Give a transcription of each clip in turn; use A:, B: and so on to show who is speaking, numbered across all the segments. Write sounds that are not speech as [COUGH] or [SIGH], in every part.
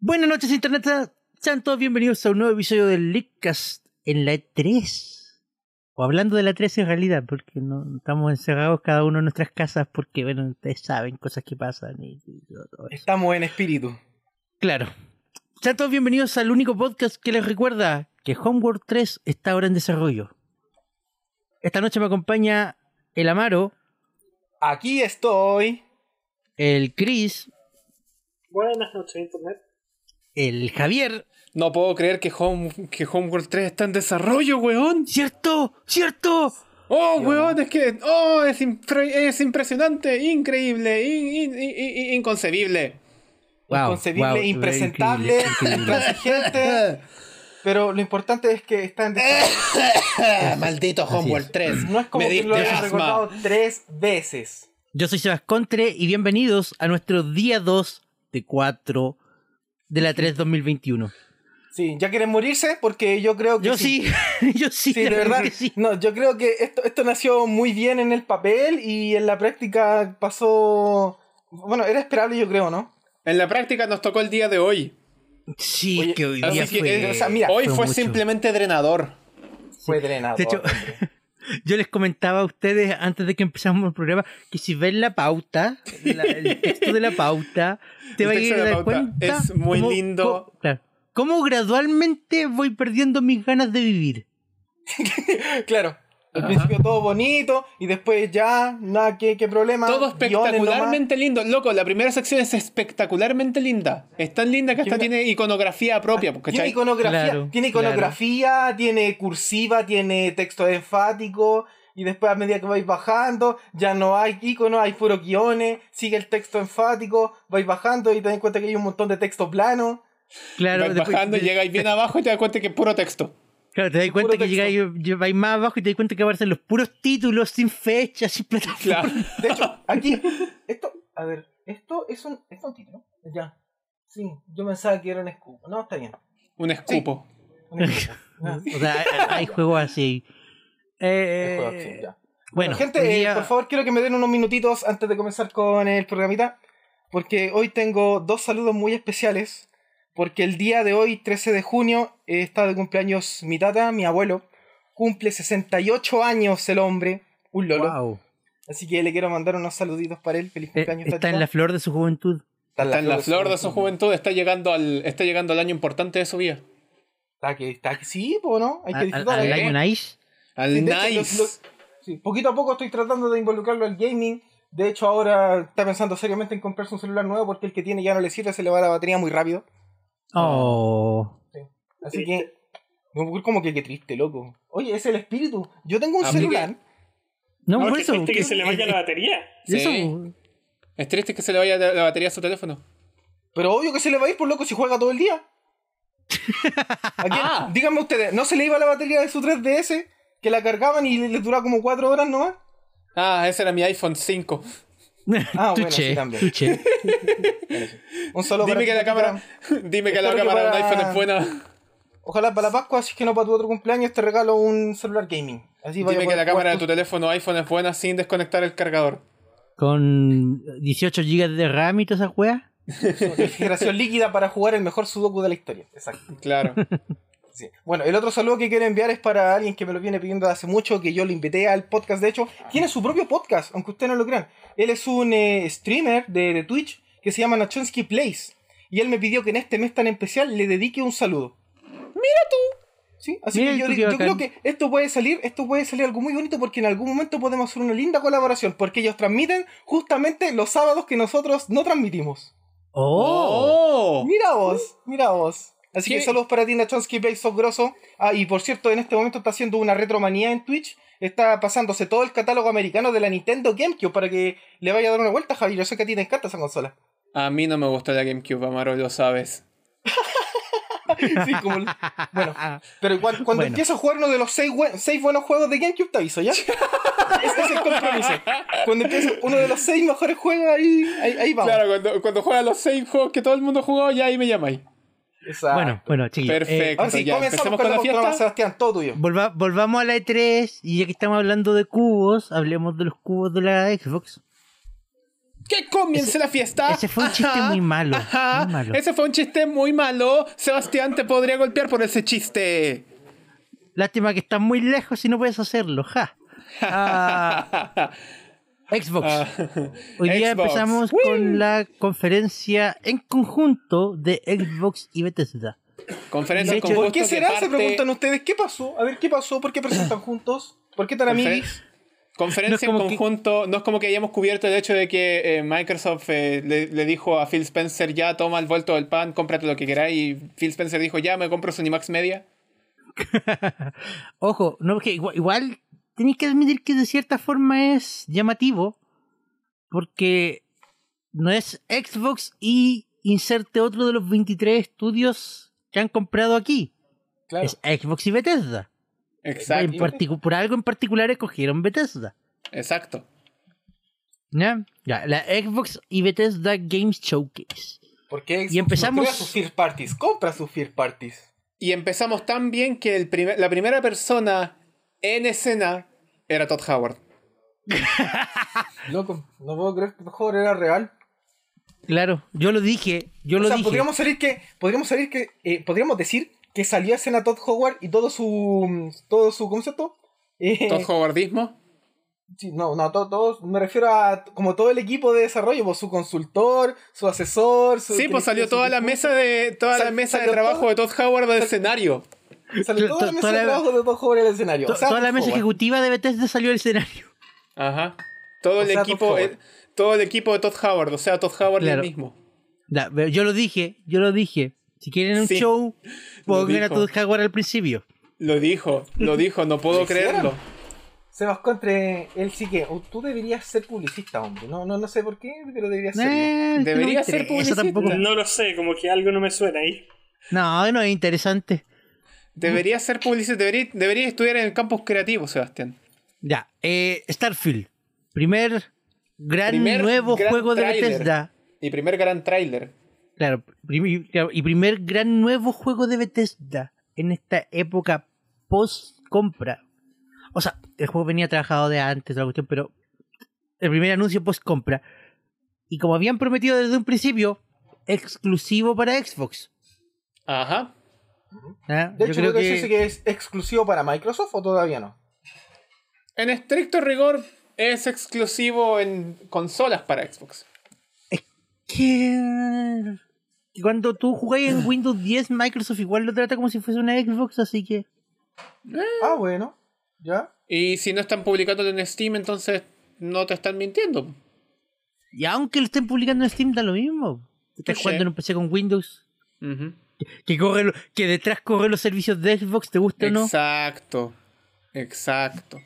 A: Buenas noches, Internet. Sean todos bienvenidos a un nuevo episodio del Leakcast en la E3. O hablando de la E3 en realidad, porque no estamos encerrados cada uno en nuestras casas, porque, bueno, ustedes saben cosas que pasan y, y todo eso.
B: Estamos en espíritu.
A: Claro. Sean todos bienvenidos al único podcast que les recuerda que Homeworld 3 está ahora en desarrollo. Esta noche me acompaña el Amaro,
B: Aquí estoy.
A: el Chris,
C: Buenas noches, Internet.
A: el Javier.
B: No puedo creer que, Home, que Homeworld 3 está en desarrollo, weón.
A: ¡Cierto! ¡Cierto!
B: Oh, weón, es que. Oh, es, impre- es impresionante, increíble, in- in- in- in- inconcebible.
A: Wow,
D: inconcebible,
A: wow,
D: impresentable,
A: increíble, increíble.
D: intransigente. Pero lo importante es que está en desarrollo.
B: Maldito Homeworld 3.
D: No es como
B: Me
D: que
B: diste
D: lo hayas
B: asma.
D: recordado tres veces.
A: [LAUGHS] Yo soy Sebas Contre y bienvenidos a nuestro día 2 de 4 de la 3 2021.
D: Sí, ¿ya quieren morirse? Porque yo creo que.
A: Yo sí, yo sí, [LAUGHS]
D: Sí, de verdad.
A: que sí.
D: No, yo creo que esto, esto nació muy bien en el papel y en la práctica pasó. Bueno, era esperable, yo creo, ¿no?
B: En la práctica nos tocó el día de hoy.
A: Sí,
D: Oye,
A: que hoy
B: así
A: día
B: que,
A: fue...
B: eh,
D: o sea, mira,
B: hoy
A: fue
B: fue
A: mucho.
B: simplemente drenador.
D: Fue drenado.
A: De hecho-
D: hombre.
A: Yo les comentaba a ustedes antes de que empezamos el programa que si ven la pauta, la- el texto de la pauta, te
B: El
A: va a
B: texto de la
A: dar
B: pauta
A: cuenta.
B: es muy
A: cómo-
B: lindo.
A: Cómo, claro, cómo gradualmente voy perdiendo mis ganas de vivir.
D: [LAUGHS] claro. Al
B: Ajá.
D: principio todo bonito y después ya, nada, qué, qué problema.
B: Todo
D: Guiones nomás.
B: espectacularmente lindo. Loco, la primera sección es espectacularmente linda. Es tan linda que hasta
D: Yo me- Ah,
B: tiene iconografía propia, pues,
D: Tiene
B: ¿cachai?
D: iconografía,
A: Claro,
D: tiene, iconografía tiene cursiva, tiene texto enfático. Y después, a medida que vais bajando, ya no hay iconos, hay puros guiones. Sigue el texto enfático, vais bajando y te das cuenta que hay un montón de texto plano.
A: Claro,
B: Vas
A: después-
B: bajando, llegáis bien abajo y te das cuenta que es puro texto.
A: Claro, te das
D: Puro
A: cuenta que
D: texto.
A: llegáis llegáis más abajo y te das cuenta que aparecen los puros títulos sin fecha, sin plataforma.
B: Claro.
D: De hecho, aquí, esto, a ver, esto es un, es un título. Ya. Sí, yo pensaba que era un escudo. No, está bien.
B: Un escupo.
D: Un escudo.
A: [LAUGHS]
D: Ah, sí,
A: O sea, hay, hay juegos
D: [LAUGHS]
A: así. Eh,
D: el juego, sí, ya.
A: Bueno,
D: gente,
A: hoy
D: eh,
A: día-
D: por favor, quiero que me den unos minutitos antes de comenzar con el programita, porque hoy tengo dos saludos muy especiales, porque el día de hoy, 13 de junio, eh, está de cumpleaños mi tata, mi abuelo, cumple 68 años el hombre, un lolo,
A: Wow.
D: así que le quiero mandar unos saluditos para él, feliz
A: Eh,
D: cumpleaños.
A: está
D: tatita.
A: en la flor de su juventud.
B: Está en la flor de su juventud, está llegando al, está llegando al año importante de su vida.
D: Está que, está que sí, po, ¿no? Hay
A: Al,
D: que
A: al,
D: disfrutar.
A: al
D: ¿eh?
A: Lion Ice.
B: Al
D: Sí, de hecho,
B: nice.
D: lo- lo- sí, poquito a poco estoy tratando de involucrarlo al gaming. De hecho, ahora está pensando seriamente en comprarse un celular nuevo porque el que tiene ya no le sirve, se le va la batería muy rápido.
A: Oh.
D: Así que, no, como que qué triste, loco. Oye, es el espíritu. Yo tengo un
B: Amiga.
D: celular.
A: No,
C: No,
A: por
C: que
A: eso.
D: este
C: triste que se le vaya la batería.
A: eh, [LAUGHS] eso. [LAUGHS]
B: Sí. Es triste que se le vaya la la batería a su teléfono.
D: Pero obvio que se le va a ir por loco si juega todo el
B: [LAUGHS]
D: día. ¿A quién?
B: Ah.
D: Díganme ustedes, ¿no se le iba la batería de su 3DS? Que la cargaban y le- les duraba como 4 horas nomás.
B: Ah, ese era mi iPhone 5.
D: Ah, bueno,
A: Tuche,
D: sí, también.
A: tuche.
D: Un solo
B: Dime que la cámara, [LAUGHS] dime que la
D: Espero que
B: cámara de
D: para-
B: un iPhone
D: [LAUGHS]
B: es buena.
D: Ojalá para la Pascua, si es que no para tu otro cumpleaños, te regalo un celular gaming. Así vaya
B: Dime que
D: poder
B: la
D: jugar
B: cámara de
D: tus-
B: tu teléfono iPhone es buena sin desconectar el cargador.
A: Con 18 GB de RAM y toda esa wea.
D: [LAUGHS] refrigeración líquida para jugar el mejor sudoku de la historia. Exacto.
B: Claro.
D: Sí. Bueno, el otro saludo que quiero enviar es para alguien que me lo viene pidiendo hace mucho, que yo lo invité al podcast. De hecho, tiene su propio podcast, aunque ustedes no lo crean. Él es un eh, streamer de, de Twitch que se llama Nachonsky Plays. Y él me pidió que en este mes tan especial le dedique un saludo. ¡Mira tú! Sí, así
A: Mira
D: que yo,
A: tú, qué
D: yo
A: bacán.
D: creo que esto puede salir, esto puede salir algo muy bonito porque en algún momento podemos hacer una linda colaboración, porque ellos transmiten justamente los sábados que nosotros no transmitimos.
A: Oh.
B: ¡Oh!
D: Mira vos, mira vos. Así que
B: ¿Qué?
D: saludos para ti, Nachonsky Play, sos grosso. Ah, y por cierto, en este momento está haciendo una retromanía en Twitch. Está pasándose todo el catálogo americano de la Nintendo GameCube para que le vaya a dar una vuelta, Javi. Yo sé que a ti te encanta esa consola. [LAUGHS]
B: A mí no me gustó la GameCube, Amaro, lo sabes.
D: Sí, como- Bueno,
A: Ah,
D: pero cuan- cuando,
A: Bueno.
D: empieces a jugar uno de los seis, buen- seis buenos juegos de GameCube, te
B: [LAUGHS]
D: aviso, ¿ya? Ese es el compromiso. Cuando empieces uno de los seis mejores juegos, ahí, ahí, ahí vamos.
B: Claro, cuando, cuando juegas los seis juegos que todo el mundo jugó, ya ahí me llamáis.
D: Exacto.
A: Bueno, bueno, chicos. eh,
B: Perfecto.
D: Ahora sí,
B: ya,
D: comenzamos con
B: empecemos con
D: la
B: la
D: posttrama,
B: fiesta.
D: Sebastián, todo tuyo.
A: Volva- volvamos a la E E3 y ya que estamos hablando de cubos, hablemos de los cubos de la Xbox.
B: ¡Que comience
A: Ese-
B: la fiesta!
A: ese fue un chiste muy malo,
B: ajá.
A: muy malo.
B: Ese fue un chiste muy malo. Sebastián te podría golpear por ese chiste. [LAUGHS]
A: Lástima que estás muy lejos y no puedes hacerlo, ja. Ah, [LAUGHS] Xbox.
B: Ah,
A: Hoy día
B: Xbox.
A: empezamos
B: ¡Wii!
A: con la conferencia en conjunto de Xbox y Bethesda.
B: Conferencia
A: De
B: en
A: hecho,
B: conjunto
D: ¿Por qué
B: de
D: será? Se
B: parte-
D: preguntan ustedes. ¿Qué pasó? A ver, ¿qué pasó? ¿Por
A: [CLEARS THROAT]
D: qué presentan juntos? ¿Por qué tan amigos?
A: No
B: Conferencia
A: es como
B: en
A: que-
B: conjunto, no es como que hayamos cubierto el hecho de que eh, Microsoft eh, le, le dijo a Phil Spencer, ya toma el vuelto del pan, cómprate lo que queráis, y Phil Spencer dijo, ya me compro Sony Max Media.
A: Ojo, no, porque igual, igual tenéis que admitir que de cierta forma es llamativo porque no es Xbox y inserte otro de los 23 estudios que han comprado aquí.
D: Claro.
A: Es Xbox y Bethesda.
B: Exacto.
A: En particu- por algo en particular escogieron Bethesda.
B: Exacto.
A: ¿Ya? Ya, la Xbox y Bethesda Games Showcase.
D: Porque Xbox
A: Y empezamos-
D: no crea sus fear parties, compra sus fear parties.
B: Y empezamos tan bien que el primer- la primera persona en escena era Todd Howard.
D: Loco, no puedo creer que mejor era real.
A: Claro, yo lo dije, yo
D: o
A: lo
D: sea,
A: dije.
D: podríamos salir que, podríamos salir que, eh, podríamos decir que salió a escena Todd Howard y todo su, mm, todo su concepto. eh,
B: Todd Howardismo.
D: Sí, no, no, to- todos, me refiero a como todo el equipo de desarrollo, pues, su consultor, su asesor, su-
B: Sí, pues salió
D: su-
B: toda la mesa de toda la
D: Sal-
B: mesa de
D: salió
B: trabajo
D: todo-
B: de Todd Howard del escenario.
D: Salió toda la
A: to-
D: mesa
A: toda
D: de
A: la-
D: trabajo de Todd Howard en el escenario.
A: To-
D: O sea,
A: toda la
D: Todd
A: mesa
D: Howard.
A: ejecutiva de Bethesda salió al escenario.
B: Ajá. Todo
D: O
B: el
D: sea, Todd
B: equipo
D: Howard.
B: eh, todo el equipo de Todd Howard, o sea, Todd Howard
A: Claro.
B: el mismo.
A: Ya, pero yo lo dije, yo lo dije. Si quieren un
B: Sí,
A: show, pongan a
B: dijo.
A: Todd Howard al principio.
B: Lo dijo, lo dijo, no puedo
D: ¿Lo hicieron?
B: creerlo.
D: Sebas Contre, él sí que, o tú deberías ser publicista, hombre. No, no, no sé por qué, pero deberías ser.
A: Eh, no
B: Debería
A: me
B: ser
A: interesa
B: publicista.
A: tampoco.
C: No lo sé, como que algo no me suena ahí.
A: No, no es interesante.
B: Debería ser publicista, debería, debería estudiar en el campus creativo, Sebastián.
A: Ya, eh, Starfield. Primer gran
B: Primer
A: nuevo
B: gran
A: juego de
B: tráiler.
A: Bethesda.
B: Y primer gran tráiler.
A: Claro, prim- claro, y primer gran nuevo juego de Bethesda en esta época post-compra. O sea, el juego venía trabajado de antes, toda la cuestión, pero el primer anuncio post-compra. Y como habían prometido desde un principio, exclusivo para Xbox.
B: Ajá.
A: ¿ah?
D: De
A: Yo
D: hecho,
A: creo que-
D: sí que es exclusivo para Microsoft o todavía no.
B: En estricto rigor es exclusivo en consolas para Xbox.
A: que... que Cuando tú jugáis en Windows 10, Microsoft igual lo trata como si fuese una Xbox, así que... Mm.
D: Ah, bueno, ya.
B: Y si no están publicándolo en Steam, entonces no te están mintiendo.
A: Y aunque lo estén publicando en Steam, da lo mismo. Estás
B: Touché.
A: jugando en un PC con Windows,
B: Ujú.
A: que corre lo- que detrás corre los servicios de Xbox, te gusta o no.
B: Exacto. Exacto.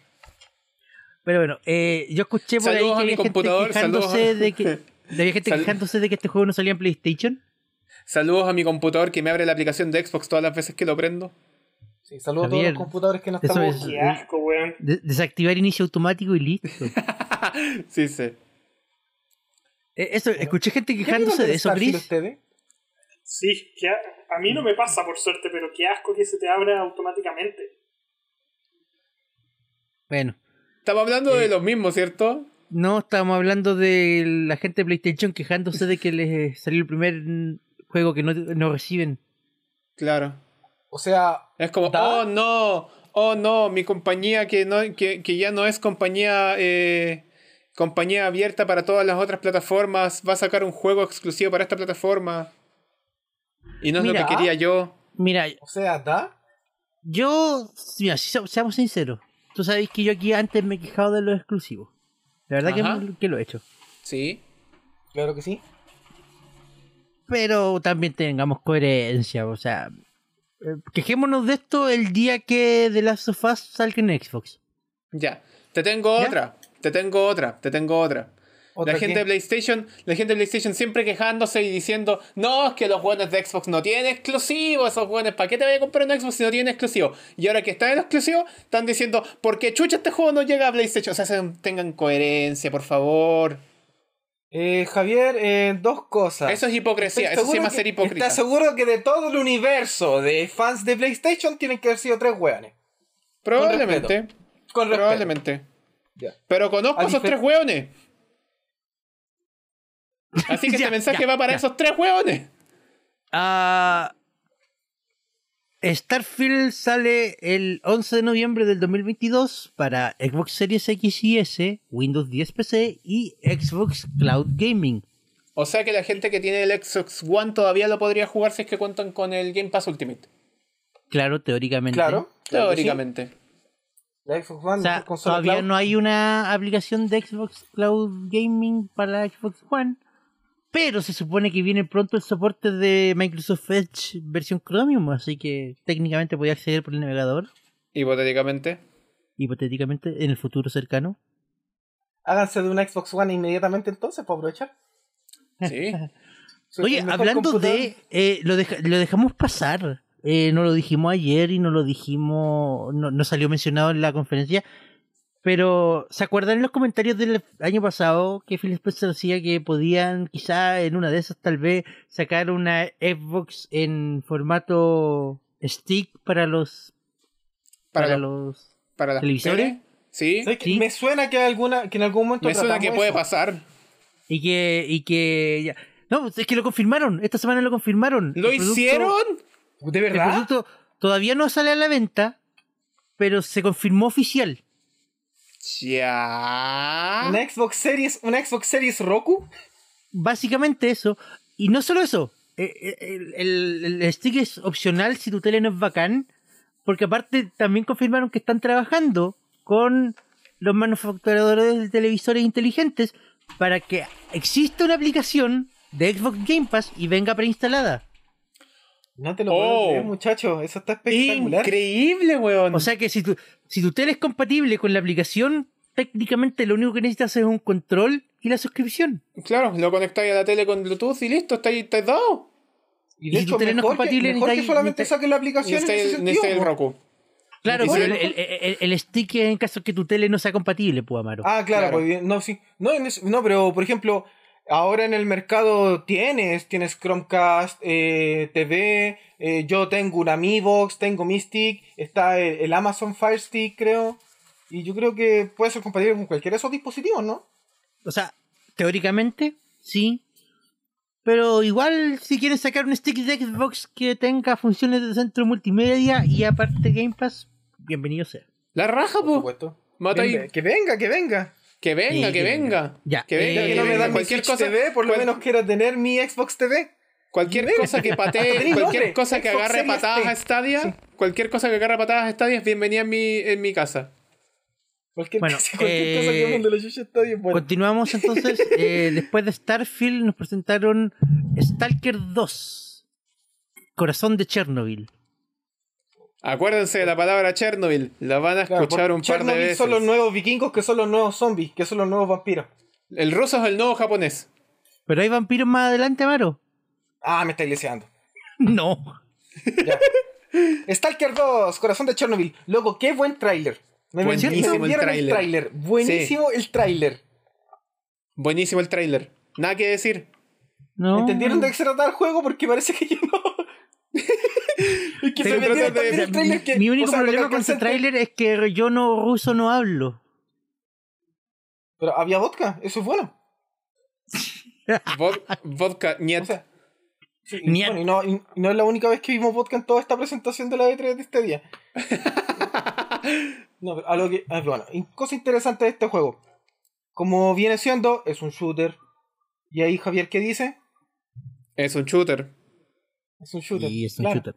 A: Pero bueno, eh, yo escuché por
B: Saludos a
A: ahí que
B: mi
A: había gente
B: computador,
A: quejándose
B: saludos.
A: de que
B: [LAUGHS]
A: de- había gente
B: Sal-
A: quejándose de que este juego no salía en PlayStation.
B: Saludos a mi computador que me abre la aplicación de Xbox todas las veces que lo prendo.
D: Sí, saludos a
A: Javier,
D: todos los computadores que no
A: eso
D: estamos.
A: es-
C: Qué asco, weón.
A: De- desactivar inicio automático y
B: [LAUGHS]
A: listo.
B: Sí, sí.
A: Eh, eso, escuché gente
D: ¿Qué opinan
A: quejándose
D: del
A: de eso,
D: Starfield
B: este?
A: Chris.
D: ustedes?
C: Sí, que a, a mí no me pasa por suerte, pero qué asco que se te abra automáticamente.
A: Bueno,
B: Estamos hablando de
A: Eh.
B: lo mismo, ¿cierto?
A: no estábamos hablando de la gente de PlayStation quejándose de que les salió el primer mm, juego que no, no reciben.
B: Claro.
D: O sea,
B: Es como,
D: ¿Da?
B: oh no, oh no, mi compañía que, no, que, que ya no es compañía, eh, compañía abierta para todas las otras plataformas, va a sacar un juego exclusivo para esta plataforma. Y no es
A: Mira.
B: lo que quería yo.
A: Mira,
D: o sea, da.
A: Yo, mira, si so- seamos sinceros, tú sabes que yo aquí antes me he quejado de los exclusivos. La verdad que,
B: Ajá.
A: me- que lo he hecho.
B: Sí.
D: Claro que sí.
A: Pero también tengamos coherencia, o sea, eh, quejémonos de esto el día que The Last of Us salga en Xbox.
B: Ya. Te tengo
A: ¿Ya?
B: otra. Te tengo otra. Te tengo otra.
D: ¿Otra
B: la gente
D: qué?
B: de PlayStation, la gente de PlayStation siempre quejándose y diciendo, no, es que los buenos de Xbox no tienen exclusivo, esos buenos, ¿para qué te voy a comprar un Xbox si no tienen exclusivo? Y ahora que están en exclusivo, están diciendo, ¿por qué chucha este juego no llega a PlayStation? O sea, sean- tengan coherencia, por favor.
D: Eh, Javier, eh, dos cosas.
B: Eso es
D: Estoy
B: hipocresía, eso se
D: seguro
B: llama
D: que-
B: ser hipócrita.
D: Estás seguro que de todo el universo de fans de PlayStation tienen que haber sido tres hueones.
B: Probablemente,
D: Con respeto.
B: probablemente.
D: Ya.
B: Pero conozco
D: A [LAUGHS]
B: a esos
D: difer-
B: tres hueones. Así que
A: Ya,
B: este mensaje
A: ya,
B: va para
A: ya.
B: esos tres hueones.
A: Ah, Starfield sale el 11 de noviembre del 2022 para Xbox Series X y S, Windows 10 PC y Xbox Cloud Gaming.
B: O sea que la gente que tiene el Xbox One todavía lo podría jugar si es que cuentan con el Game Pass Ultimate.
A: Claro, teóricamente.
D: Claro. claro que sí.
B: Teóricamente.
D: La Xbox One
A: O sea,
D: es consola
A: todavía
D: cloud.
A: no hay una aplicación de Xbox Cloud Gaming para Xbox One, pero se supone que viene pronto el soporte de Microsoft Edge versión Chromium, así que técnicamente podía acceder por el navegador,
B: Hipotéticamente.
A: hipotéticamente, en el futuro cercano.
D: Háganse de una Xbox One inmediatamente entonces para aprovechar. [LAUGHS]
B: Sí.
D: Su-
A: Oye,
D: el mejor
A: hablando
D: computador.
A: de. eh, lo, deja- lo dejamos pasar. Eh, no lo dijimos ayer y no lo dijimos. No, no salió mencionado en la conferencia. Pero, ¿se acuerdan los comentarios del año pasado que Phil Spencer decía que podían, quizá en una de esas, tal vez, sacar una Xbox en formato stick para los.
B: Para,
A: Para,
B: los,
A: los.
B: para las
A: televisores.
B: tele. Sí.
D: ¿Sabes qué?
A: Sí.
D: Me suena que, alguna, que en algún momento.
B: Me suena
D: tratamos
B: que puede
D: eso.
B: pasar.
A: Y que. Y que ya- No, es que lo confirmaron. Esta semana lo confirmaron.
B: ¿Lo
A: El producto-
B: hicieron?
D: ¿De
A: El
D: verdad?
A: producto todavía no sale a la venta, pero se confirmó oficial.
B: Ya.
D: ¿Una Xbox Series, una Xbox Series Roku?
A: Básicamente eso. Y no solo eso. eh, eh, El, el- el stick es opcional si tu tele no es bacán. Porque aparte también confirmaron que están trabajando con los manufacturadores de televisores inteligentes para que exista una aplicación de Xbox Game Pass y venga preinstalada.
D: No te lo
B: Oh.
D: puedo creer, muchachos. Eso está espectacular.
B: Increíble, weón.
A: O sea que si tu, si tu tele es compatible con la aplicación, técnicamente lo único que necesitas es un control y la suscripción.
B: claro, lo conectáis a la tele con Bluetooth y listo, está ahí, estáis dado.
D: Y
A: Y
D: de
A: si
D: hecho,
A: tu tele no es
D: mejor, que,
A: compatible, ni
D: mejor
A: está
D: que
A: ahí-
D: solamente
A: ni está-
D: saquen la aplicación en ese
B: Necesitáis el,
D: sentido. po.
B: Roku.
A: Claro,
B: Y
A: pero
B: si
A: el,
D: no-
A: el, el- el stick en caso que tu tele no sea compatible, pues Amaro.
D: Ah, claro,
B: Claro.
D: pues bien. No, sí. No, en ese- no, pero por ejemplo, ahora en el mercado tienes, tienes Chromecast, eh, TV, eh, yo tengo un Amiibox, tengo mi stick, está el, el Amazon Fire Stick, creo. Y yo creo que puede ser compatible con cualquiera de esos dispositivos, ¿no?
A: O sea, teóricamente, sí. Pero igual, si quieres sacar un stick de Xbox que tenga funciones de centro multimedia y aparte Game Pass, bienvenido sea.
B: La raja,
D: Por
B: po.
D: supuesto.
B: Matáis-
D: Venga, que venga, que venga.
B: Que venga,
A: Sí,
B: que
A: que
B: venga.
A: Ya.
B: Que venga,
A: Eh,
D: Ya
B: que
D: que no me
B: venga.
D: dan mi
B: Cualquier
D: Switch
B: cosa,
D: TV, por lo
B: cual-
D: menos quiero tener mi Xbox TV.
B: Cualquier cosa que patee,
D: Tenéis
B: cualquier
D: nombre,
B: cosa que
D: Xbox
B: agarre
D: Series
B: patadas
D: T.
B: a Stadia, cualquier cosa que agarre patadas a Stadia es bienvenida en mi, en mi casa.
D: Cualquier,
A: Bueno,
D: cosa, cualquier cosa
A: eh,
D: que mande la Yuya está bien buena.
A: Continuamos
D: [LAUGHS]
A: entonces. eh, después de Starfield, nos presentaron Stalker 2. Corazón de Chernobyl.
B: Acuérdense de la palabra Chernobyl, la van a
D: Claro,
B: escuchar
D: por-
B: un par
D: Chernobyl
B: de veces.
D: son los nuevos vikingos que son los nuevos zombies, que son los nuevos vampiros.
B: El ruso es el nuevo japonés.
A: Pero hay vampiros más adelante, Amaro.
D: [LAUGHS] Ah, me está iglesiando.
A: No.
D: Stalker 2, Corazón de Chernobyl. Loco, qué buen tráiler. Me
B: Buenísimo
D: vendieron-
B: el
D: me vendieron el
B: tráiler.
D: tráiler. Buenísimo el tráiler.
B: Buenísimo el tráiler. Nada que decir.
A: No.
D: ¿Entendieron de qué se trataba el juego? Porque parece que yo no. [LAUGHS] es que
B: Se
D: me
B: trata
D: vendieron
B: de-
D: también el tráiler que...
A: Mi único
D: o sea, lo que
A: problema con ese
D: alcancé a entender-
A: tráiler es que yo no ruso no hablo.
D: Pero había vodka, eso es bueno.
B: Vod- vodka, niet.
D: O sea, sí, y
A: Ni a-
D: bueno, y, no, y- y no es la única vez que vimos vodka en toda esta presentación de la E3 de este día. no, pero a lo que. ah, bueno, y cosa interesante de este juego. Como viene siendo, es un shooter. Y ahí Javier, ¿qué dice?
B: es un shooter.
D: Es un shooter.
A: Y es un
D: claro,
A: shooter.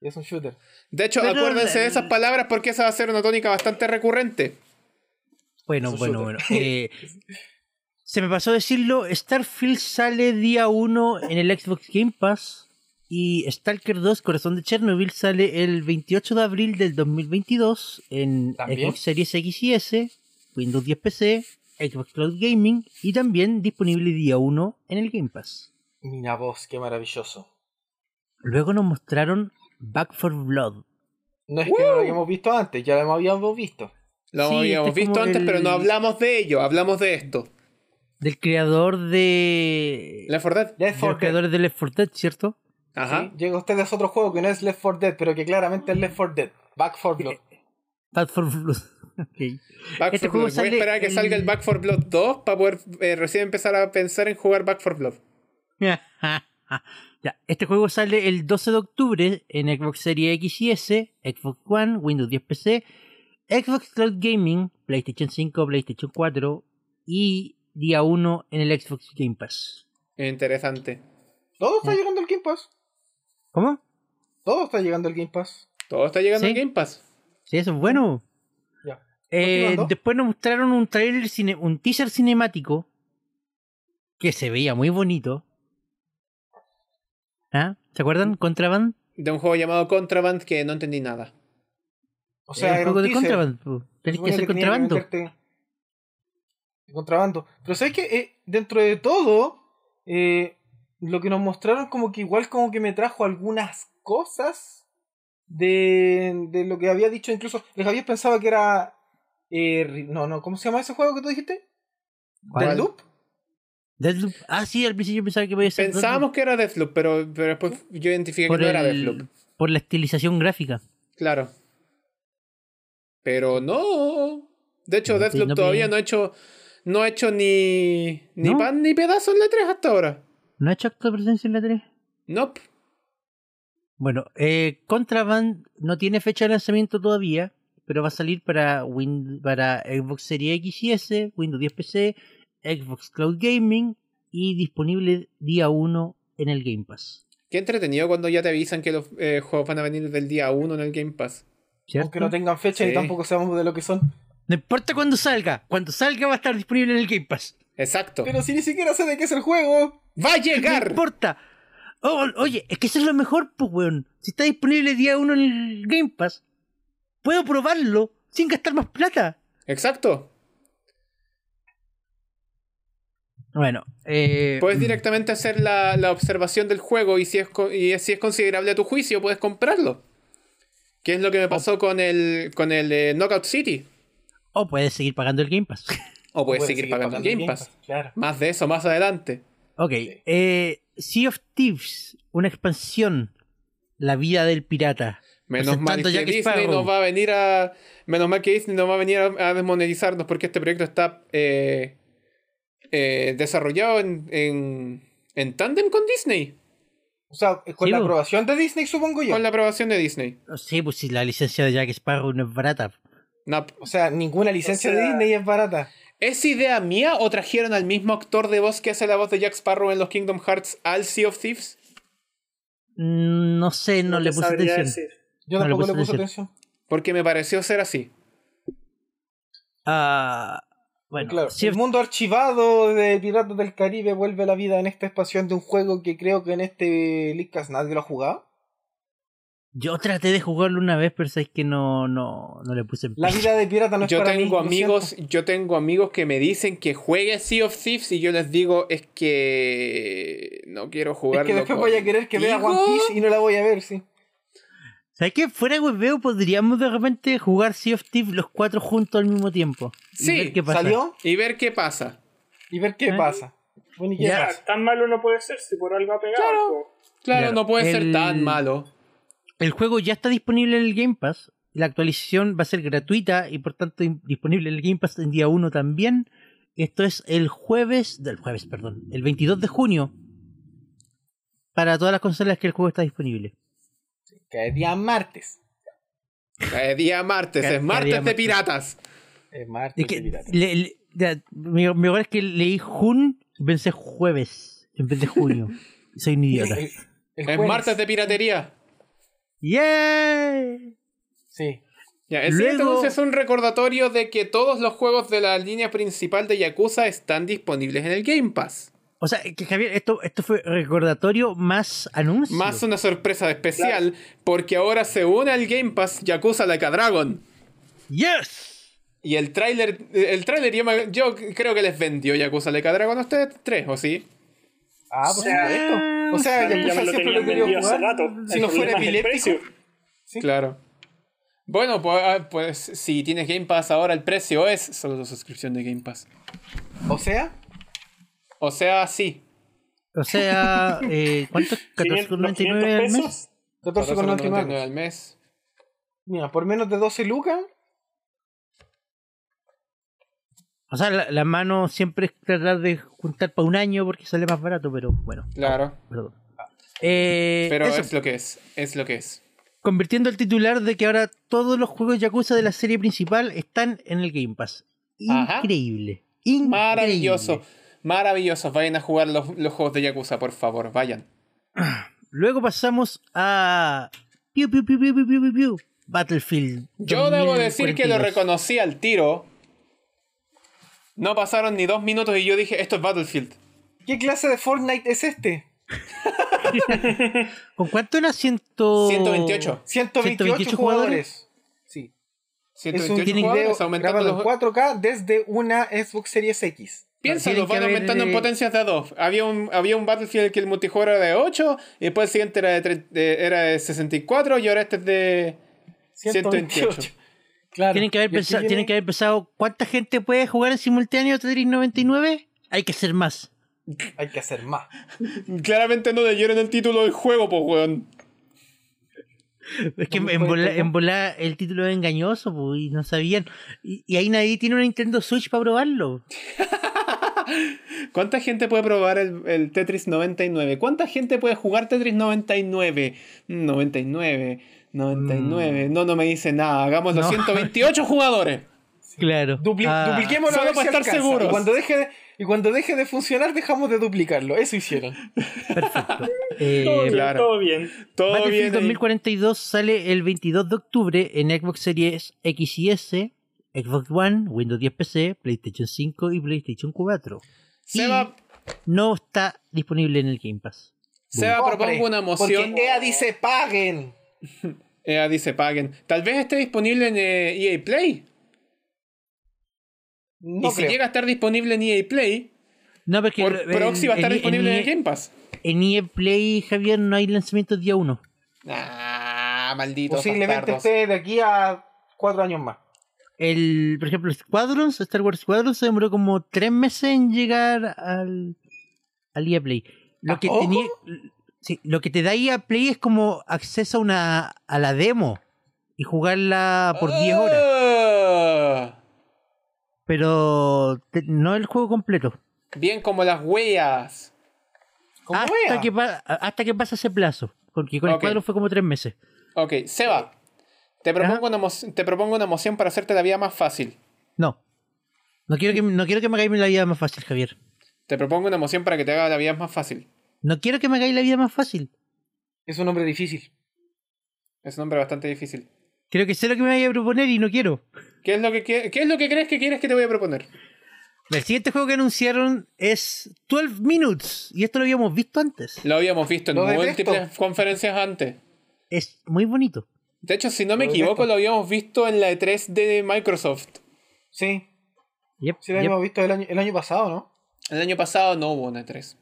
D: y es un shooter.
B: De hecho,
A: Pero
B: acuérdense de
A: el-
B: esas palabras porque esa va a ser una tónica bastante recurrente.
A: Bueno,
D: Es un
A: bueno,
D: shooter.
A: bueno.
D: [LAUGHS]
A: Eh, se me pasó decirlo, Starfield sale día 1 en el Xbox Game Pass y Stalker 2, Corazón de Chernobyl, sale el 28 de abril del 2022 en
D: ¿También?
A: Xbox Series X y S, Windows 10 PC, Xbox Cloud Gaming y también disponible día 1 en el Game Pass.
D: Mira vos, qué maravilloso.
A: Luego nos mostraron Back for Blood.
D: No es que no lo habíamos visto antes, ya lo habíamos visto.
B: Lo
A: Sí,
B: habíamos
A: este es
B: visto
A: como
B: antes,
A: el-
B: pero no hablamos de ello, hablamos de esto.
A: Del creador de.
B: ¿La verdad?
D: Left
A: Del
D: 4 Dead.
A: creador de Left 4 Dead, ¿cierto?
B: Ajá.
D: Llega usted a ese otro juego que no es Left 4 Dead, pero que claramente es Left 4 Dead. Back 4 Blood.
A: Bad for Blood.
D: [LAUGHS]
A: Ok. [LAUGHS]
B: Back
A: Este
B: for
A: juego
B: Blood. Voy a
A: sale
B: esperar a que
A: el-
B: salga el Back 4 Blood 2 para poder eh, recién empezar a pensar en jugar Back 4 Blood.
A: ya, este juego sale el 12 de octubre en Xbox Series X y S, Xbox One, Windows 10 PC, Xbox Cloud Gaming, PlayStation 5, PlayStation 4 y día 1 en el Xbox Game Pass.
B: Interesante.
D: Todo está llegando al Game Pass.
A: ¿Cómo?
D: Todo está llegando al Game Pass.
B: Todo está llegando
A: Sí.
B: al Game Pass.
A: Sí, eso es bueno.
D: Ya.
A: Eh,
D: Continuando.
A: después nos mostraron un trailer, cine- un teaser cinemático que se veía muy bonito. ¿Ah? ¿Se acuerdan? Contraband.
B: De un juego llamado Contraband que no entendí nada.
D: O
A: Era
D: sea,
A: el
D: era
A: juego
D: un
A: de
D: teaser.
A: Contraband. po. Tenés que
D: Supone
A: hacer
D: tenía que
A: contrabando.
D: meterte de contrabando. Pero sabes que eh, dentro de todo, eh, lo que nos mostraron como que igual como que me trajo algunas cosas de, de lo que había dicho incluso. El Javier pensaba que era... eh, ri- no, no, ¿cómo se llama ese juego que tú dijiste?
A: ¿Cuál?
D: ¿Del Loop?
A: Deathloop. Ah, sí, al principio pensaba que podía ser.
B: Pensábamos que era Deathloop, pero, pero después yo identifiqué
A: Deathloop
B: que
A: por,
B: no era
A: el-
B: Deathloop.
A: por la estilización gráfica.
B: Claro. Pero no. De hecho,
A: No,
B: Deathloop
A: no, pero-
B: todavía no ha hecho. No ha hecho ni. ni
A: ¿No?
B: pan ni pedazo en la 3 hasta ahora.
A: ¿No ha hecho acto de presencia en la 3?
B: Nope.
A: Bueno, eh, Contraband no tiene fecha de lanzamiento todavía, pero va a salir para, Win- para Xbox Series X y S, Windows 10 PC, Xbox Cloud Gaming y disponible día 1 en el Game Pass.
B: Qué entretenido cuando ya te avisan que los eh, juegos van a venir del día 1 en el Game Pass.
A: ¿cierto?
D: Aunque no tengan fecha
B: Sí.
D: y tampoco sabemos de lo que son.
A: No importa cuándo salga, cuando salga va a estar disponible en el Game Pass.
B: Exacto.
D: Pero si ni siquiera sé de qué es el juego.
B: ¡Va a
A: No
B: llegar!
A: importa. O- oye, es que eso es lo mejor, pues, weón. Si está disponible día 1 en el Game Pass, puedo probarlo sin gastar más plata.
B: Exacto.
A: Bueno, eh,
B: Puedes directamente hacer la, la observación del juego y si, es, co- y si es considerable a tu juicio, puedes comprarlo. Que es lo que me pasó con el, con el eh, Knockout City.
A: o puedes seguir pagando el Game Pass.
B: O puedes
D: Puedes
B: seguir, pagando, el Game Pass.
D: Claro.
B: Más de eso más adelante.
A: ok, eh, Sea of Thieves, una expansión. La vida del pirata.
B: Menos mal
A: Presentando
B: que
A: Jack
B: Disney
A: Sparrow.
B: nos va a venir a. Menos mal que Disney nos va a venir a, a desmonetizarnos porque este proyecto está eh, eh, desarrollado en, en, en tándem con Disney.
D: O sea, con
A: Sí,
D: la
A: bo.
D: aprobación de Disney, supongo yo.
B: Con la aprobación de Disney.
A: Sí, pues si la licencia de Jack Sparrow no es barata.
B: Nap.
D: O sea, ninguna licencia
C: O sea-
D: de Disney es barata.
B: ¿Es idea mía o trajeron al mismo actor de voz que hace la voz de Jack Sparrow en los Kingdom Hearts al Sea of Thieves?
A: Mm, No sé, no, le
C: te
A: puse
C: sabría
A: atención.
C: decir.
D: Yo
A: No le
D: tampoco
A: puse
D: le puse
A: atención.
D: atención.
B: Porque me pareció ser así.
A: Ah, bueno,
D: Claro,
A: Sea
D: el
A: of-
D: mundo archivado de Piratas del Caribe vuelve a la vida en esta expansión de un juego que creo que en este Leadcast nadie lo ha jugado.
A: yo traté de jugarlo una vez, pero sabes que no, no, no le puse.
D: La vida de pirata no es
B: Yo
D: para mí,
B: tengo
D: lo
B: amigos,
D: siento.
B: yo tengo amigos que me dicen que juegue Sea of Thieves y yo les digo es que no quiero
D: Es
B: jugarlo.
D: que después voy a querer que vea One
B: contigo".
D: Piece y no la voy a ver, sí.
A: ¿Sabes qué? Fuera webeo podríamos de repente jugar Sea of Thieves los cuatro juntos al mismo tiempo. y
B: Sí,
A: ver qué pasa.
D: Salió
B: Y ver qué pasa.
D: y ver qué
A: Ah.
D: pasa. Bueno, ¿y qué
A: Ya.
D: pasa?
C: "Ah, Tan malo no puede ser si por algo ha pegado.
B: Claro.
C: po.
B: Claro,
A: Claro,
B: no puede ser
A: el-
B: tan malo.
A: El juego ya está disponible en el Game Pass. La actualización va a ser gratuita y por tanto in- disponible en el Game Pass en día 1 también. Esto es el jueves, del jueves, perdón, el 22 de junio. Para todas las consolas que el juego está disponible.
D: Que es día martes.
B: Es día martes,
A: Cada
B: es martes
A: día
B: de
A: martes.
B: piratas.
D: Es martes
A: Es
D: de
A: que
D: pirata.
A: le- le- ya, mi, mi error es que leí Jun y pensé jueves en vez de junio. Soy un idiota.
D: El- el
B: es
D: jueves.
B: martes de piratería.
A: ¡Yeah!
D: Sí.
B: Ya, el
A: Luego-
B: siguiente anuncio es un recordatorio de que todos los juegos de la línea principal de Yakuza están disponibles en el Game Pass.
A: O sea, eh, que Javier, esto, esto fue recordatorio más anuncio.
B: Más una sorpresa especial, porque ahora se une al Game Pass Yakuza Like a Dragon.
A: ¡Yes!
B: Y el tráiler, el tráiler yo, me- yo creo que les vendió Yakuza Like a Dragon a ustedes tres, ¿o sí?
D: Ah, por
C: O sea,
D: supuesto. O sea,
C: A mí ya me
D: Yakuza
C: lo
D: siempre
C: tenían
D: lo quería
C: vendido hace
D: jugar.
C: rato.
D: Si
C: El
D: no fuera
C: problema es el
D: epiléptico.
C: precio.
D: Sí.
B: Claro. Bueno, pues, ah, pues, si tienes Game Pass ahora el precio es solo tu suscripción de Game Pass.
D: O sea,
B: O sea, sí.
A: O sea, eh, ¿cuánto?
C: 500,
A: 14,99 al mes.
C: pesos.
D: 14,99.
B: 14,99 al mes.
D: Mira, por menos de 12 lucas
A: O sea, la, la mano siempre es tratar de juntar para un año porque sale más barato, pero bueno,
B: Claro.
A: perdón. Eh,
B: Pero
A: Ah, eso,
B: es lo que es. Es lo que es.
A: convirtiendo el titular de que ahora todos los juegos Yakuza de la serie principal están en el Game Pass.
B: Ajá.
A: Increíble. increíble.
B: Maravilloso. Maravilloso. Vayan a jugar los, los juegos de Yakuza, por favor. Vayan.
A: Luego pasamos a. Piu, piu, piu, piu, piu, piu, piu, piu. Battlefield.
B: Yo debo decir que lo
A: 2042.
B: reconocí al tiro. No pasaron ni dos minutos y yo dije, esto es Battlefield.
D: ¿Qué clase de Fortnite es este?
A: ¿Con cuánto era? Ciento...
B: 128.
D: 128,
A: 128
D: jugadores. Sí. Es un
B: 128
D: video
B: jugadores aumentando
D: grabado en
B: los...
D: 4K desde una Xbox Series X.
B: Piénsalo,
A: Tienen que
B: van
A: haber,
B: aumentando en
A: eh,
B: potencias de a dos. Había un, había un Battlefield que el multijugador era de 8, y después el siguiente era de, tre- de- era de 64, y ahora este es de... 128.
D: Claro.
A: Tienen que, haber
D: Y el
A: pensado,
D: viene-
A: tienen que haber pensado cuánta gente puede jugar en simultáneo Tetris 99. Hay que ser más.
D: Hay que hacer más.
B: Claramente no leyeron el título del juego, pues, weón.
A: Es que
D: No me
A: en
D: puede
A: volá-
D: tocar.
A: en volá el título es engañoso po, y no sabían. Y, y ahí nadie tiene una Nintendo Switch para probarlo.
B: ¿Cuánta gente puede probar el, el Tetris 99? ¿Cuánta gente puede jugar Tetris 99? Mm, 99,
D: Mm.
B: 99. No, no me dice nada. Hagamos los
A: No.
D: [LAUGHS]
B: 128 jugadores.
A: Claro.
D: Dupli
A: Ah,
D: dupliquémoslo a
B: Solo
D: ver
B: para
D: si
B: estar
D: alcanza.
B: seguros.
D: Y cuando, deje de, y cuando deje de funcionar, dejamos de duplicarlo. Eso hicieron.
A: Perfecto.
C: Todo
A: Eh,
C: bien,
B: claro.
C: todo bien.
B: Todo
A: Battlefield
B: bien. ahí.
A: 2042 sale el 22 de octubre en Xbox Series X y S, Xbox One, Windows 10 PC, PlayStation 5 y PlayStation 4.
B: Seba,
A: No está disponible en el Game Pass.
B: Seba
D: Compre,
B: propongo Ah, una moción.
D: Porque EA dice paguen.
B: EA dice paguen. Tal vez esté disponible en eh, EA Play.
D: No
B: y si
D: creo.
B: llega a estar disponible en EA Play,
A: No, porque
B: por
A: el-
B: proxy va
D: E
B: a estar disponible en, el
A: EA
B: Game Pass.
A: E, En EA Play, Javier, no hay lanzamientos día 1.
B: Ah, malditos
D: Posiblemente
B: bastardos.
D: esté de aquí a cuatro años más.
A: El, por ejemplo, Squadrons, Star Wars Squadrons se demoró como tres meses en llegar al, al EA Play. Lo
D: ¿A
A: que,
D: poco?
A: tenía- sí, lo que te da EA Play es como acceso a, una, a la demo y jugarla por 10 horas,
B: Ah,
A: pero te- no el juego completo.
B: Bien como las huellas.
D: Como
A: hasta,
D: EA.
A: que, pa- hasta que pasa ese plazo, porque con
B: Ok.
A: el cuadro fue como tres meses.
B: Ok, Seba,
D: Eh,
B: te propongo, una mo- te propongo una moción para hacerte la vida más fácil.
A: No. No quiero que, no quiero que me hagáis la vida más fácil, Javier.
B: Te propongo una moción para que te haga la vida más fácil.
A: No quiero que me hagáis la vida más fácil.
D: Es un hombre difícil.
B: Es un nombre bastante difícil.
A: Creo que sé lo que me vais a proponer y no quiero.
B: ¿Qué es lo que, quie- qué es lo que crees que quieres que te voy a proponer?
A: El siguiente juego que anunciaron es 12 Minutes. Y esto lo habíamos visto antes.
B: Lo habíamos visto en
D: Lo detesto.
B: múltiples conferencias antes.
A: Es muy bonito.
B: De hecho, si no me
D: Lo
B: equivoco,
D: detesto.
B: lo habíamos visto en la E3 de Microsoft.
D: Sí.
A: Yep,
D: Sí,
A: yep.
D: lo habíamos visto el año, el año pasado, ¿no?
B: El año pasado no hubo una E E3.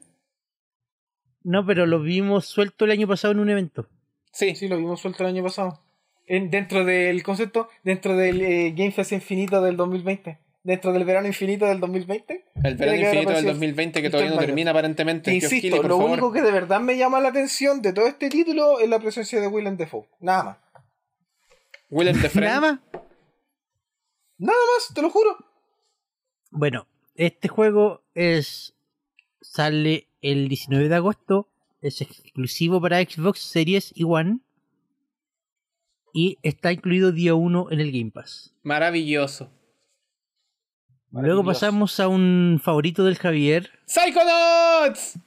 A: No, pero lo vimos suelto el año pasado en un evento.
B: Sí,
D: Sí, lo vimos suelto el año pasado. En- dentro del concepto, dentro del eh, Game Fest Infinito del 2020. Dentro del verano infinito del 2020.
B: el
D: Tiene
B: verano
D: que haber
B: infinito del
D: aparecido
B: 2020 que
D: Christian
B: todavía no
D: Bayer.
B: termina aparentemente.
D: Te
B: Geoff
D: insisto,
B: Keighley, Este por
D: lo
B: favor.
D: único que de verdad me llama la atención de todo este título es la presencia de Willem Dafoe. Nada más.
B: Willem de
A: Nada más.
D: Nada más, te lo juro.
A: Bueno, este juego es sale el 19 de agosto, es exclusivo para Xbox Series y One y está incluido día 1 en el Game Pass.
B: Maravilloso.
A: Luego pasamos a un favorito del Javier.
B: ¡Psychonauts!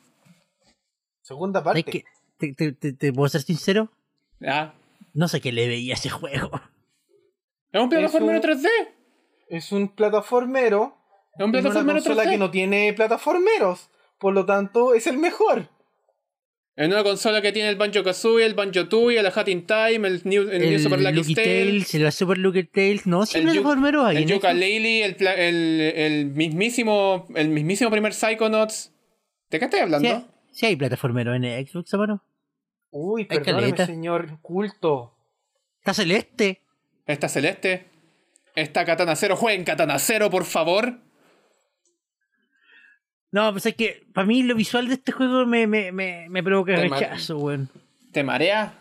D: Segunda
A: ¿Sabes
D: parte.
A: qué? ¿Te, te, te- te puedo ser sincero?
B: Ah,
A: No sé qué le veía a ese juego.
B: es un plataformero
D: un-
B: 3D.
D: Es un plataformero.
B: Es un
D: en una
B: plataformero
D: consola
B: 3D.
D: que no tiene plataformeros. Por lo tanto, es el mejor.
B: En una consola que tiene el Banjo Kazooie, el Banjo Tooie, el Hat in Time, el New, el New Super Lucky
A: Lucky
B: Tale,
A: Tales, el Super Lucky Tales, no, siempre los
B: Yu-
A: formeros hay.
B: el
A: en
B: Yuka
A: eso.
B: Laylee, el, pla- el, el mismísimo, el mismísimo primer Psychonauts. ¿De qué estoy
A: Sí,
B: hablando?
A: sí hay plataformeros en Xbox, hermano.
D: Uy,
A: Ay,
D: perdóname,
A: caleta.
D: señor culto.
A: Está celeste.
B: Está Celeste. Está Katana Cero. Jueguen Katana Cero, por favor.
A: No, pues es que para mí lo visual de este juego me, me, me, me provoca
B: Te ma-
A: rechazo, weón.
B: ¿Te marea?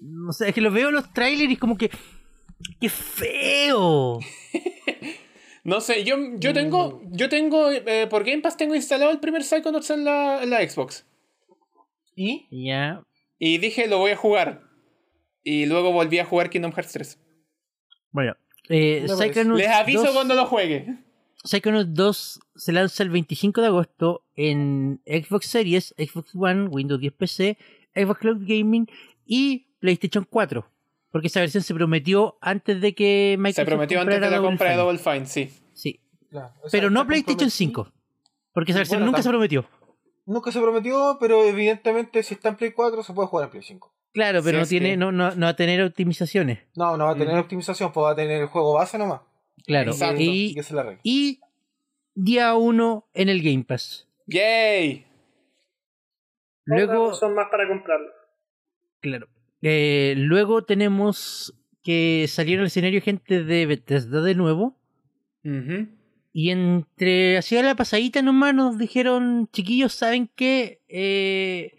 A: No sé, es que los veo en los trailers y es como que. ¡Qué feo!
B: No sé, yo,
D: Mm,
B: yo tengo, yo tengo, eh, por Game Pass tengo instalado el primer Psychonauts en la, en la Xbox.
D: ¿Y?
A: Ya.
B: Y dije, lo voy a jugar. Y luego volví a jugar Kingdom Hearts 3.
A: Bueno, eh,
D: Me parece.
A: Psychonauts
B: Les aviso
A: 2
B: cuando lo juegue.
A: Psychonauts 2 se lanza el 25 de agosto en Xbox Series, Xbox One, Windows 10 PC, Xbox Cloud Gaming y PlayStation 4. Porque esa versión se prometió antes de que
B: Se
A: Microsoft
B: prometió antes de
A: comprara
B: la compra de
A: Fine.
B: Double Fine, sí.
A: Sí,
D: Claro, o sea,
A: pero no
D: está
A: PlayStation
D: comprometido.
A: 5. Porque esa versión
D: Bueno,
A: nunca
D: tam-
A: se prometió.
D: Nunca se prometió, pero evidentemente si está en Play 4 se puede jugar en Play 5.
A: Claro, pero
B: Sí,
A: no
B: es
A: tiene,
B: que-
A: no, no, no va a tener optimizaciones.
D: No, no va a tener
B: Mm.
D: optimización, pues va a tener el juego base nomás.
A: Claro.
B: Exacto.
D: Y
A: Y,
D: que se la arregle.
A: y día 1 en el Game Pass.
B: ¡Yay!
A: Luego,
C: Son más para comprarlo.
A: claro. Eh, luego tenemos que salieron al escenario gente de Bethesda de nuevo.
B: Ujú.
A: Y entre así a la pasadita nomás nos dijeron, chiquillos, ¿saben qué? Eh,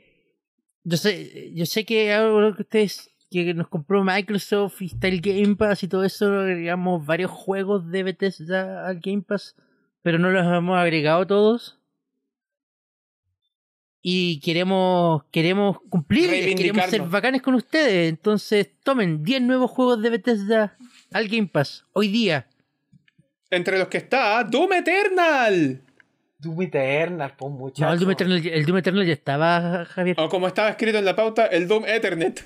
A: yo sé, yo sé que ahora que ustedes que nos compró Microsoft y está el Game Pass y todo eso, agregamos varios juegos de Bethesda al Game Pass, pero no los hemos agregado todos. Y queremos, queremos cumplir, queremos ser
B: Reivindicarnos.
A: bacanes con ustedes. Entonces, tomen 10 nuevos juegos de Bethesda al Game Pass hoy día.
B: Entre los que está Doom Eternal.
D: Doom Eternal, pues muchachos.
A: No, el Doom, Eternal, el Doom Eternal ya estaba, Javier.
B: O como estaba escrito en la pauta, el Doom Ethernet.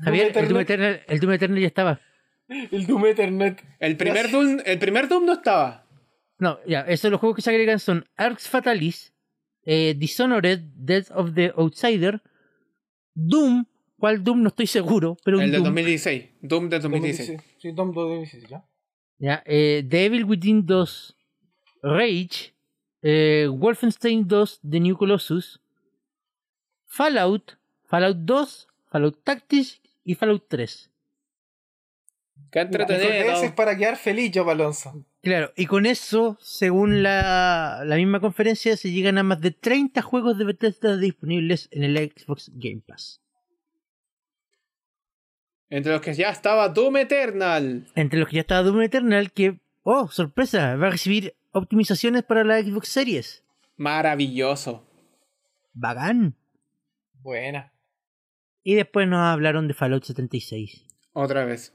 A: Javier, el, Doom
D: Eternal-
A: Eternal, el Doom Eternal ya estaba.
D: El Doom Eternal.
B: El primer Doom, el primer Doom no estaba.
A: No, ya, esos los juegos que se agregan son Arx Fatalis, eh, Dishonored, Death of the Outsider, Doom, ¿cuál Doom? No estoy seguro, pero
B: El
A: un
B: del
A: Doom.
B: 2016. Doom del 2016.
D: 2016. Sí, Doom 2016, ya.
A: Ya, eh, The Evil Within 2, Rage, eh, Wolfenstein 2, The New Colossus, Fallout, Fallout 2, Fallout Tactics y Fallout 3.
B: Qué
D: Mejor de ese es
B: entretenido.
D: para quedar feliz, yo, Alonso.
A: Claro, y con eso, según la, la misma conferencia, se llegan a más de 30 juegos de Bethesda disponibles en el Xbox Game Pass.
B: Entre los que ya estaba Doom Eternal.
A: Entre los que ya estaba Doom Eternal, que, oh, sorpresa, va a recibir optimizaciones para la Xbox Series.
B: Maravilloso.
A: Bacán.
D: Buena.
A: Y después nos hablaron de Fallout 76.
B: Otra vez.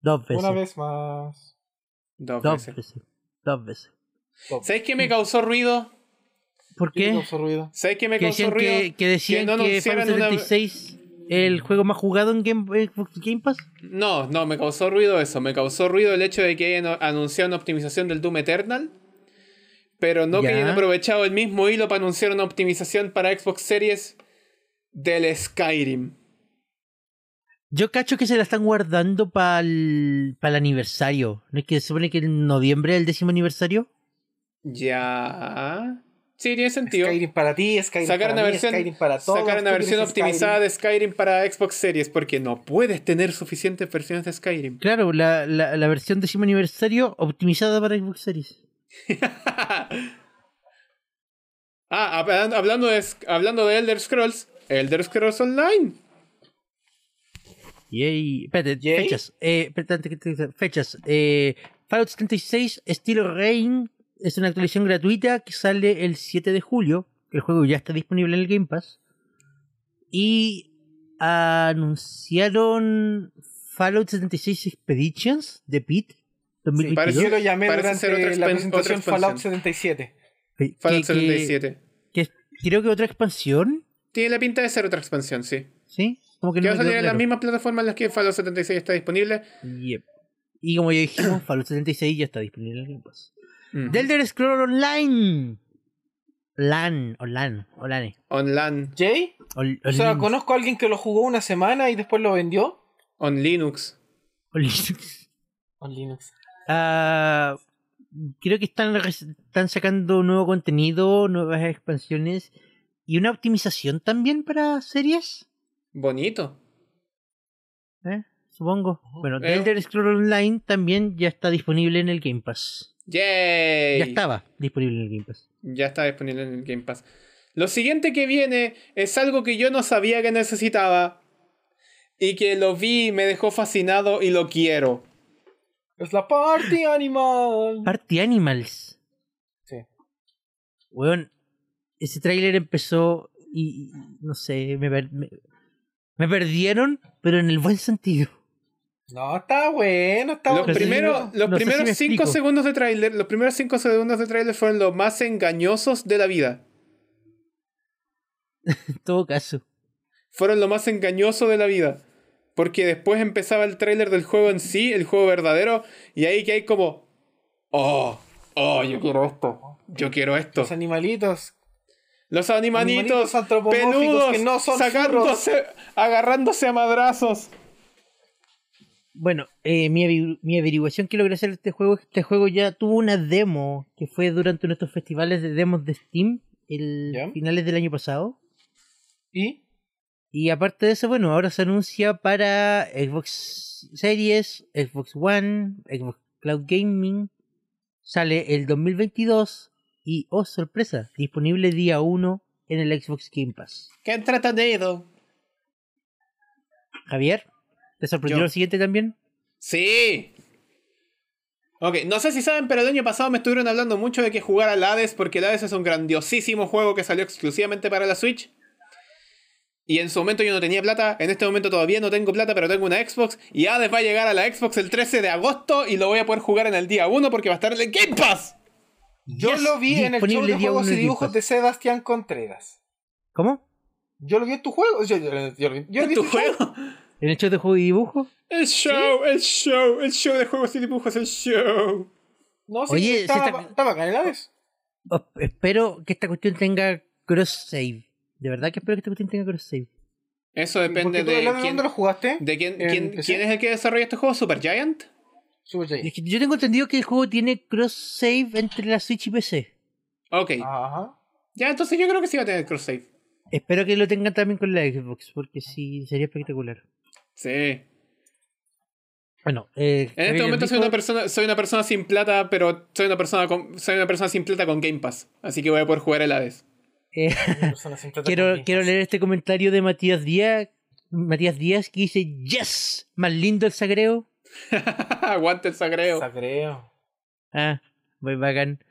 A: Dos veces.
D: Una vez más.
B: Dos
A: Dos
B: veces.
A: veces. Dos veces.
D: Top.
B: ¿Sabes qué me causó ruido?
A: ¿Por
D: ¿Qué?
A: qué?
D: causó ruido?
B: ¿Sabes qué me
A: Que
B: causó
A: decían
B: ruido?
A: que, que decían
B: no
A: que
B: anunciaran
A: Fallout
B: una-
A: 76 el juego más jugado en Game, Xbox Game Pass.
B: No, no, me causó ruido eso. Me causó ruido el hecho de que hayan anunciado una optimización del Doom Eternal. Pero no que
A: Ya.
B: hayan aprovechado el mismo hilo para anunciar una optimización para Xbox Series del Skyrim.
A: Yo cacho que se la están guardando para el, aniversario. ¿No es que se supone que en noviembre es el décimo aniversario?
B: Ya. Sí, tiene sentido.
D: Skyrim para ti, Skyrim
B: Sacar
D: para
B: una
D: mí,
B: versión,
D: Skyrim para todos.
B: sacar una
D: tú
B: versión
D: quieres
B: optimizada
D: Skyrim.
B: de Skyrim para Xbox Series porque no puedes tener suficientes versiones de Skyrim. [LAUGHS]
A: Claro, la, la, la versión décimo aniversario optimizada para Xbox Series.
B: ah, hablan- hablando de, hablando de Elder Scrolls, Elder Scrolls Online.
A: Yay. Espérate,
D: Yay.
A: fechas. Eh, espérate, antes que te diga, fechas. Eh, Fallout 76 Steel Rain es una actualización gratuita que sale el 7 de julio. El juego ya está disponible en el Game Pass. Y anunciaron Fallout 76 Expeditions de Pete. 2022.
D: Yo lo llamé
B: Parece
D: durante
B: ser otra expan-
D: la
B: otra
D: presentación
B: expansión.
D: Fallout 77.
A: Que-
B: Fallout
A: que-
B: 77.
A: que- creo que otra expansión,
B: Tiene la pinta de ser otra expansión, sí.
A: ¿sí? Como que
B: Que
A: no
B: va a
A: me
B: salir
A: quedó
B: en las
A: claro.
B: mismas plataformas en las que Fallout 76 está disponible.
A: Yep. Y como ya dijimos, [COUGHS] Fallout 76 ya está disponible en el Game Pass.
B: Mm.
A: The Elder Scrolls Online. LAN, o LAN, o LAN.
B: On LAN,
D: ¿Jay?
A: O,
D: O sea, conozco a alguien que lo jugó una semana y después lo vendió.
B: on Linux.
A: o Linux.
D: Con Linux.
A: Ah, creo que están, res- están sacando nuevo contenido, nuevas expansiones y una optimización también para series,
B: Bonito.
A: ¿eh? supongo. Bueno, The
B: Eh.
A: Elder Scrolls Online también ya está disponible en el Game Pass.
B: Yay.
A: Ya estaba disponible en el Game Pass.
B: Ya está disponible en el Game Pass. Lo siguiente que viene es algo que yo no sabía que necesitaba. Y que lo vi, me dejó fascinado y lo quiero.
D: Es la party animal.
A: Party Animals.
D: Sí.
A: Weón, ese tráiler empezó y, y no sé, me, per- me, me perdieron, pero en el buen sentido. [LAUGHS]
D: No, está bueno, está
B: Los
A: No sé
D: bueno.
A: si
B: primeros,
A: me-
B: los
A: no sé si
B: primeros
A: me
B: cinco
A: explico.
B: segundos de tráiler, los primeros cinco segundos de tráiler fueron los más engañosos de la vida.
A: En todo caso.
B: Fueron los más engañosos de la vida. Porque después empezaba el tráiler del juego en sí, el juego verdadero, y ahí que hay como. Oh, oh, yo quiero esto. Yo quiero esto.
D: Los animalitos.
B: Los animanitos,
D: Animalitos antropomórficos
B: peludos,
D: que no son
B: sacándose, agarrándose a madrazos.
A: Bueno, eh, mi, avi- mi averiguación que logré hacer de este juego es que este juego ya tuvo una demo que fue durante nuestros festivales de demos de Steam, el
D: ¿Ya?
A: finales del año pasado.
D: ¿Y?
A: Y aparte de eso, bueno, ahora se anuncia para Xbox Series, Xbox One, Xbox Cloud Gaming. Sale el 2022 y, oh sorpresa, disponible día 1 en el Xbox Game Pass.
B: ¿Qué han tratado?
A: Javier, ¿te sorprendió
B: Yo.
A: lo siguiente también?
B: Sí. Ok, no sé si saben, pero el año pasado me estuvieron hablando mucho de que jugar al Hades, porque el Hades es un grandiosísimo juego que salió exclusivamente para la Switch. Y en su momento yo no tenía plata, en este momento todavía no tengo plata, pero tengo una Xbox. Y Hades va a llegar a la Xbox el 13 de agosto y lo voy a poder jugar en el día 1 porque va a estar en el Game Pass.
D: Yo
A: Yes,
D: lo vi en el show
A: disponible
D: de
A: día
D: juegos
A: uno
D: y
A: en Game
D: dibujos
A: Pass.
D: de Sebastián Contreras.
A: ¿Cómo?
D: Yo lo vi en tu juego. Yo, yo- yo lo vi, yo lo vi
B: ¿Tu
D: tu show.
B: juego?
A: ¿En el show de juego y dibujo?
B: El show, el show, el show de juegos y dibujos, el show.
D: No, sí,
A: Oye, sí
D: estaba,
A: está-
D: estaba acá en el Hades.
A: Os- Oh, Espero que esta cuestión tenga cross save. De verdad que espero que esta cuestión tenga cross save.
B: Eso
D: Porque
B: depende
D: tú,
B: de
D: Leonardo,
B: quién,
D: ¿Dónde lo jugaste?
B: de quién,
D: En
B: quién,
D: PC.
B: quién es el que desarrolla este juego, Supergiant.
D: Super J.
A: Es que Yo tengo entendido que el juego tiene cross save entre la Switch y PC.
B: Ok.
A: [LAUGHS]
D: Ajá.
B: Ya, entonces yo creo que sí va a tener cross save.
A: Espero que lo tengan también con la Xbox, porque sí, sería espectacular.
B: Sí. En
A: Bueno, eh,
B: este
A: Gabriel
B: momento soy
A: dijo-
B: una persona, soy una persona sin plata, pero soy una persona con, soy una persona sin plata con Game Pass. Así que voy a poder jugar el Hades. [LAUGHS]
A: eh,
D: Persona sin plata con
A: quiero,
D: Game
A: quiero
D: Pass.
A: leer este comentario de Matías Díaz. Matías Díaz que dice, yes, más lindo el sagreo.
B: Aguante el sagreo.
D: Sagreo.
A: Ah, muy bacán.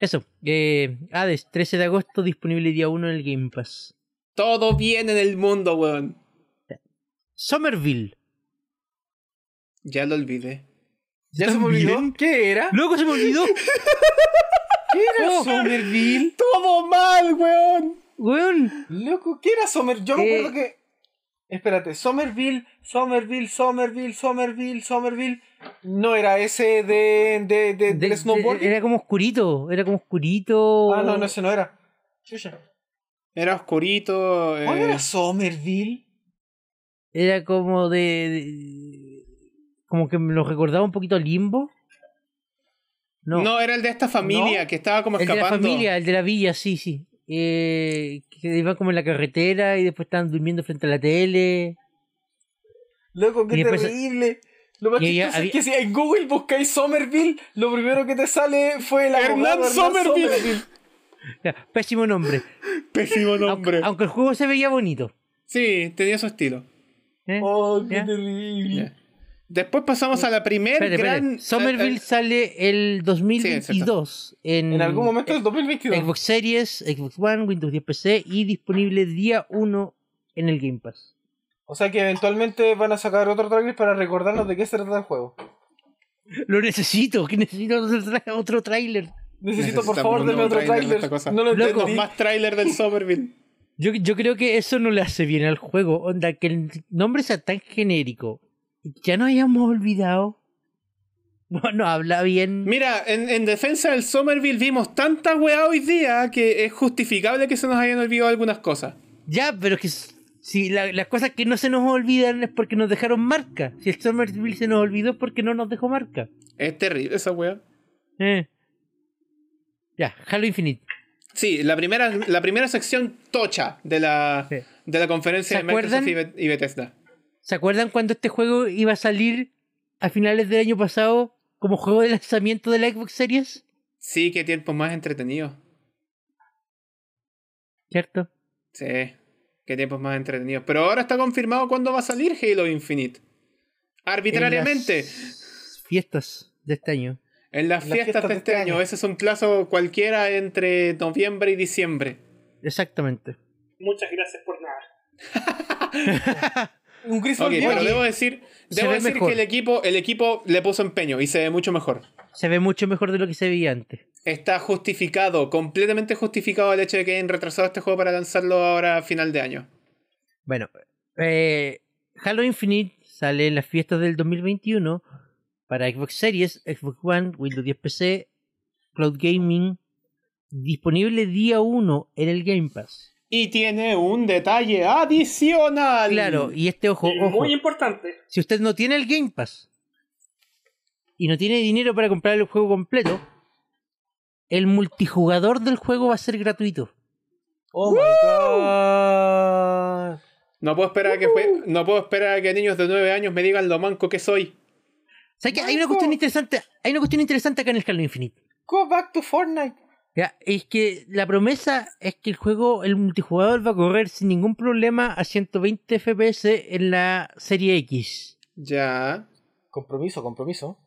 A: Eso, eh, Hades, 13 de agosto, disponible día 1 en el Game Pass.
B: Todo bien en el mundo, weón.
A: Somerville.
B: Ya lo olvidé.
D: ¿Ya se me olvidó?
A: ¿También?
D: ¿Qué era?
A: Luego se me olvidó.
D: ¿Qué era
A: Oh.
D: Somerville?
B: Todo mal, weón.
A: Weón.
D: Loco, ¿qué era Somerville? Yo me
A: Eh.
D: acuerdo que. Espérate, Somerville, Somerville, Somerville, Somerville, Somerville. No era ese de. de.
A: De-
D: de. del snowboarding.
A: de- eh, oh. era como oscurito, era como oscurito.
D: Ah, no, no, ese no era. Chucha.
B: Era oscurito. eh,
D: ¿Cuál era Somerville?
A: Era como de, de- Como que me lo recordaba un poquito a Limbo. No,
B: no. era el de esta familia
D: No.
B: que estaba como
A: el de la
B: escapando.
A: familia, el de la villa, sí, sí. Eh, que iban como en la carretera y después estaban durmiendo frente a la tele.
D: Loco, qué
A: Y después-
D: terrible. Lo más
A: Y había-
D: chistoso es que si en Google buscáis Somerville, lo primero que te sale fue el abogado
B: Hernán Somerville.
A: Ya, Pésimo nombre.
B: Pésimo [LAUGHS] nombre.
A: aunque, aunque el juego se veía bonito.
B: Sí, tenía su estilo.
A: ¿eh?
D: Oh, qué
A: Ya.
D: terrible.
B: Ya. Después pasamos a la primera
A: Mm. Espérate, espérate.
B: gran.
A: Somerville
B: eh,
A: sale el 2022 en,
D: En algún momento
A: Eh,
D: del 2022.
A: Xbox Series, Xbox One, Windows 10 PC y disponible día 1 en el Game Pass.
D: O sea que eventualmente van a sacar otro trailer para recordarnos de qué se trata el juego.
A: Lo necesito, que necesito otro tra- otro tráiler.
D: Necesito, por
B: Necesitamos
D: favor,
B: un
D: denme
B: nuevo
D: otro
B: tráiler de
D: trailer.
B: esta cosa.
D: No lo
A: Loco,
B: eh,
D: entendí.
B: Más tráiler del Somerville.
A: Yo, yo creo que eso no le hace bien al juego. Onda, que el nombre sea tan genérico. Ya no hayamos olvidado. No, no habla bien.
B: Mira, en, en defensa del Somerville vimos tanta weá hoy día que es justificable que se nos hayan olvidado algunas cosas.
A: Ya, pero que s- si la- las cosas que no se nos olvidan es porque nos dejaron marca. Si el Somerville se nos olvidó es porque no nos dejó marca.
B: Es terrible esa weá.
A: Eh. Ya, Halo Infinite.
B: Sí, la primera, la primera sección tocha de la,
A: Sí.
B: de la conferencia
A: ¿Se
B: de Microsoft y,
A: acuerdan?
B: Bet- y Bethesda.
A: ¿Se acuerdan cuando este juego iba a salir a finales del año pasado como juego de lanzamiento de la Xbox Series?
B: Sí, qué tiempo más entretenido.
A: ¿Cierto?
B: Sí, qué tiempos más entretenidos. Pero ahora está confirmado cuándo va a salir Halo Infinite.
A: En
B: Arbitrariamente.
A: las fiestas de este año.
B: En las, fiestas, de este año. Ese es un plazo cualquiera entre noviembre y diciembre.
A: Exactamente.
C: Muchas gracias por nada.
D: Un
B: Ok,
D: Griswold bien
B: pero
D: aquí.
B: debo decir,
A: Se
B: debo
A: ve
B: decir
A: mejor.
B: que el equipo, el equipo le puso empeño y se ve mucho mejor.
A: Se ve mucho mejor de lo que se veía antes.
B: Está justificado, completamente justificado el hecho de que hayan retrasado este juego para lanzarlo ahora a final de año.
A: Bueno, eh, Halo Infinite sale en las fiestas del 2021 para Xbox Series, Xbox One, Windows 10 PC, Cloud Gaming, disponible día 1 en el Game Pass.
B: Y tiene un detalle adicional.
A: Claro, y este ojo,
C: Y
A: ojo,
C: muy importante.
A: si usted no tiene el Game Pass y no tiene dinero para comprar el juego completo, el multijugador del juego va a ser gratuito.
D: Oh my god.
B: No puedo esperar a que no puedo esperar a que niños de 9 años me digan lo manco que soy.
A: ¿Sabes qué? Hay una cuestión interesante, hay una cuestión interesante acá en el Halo Infinite.
D: Go back to Fortnite.
A: Ya, es que la promesa es que el juego, el multijugador va a correr sin ningún problema a 120 FPS en la serie X.
B: Ya.
D: Compromiso, compromiso.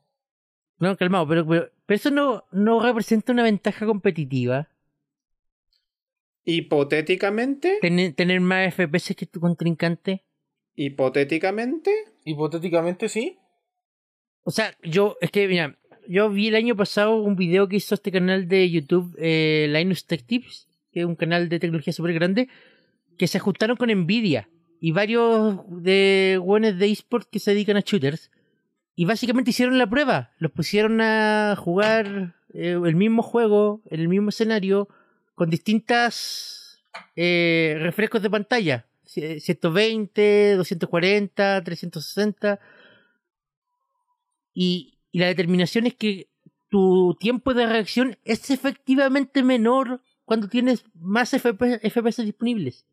A: No, calmado, pero, pero, pero eso no, no representa una ventaja competitiva.
B: Hipotéticamente,
A: Tener, tener más FPS que tu contrincante.
B: hipotéticamente,
D: Hipotéticamente sí.
A: O sea, yo, es que mira, yo vi el año pasado un video que hizo este canal de YouTube, eh, Linus Tech Tips, que es un canal de tecnología súper grande, que se ajustaron con Nvidia y varios de buenos de eSport que se dedican a shooters. Y básicamente hicieron la prueba. Los pusieron a jugar eh, el mismo juego, en el mismo escenario, con distintas eh, refrescos de pantalla. Cie- 120, 240, 360. Y, y la determinación es que tu tiempo de reacción es efectivamente menor cuando tienes más FP FPS disponibles.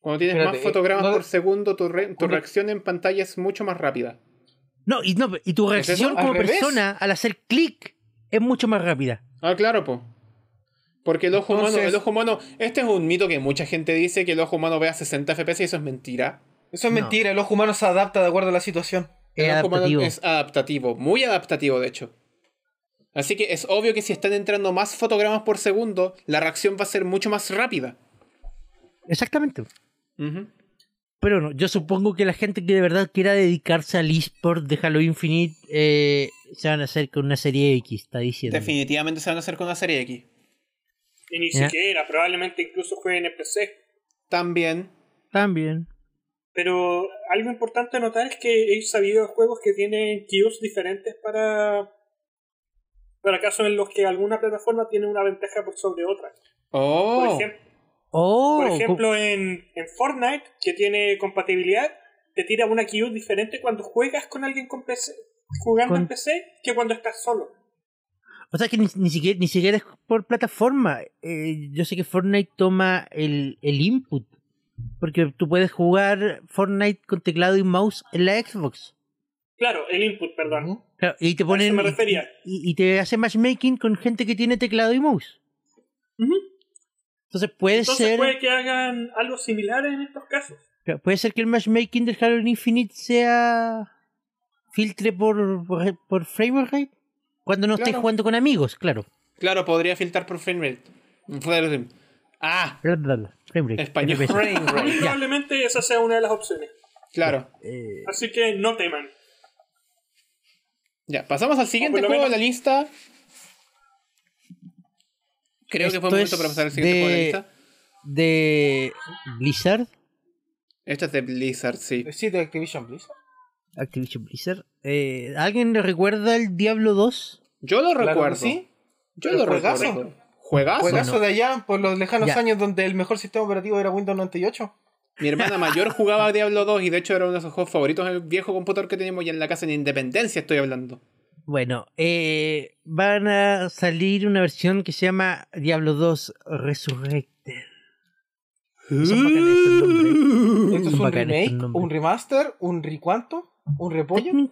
B: cuando tienes más
D: Espérate, eh,
B: fotogramas
D: no-
B: por segundo, tu, re- tu
D: Una-
B: reacción en pantalla es mucho más rápida.
A: No, y, no, y tu
B: ¿Es eso?
A: reacción
D: ¿Al
A: como
D: revés?
A: persona al hacer clic es mucho más rápida.
B: Ah, claro, po. Porque el ojo humano,
D: Entonces-
B: el ojo humano, este es un mito que mucha gente dice que el ojo humano ve a 60 FPS y eso es mentira.
D: Eso es
A: No.
D: mentira, el ojo humano se adapta de acuerdo a la situación.
B: El
A: Es
B: ojo humano
A: adaptativo.
B: es adaptativo, muy adaptativo de hecho. Así que es obvio que si están entrando más fotogramas por segundo, la reacción va a ser mucho más rápida.
A: Exactamente.
B: Ujú.
A: Pero no, yo supongo que la gente que de verdad quiera dedicarse al eSport de Halo Infinite eh, se van a hacer con una serie X, está diciendo.
B: Definitivamente se van a hacer con la serie X.
C: Y ni
A: Ya.
C: siquiera, probablemente incluso jueguen en PC.
B: También.
A: También.
C: Pero algo importante a notar es que he sabido de juegos que tienen queues diferentes para. Para casos en los que alguna plataforma tiene una ventaja por sobre otra. Por,
B: Oh.
C: ejem-
A: Oh,
C: por
A: co-
C: ejemplo, en, en Fortnite, que tiene compatibilidad, te tira una queue diferente cuando juegas con alguien con PC, jugando
A: Con-
C: en PC que cuando estás solo.
A: o sea que ni, ni siquiera, ni siquiera es por plataforma. Eh, yo sé que Fortnite toma el, el input. Porque tú puedes jugar Fortnite con teclado y mouse en la Xbox.
C: Claro, el input, perdón.
D: Ujú.
A: Claro, y te ponen.
C: me refería.
A: Y, y te hace matchmaking con gente que tiene teclado y mouse.
C: Ujú.
A: Entonces puede
C: Entonces
A: ser.
C: puede que hagan algo similar en estos casos.
A: Claro, Puede ser que el matchmaking del Halo Infinite sea. filtre por, por, por frame rate. Cuando no estés
B: Claro.
A: jugando con amigos, claro.
B: Claro, podría filtrar por frame rate. Frame rate. Ah,
A: Bla, bla, bla. Frame rate.
B: español.
A: FPS.
B: Frame
C: Muy
B: rate.
C: probablemente esa sea una de las opciones.
B: Claro.
A: Eh,
C: Así que no teman.
B: Ya, pasamos al siguiente
C: O por lo
B: juego de
C: menos-
B: la lista. Creo que
A: Esto
B: fue un momento
A: es
B: para pasar al siguiente
A: de-
B: juego de la lista.
A: de Blizzard.
B: Este es de Blizzard, sí.
D: Sí, de Activision, please.
A: Activision Blizzard. eh, ¿Alguien le recuerda el Diablo 2?
B: Yo lo
D: Claro que
B: recuerdo.
D: sí.
B: Yo
D: Pero
B: lo
D: juegazo.
B: recuerdo. Juegazo.
D: Juegazo de allá, por los lejanos
A: Ah, Ya.
D: años donde el mejor sistema operativo era Windows 98.
B: Mi hermana mayor [LAUGHS] jugaba a Diablo 2 y de hecho era uno de sus juegos favoritos en el viejo computador que teníamos ya en la casa en Independencia, estoy hablando.
A: Bueno, eh, van a salir una versión que se llama Diablo 2 Resurrected. Son bacanes estos nombres.
D: Esto es un
A: este Bacán este
D: remake,
A: nombre.
D: un remaster, un recuanto, un repollo.
A: Técnic-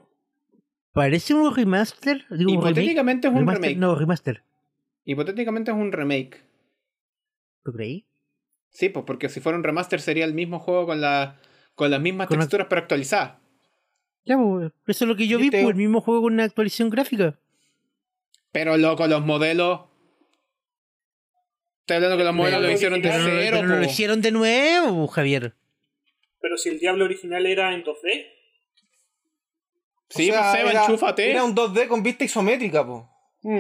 A: Parece un remaster. Digo, un remake.
B: Hipotéticamente es un
A: Remaster,
B: remake.
A: No, remaster.
B: Hipotéticamente es un remake.
A: ¿Lo creí?
B: Sí, pues porque si fuera un remaster sería el mismo juego con, la, con las mismas
A: Con la-
B: texturas pero actualizadas.
A: Ya, pues, eso es lo que yo vi,
D: ¿Viste?
A: pues, el mismo juego con una actualización gráfica.
B: Pero loco, los modelos. Estoy hablando que los modelos
C: Pero-
B: lo hicieron de
A: Pero, no,
B: cero,
A: pero no lo
B: po.
A: hicieron de nuevo, Javier.
C: Pero si el Diablo original era en 2D,
B: Sí, pues, Seba,
D: era,
B: enchúfate.
D: Era un 2D con vista isométrica, po.
B: Mm.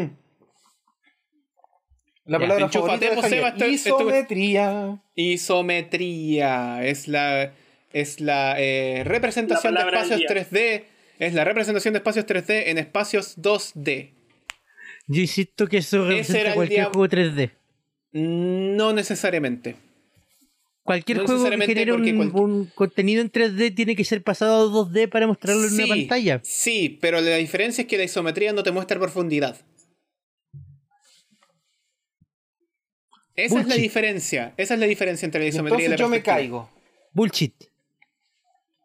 D: La
A: Ya,
D: palabra
B: enchúfate,
D: favorita de
B: po, Seba,
D: Javier.
B: este- este-
D: Isometría.
B: Isometría es la es la eh, representación
C: La
B: de
C: palabra
B: espacios
C: del día.
B: 3D, es la representación de espacios 3D en espacios 2D.
A: Yo insisto que eso
B: era
A: representa
B: el
A: cualquier
B: diab-
A: juego 3D.
B: No necesariamente.
A: Cualquier
B: No
A: juego que
B: necesariamente
A: genere un,
B: porque cual-
A: un contenido en 3D tiene que ser pasado a 2D para mostrarlo en una pantalla.
B: Sí, pero la diferencia es que la isometría no te muestra profundidad. Esa es la
A: Bullshit.
B: diferencia. Esa es la diferencia entre la
D: Y
B: isometría y la
D: entonces yo me
B: perspectiva.
D: caigo.
A: Bullshit.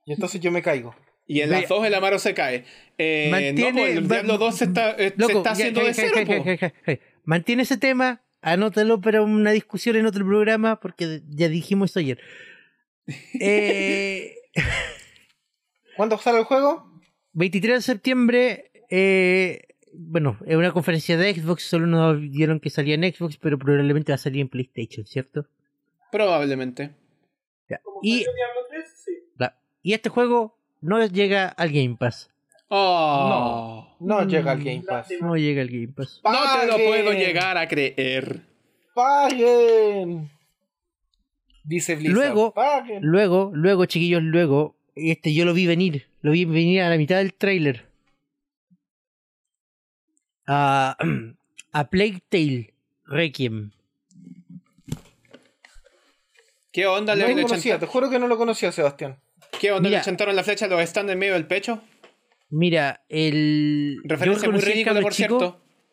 D: Y entonces yo me caigo.
B: Y en las
A: Ve-
B: dos el Amaro se cae. Eh,
A: Mantiene-
B: no, po, el
A: va-
B: Diablo 2 se está, eh, se
A: Loco,
B: está
A: ya,
B: haciendo
A: ja,
B: de
A: ja,
B: cero.
A: ja,
B: po.
A: ja, ja, ja. Mantiene ese tema, anótalo para una discusión en otro programa, porque de- ya dijimos eso
B: [LAUGHS]
A: ayer. Eh,
D: ¿Cuándo sale el juego?
A: 23 de septiembre, eh, bueno, es una conferencia de Xbox, solo nos dieron que salía en Xbox, pero probablemente va a salir en PlayStation, ¿cierto?
B: Probablemente.
A: Ya.
C: como
A: Y,
C: salió Diablo 3, sí.
A: la- y este juego no llega al Game Pass.
B: Oh.
D: No
A: Mm,
D: llega al Game Pass.
A: No llega al Game Pass.
B: No te lo
D: ¡Paguen!
B: puedo llegar a creer.
D: ¡Paguen! Dice Blizzard.
A: Luego-
D: ¡Paguen!
A: Luego, luego, chiquillos, luego, este yo lo vi venir, lo vi venir a la mitad del tráiler. A, [CLEARS THROAT] a Plague Tale Requiem.
B: ¿Qué onda
D: No
B: le,
D: lo
B: le
D: conocía, te
B: chanta-
D: juro que no lo conocía, Sebastián.
B: ¿Qué onda le
A: Mira.
B: chantaron la flecha a los stand en medio del pecho?
A: Mira, el. yo
B: Referencia muy
A: reconocí al
B: ridícula,
A: cabro
B: por
A: chico-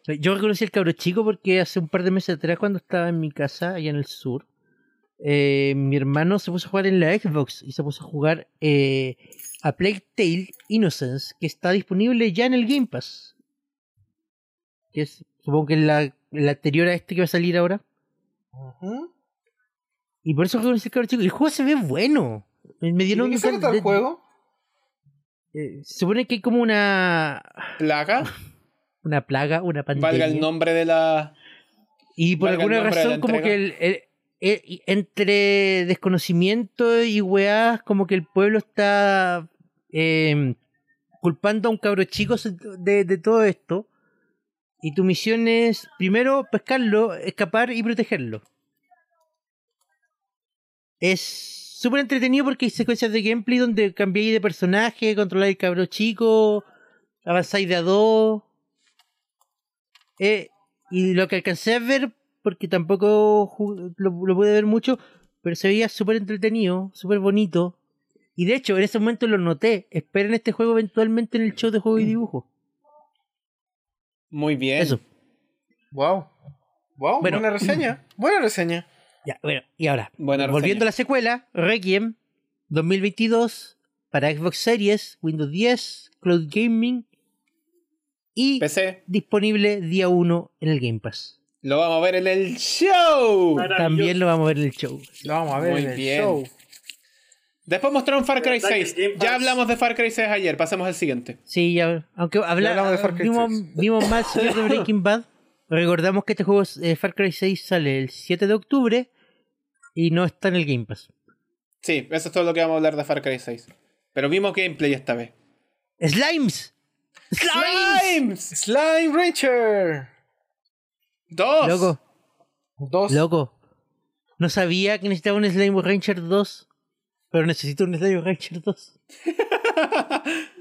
B: cierto.
A: Yo reconocí al cabro chico porque hace un par de meses atrás, cuando estaba en mi casa, allá en el sur, eh, mi hermano se puso a jugar en la Xbox y se puso a jugar eh, a Plague Tale Innocence, que está disponible ya en el Game Pass. Que es, supongo que es la, la anterior a este que va a salir ahora.
D: Ujú.
A: Y por eso reconocí al cabro chico. Y el juego se ve bueno. Me, me
D: ¿Y
A: dieron
D: ¿De qué se
A: ganas
D: trata el
A: de-
D: juego?
A: eh, se supone que hay como una. [LAUGHS]
B: Plaga,
A: Una plaga, una pandemia.
B: valga el nombre de la.
A: Y por
B: Valga el
A: alguna
B: nombre de la
A: razón, como que el,
B: entrega.
A: el- el- y entre desconocimiento y weas, como que el pueblo está eh, culpando a un cabro chico se- de, de todo esto. Y tu misión es, primero, pescarlo, escapar y protegerlo. Es súper entretenido porque hay secuencias de gameplay donde cambiáis de personaje, controláis el cabro chico, avanzáis de a dos. Eh, y lo que alcancé a ver, porque tampoco ju- lo, lo pude ver mucho, pero se veía súper entretenido, súper bonito. Y de hecho, en ese momento lo noté. Esperen este juego eventualmente en el show de juego y dibujo.
B: Muy Mm. bien.
A: Eso.
D: Wow. Wow,
A: Bueno.
D: buena reseña. Buena reseña.
A: Ya, bueno, y ahora.
B: Buena reseña.
A: Volviendo a la secuela, Requiem 2022 para Xbox Series, Windows 10, Cloud Gaming y
B: PC,
A: disponible día 1 en el Game Pass.
B: lo vamos a ver en el show.
C: Maravilloso.
A: También lo vamos a ver en el show.
D: Lo vamos a ver
B: Muy
D: en el
B: bien.
D: show.
B: Después mostraron Far Cry
C: Verdad que el
B: 6.
C: Game Pass-
B: Ya hablamos de Far Cry 6 ayer, pasemos al siguiente.
A: Sí, ya, aunque
D: Ya
A: habla,
D: hablamos de Far Cry
A: vimos,
D: 6.
A: vimos
D: [LAUGHS]
A: más sobre de Breaking Bad. Recordamos que este juego eh, Far Cry 6 sale el 7 de octubre y no está en el Game Pass.
B: Sí, eso es todo lo que vamos a hablar de Far Cry 6. Pero vimos gameplay esta vez.
A: ¡Slimes!
B: ¡Slimes!
D: Slime Rancher.
B: ¡Dos!
A: Loco,
D: Dos.
A: loco. No sabía que necesitaba un Slime Ranger 2, pero necesito un Slime Ranger 2.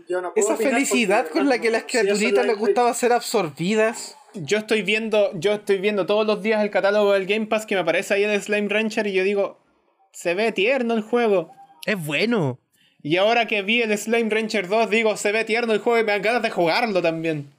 C: Yo no puedo
D: Esa
C: opinar
D: felicidad
C: porque-
D: con la que las
C: Sí, eso es
D: criaturitas
C: la-
D: les gustaba ser absorbidas.
B: Yo estoy viendo, yo estoy viendo todos los días el catálogo del Game Pass que me aparece ahí en el Slime Rancher y yo digo, se ve tierno el juego.
A: Es bueno.
B: Y ahora que vi el Slime Rancher 2, digo, se ve tierno el juego y me dan ganas de
A: [LAUGHS]
B: jugarlo también.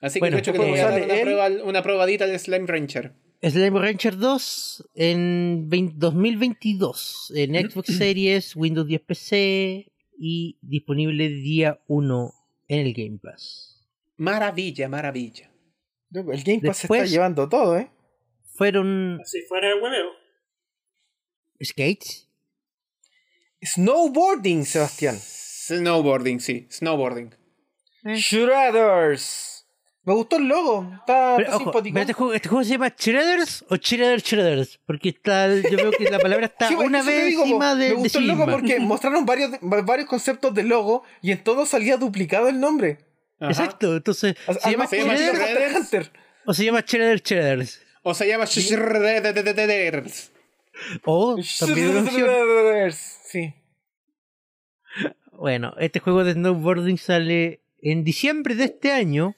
B: Así que
A: Bueno,
B: de hecho que
A: ¿cómo
B: le voy a dar
D: sale
B: una,
D: él?
B: prueba- una probadita del Slime Rancher.
A: Slime Rancher 2 en 20 2022 en Xbox
D: [CLEARS THROAT]
A: Series, Windows 10 PC y disponible día 1 en el Game Pass.
B: Maravilla, maravilla.
D: Loco, El Game Pass se
A: Después-
D: está llevando todo, ¿eh?
A: fueron
C: Si fuera el hueveo.
A: skates.
D: Snowboarding, Sebastián.
B: Snowboarding, sí, snowboarding.
D: Shredders. Me gustó el logo, está,
A: Pero,
D: está
A: ojo,
D: Ah, simpático.
A: ¿pero este, juego, este juego se llama Shredders o Shredder Shredders? Porque está, yo veo que la palabra está
D: [LAUGHS] Sí, bueno,
A: una
D: eso te
A: vez
D: digo,
A: encima
D: po.
A: de,
D: Me
A: de sí
D: gustó el logo
A: misma. [LAUGHS]
D: porque mostraron varios, varios conceptos de logo y en todo salía duplicado el nombre.
B: Ajá.
A: Exacto, entonces
D: A-
A: se llama
D: Además,
B: se llama
A: Shredder
D: Hunter x
B: Shredder.
D: Hunter.
A: o se llama Shredder Shredders.
B: O se llama Shredders.
D: [LAUGHS]
A: O también una opción.
D: Shredders. Sí.
A: Bueno, este juego de snowboarding sale en diciembre de este año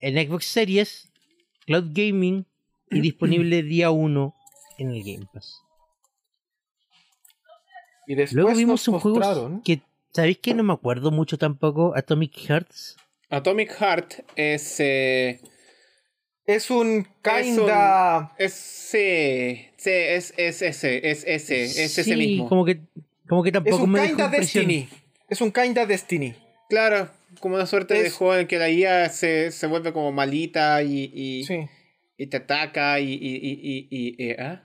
A: en Xbox Series, Cloud Gaming y
B: [CLEARS THROAT]
A: disponible día 1 en el Game Pass.
D: Y después
A: Luego vimos
D: nos
A: un juego
D: mostraron-
A: que, ¿sabéis que no me acuerdo mucho tampoco? Atomic Hearts.
B: Atomic Heart es. eh,
D: Es un
B: Es un-
D: kinda.
B: es. Sí, sí, es, es ese, es ese, es ese
A: Sí,
B: mismo.
A: Como que, como que
D: Es
A: tampoco
D: un
A: me
D: kinda
A: dejó impresión.
D: Destiny. Es un kinda Destiny.
B: Claro, como una suerte de
D: Es-
B: juego en el que la IA se, se vuelve como malita y, y,
D: Sí.
B: y te ataca y. y, y, y, y- eh, ¿ah?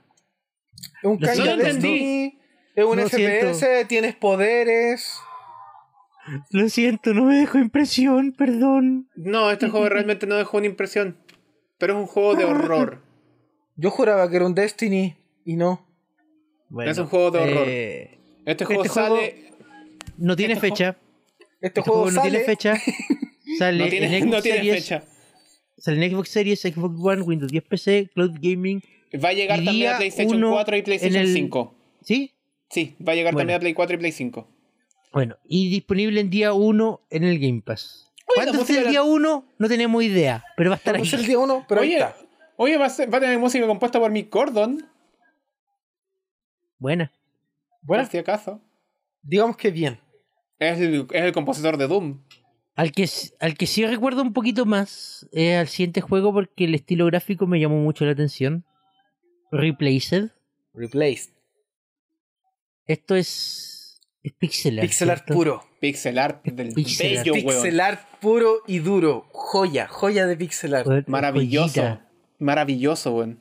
D: Es un
A: Lo
D: kinda
B: siento.
D: Destiny. Es un
A: No
D: FPS, tienes poderes.
A: Lo siento, no me dejó impresión, perdón.
B: No, este juego realmente no dejó una impresión. Pero es un juego de horror.
D: Yo juraba que era un Destiny y no.
A: Bueno,
B: Es un juego de horror.
A: eh,
B: Este juego
A: juego
B: sale.
A: no tiene
D: Este
A: fecha.
D: Este
A: Este juego, no
D: sale-
A: tiene
B: [LAUGHS]
A: fecha. Sale
B: no tiene, [LAUGHS]
A: en Xbox
B: no tiene
A: Series,
B: fecha.
A: Sale en Xbox Series, Xbox One, Windows 10 PC, Cloud Gaming.
B: Va a llegar
A: Y
B: también
A: día
B: a PlayStation
A: uno
B: 4 y PlayStation
A: en el-
B: 5.
A: ¿Sí?
B: Sí, va a llegar
A: Bueno.
B: también a Play 4 y Play 5.
A: Bueno, y disponible en día 1 en el Game Pass. ¿Cuándo
B: la
A: es el
B: música-
A: día 1? No tenemos idea, pero va a estar
D: No
A: ahí.
D: sé el día uno, pero ahí
B: Oye,
D: está.
B: oye va, a ser- va a tener música compuesta por Mick Gordon.
A: Buena.
B: Bueno.
D: Bueno,
B: Si acaso.
D: digamos que bien.
B: Es el, es el compositor de Doom.
A: Al que, s- al que sí recuerdo un poquito más es al siguiente juego porque el estilo gráfico me llamó mucho la atención. Replaced.
D: Replaced.
A: Esto es, es pixel art.
D: Pixel art
A: ¿cierto?
D: puro.
B: Pixel art del
A: Pixel art.
B: bello,
D: pixel
B: weón.
D: art puro y duro. Joya, joya de pixel art.
A: Joder,
B: Maravilloso.
A: joyita.
B: Maravilloso, weón.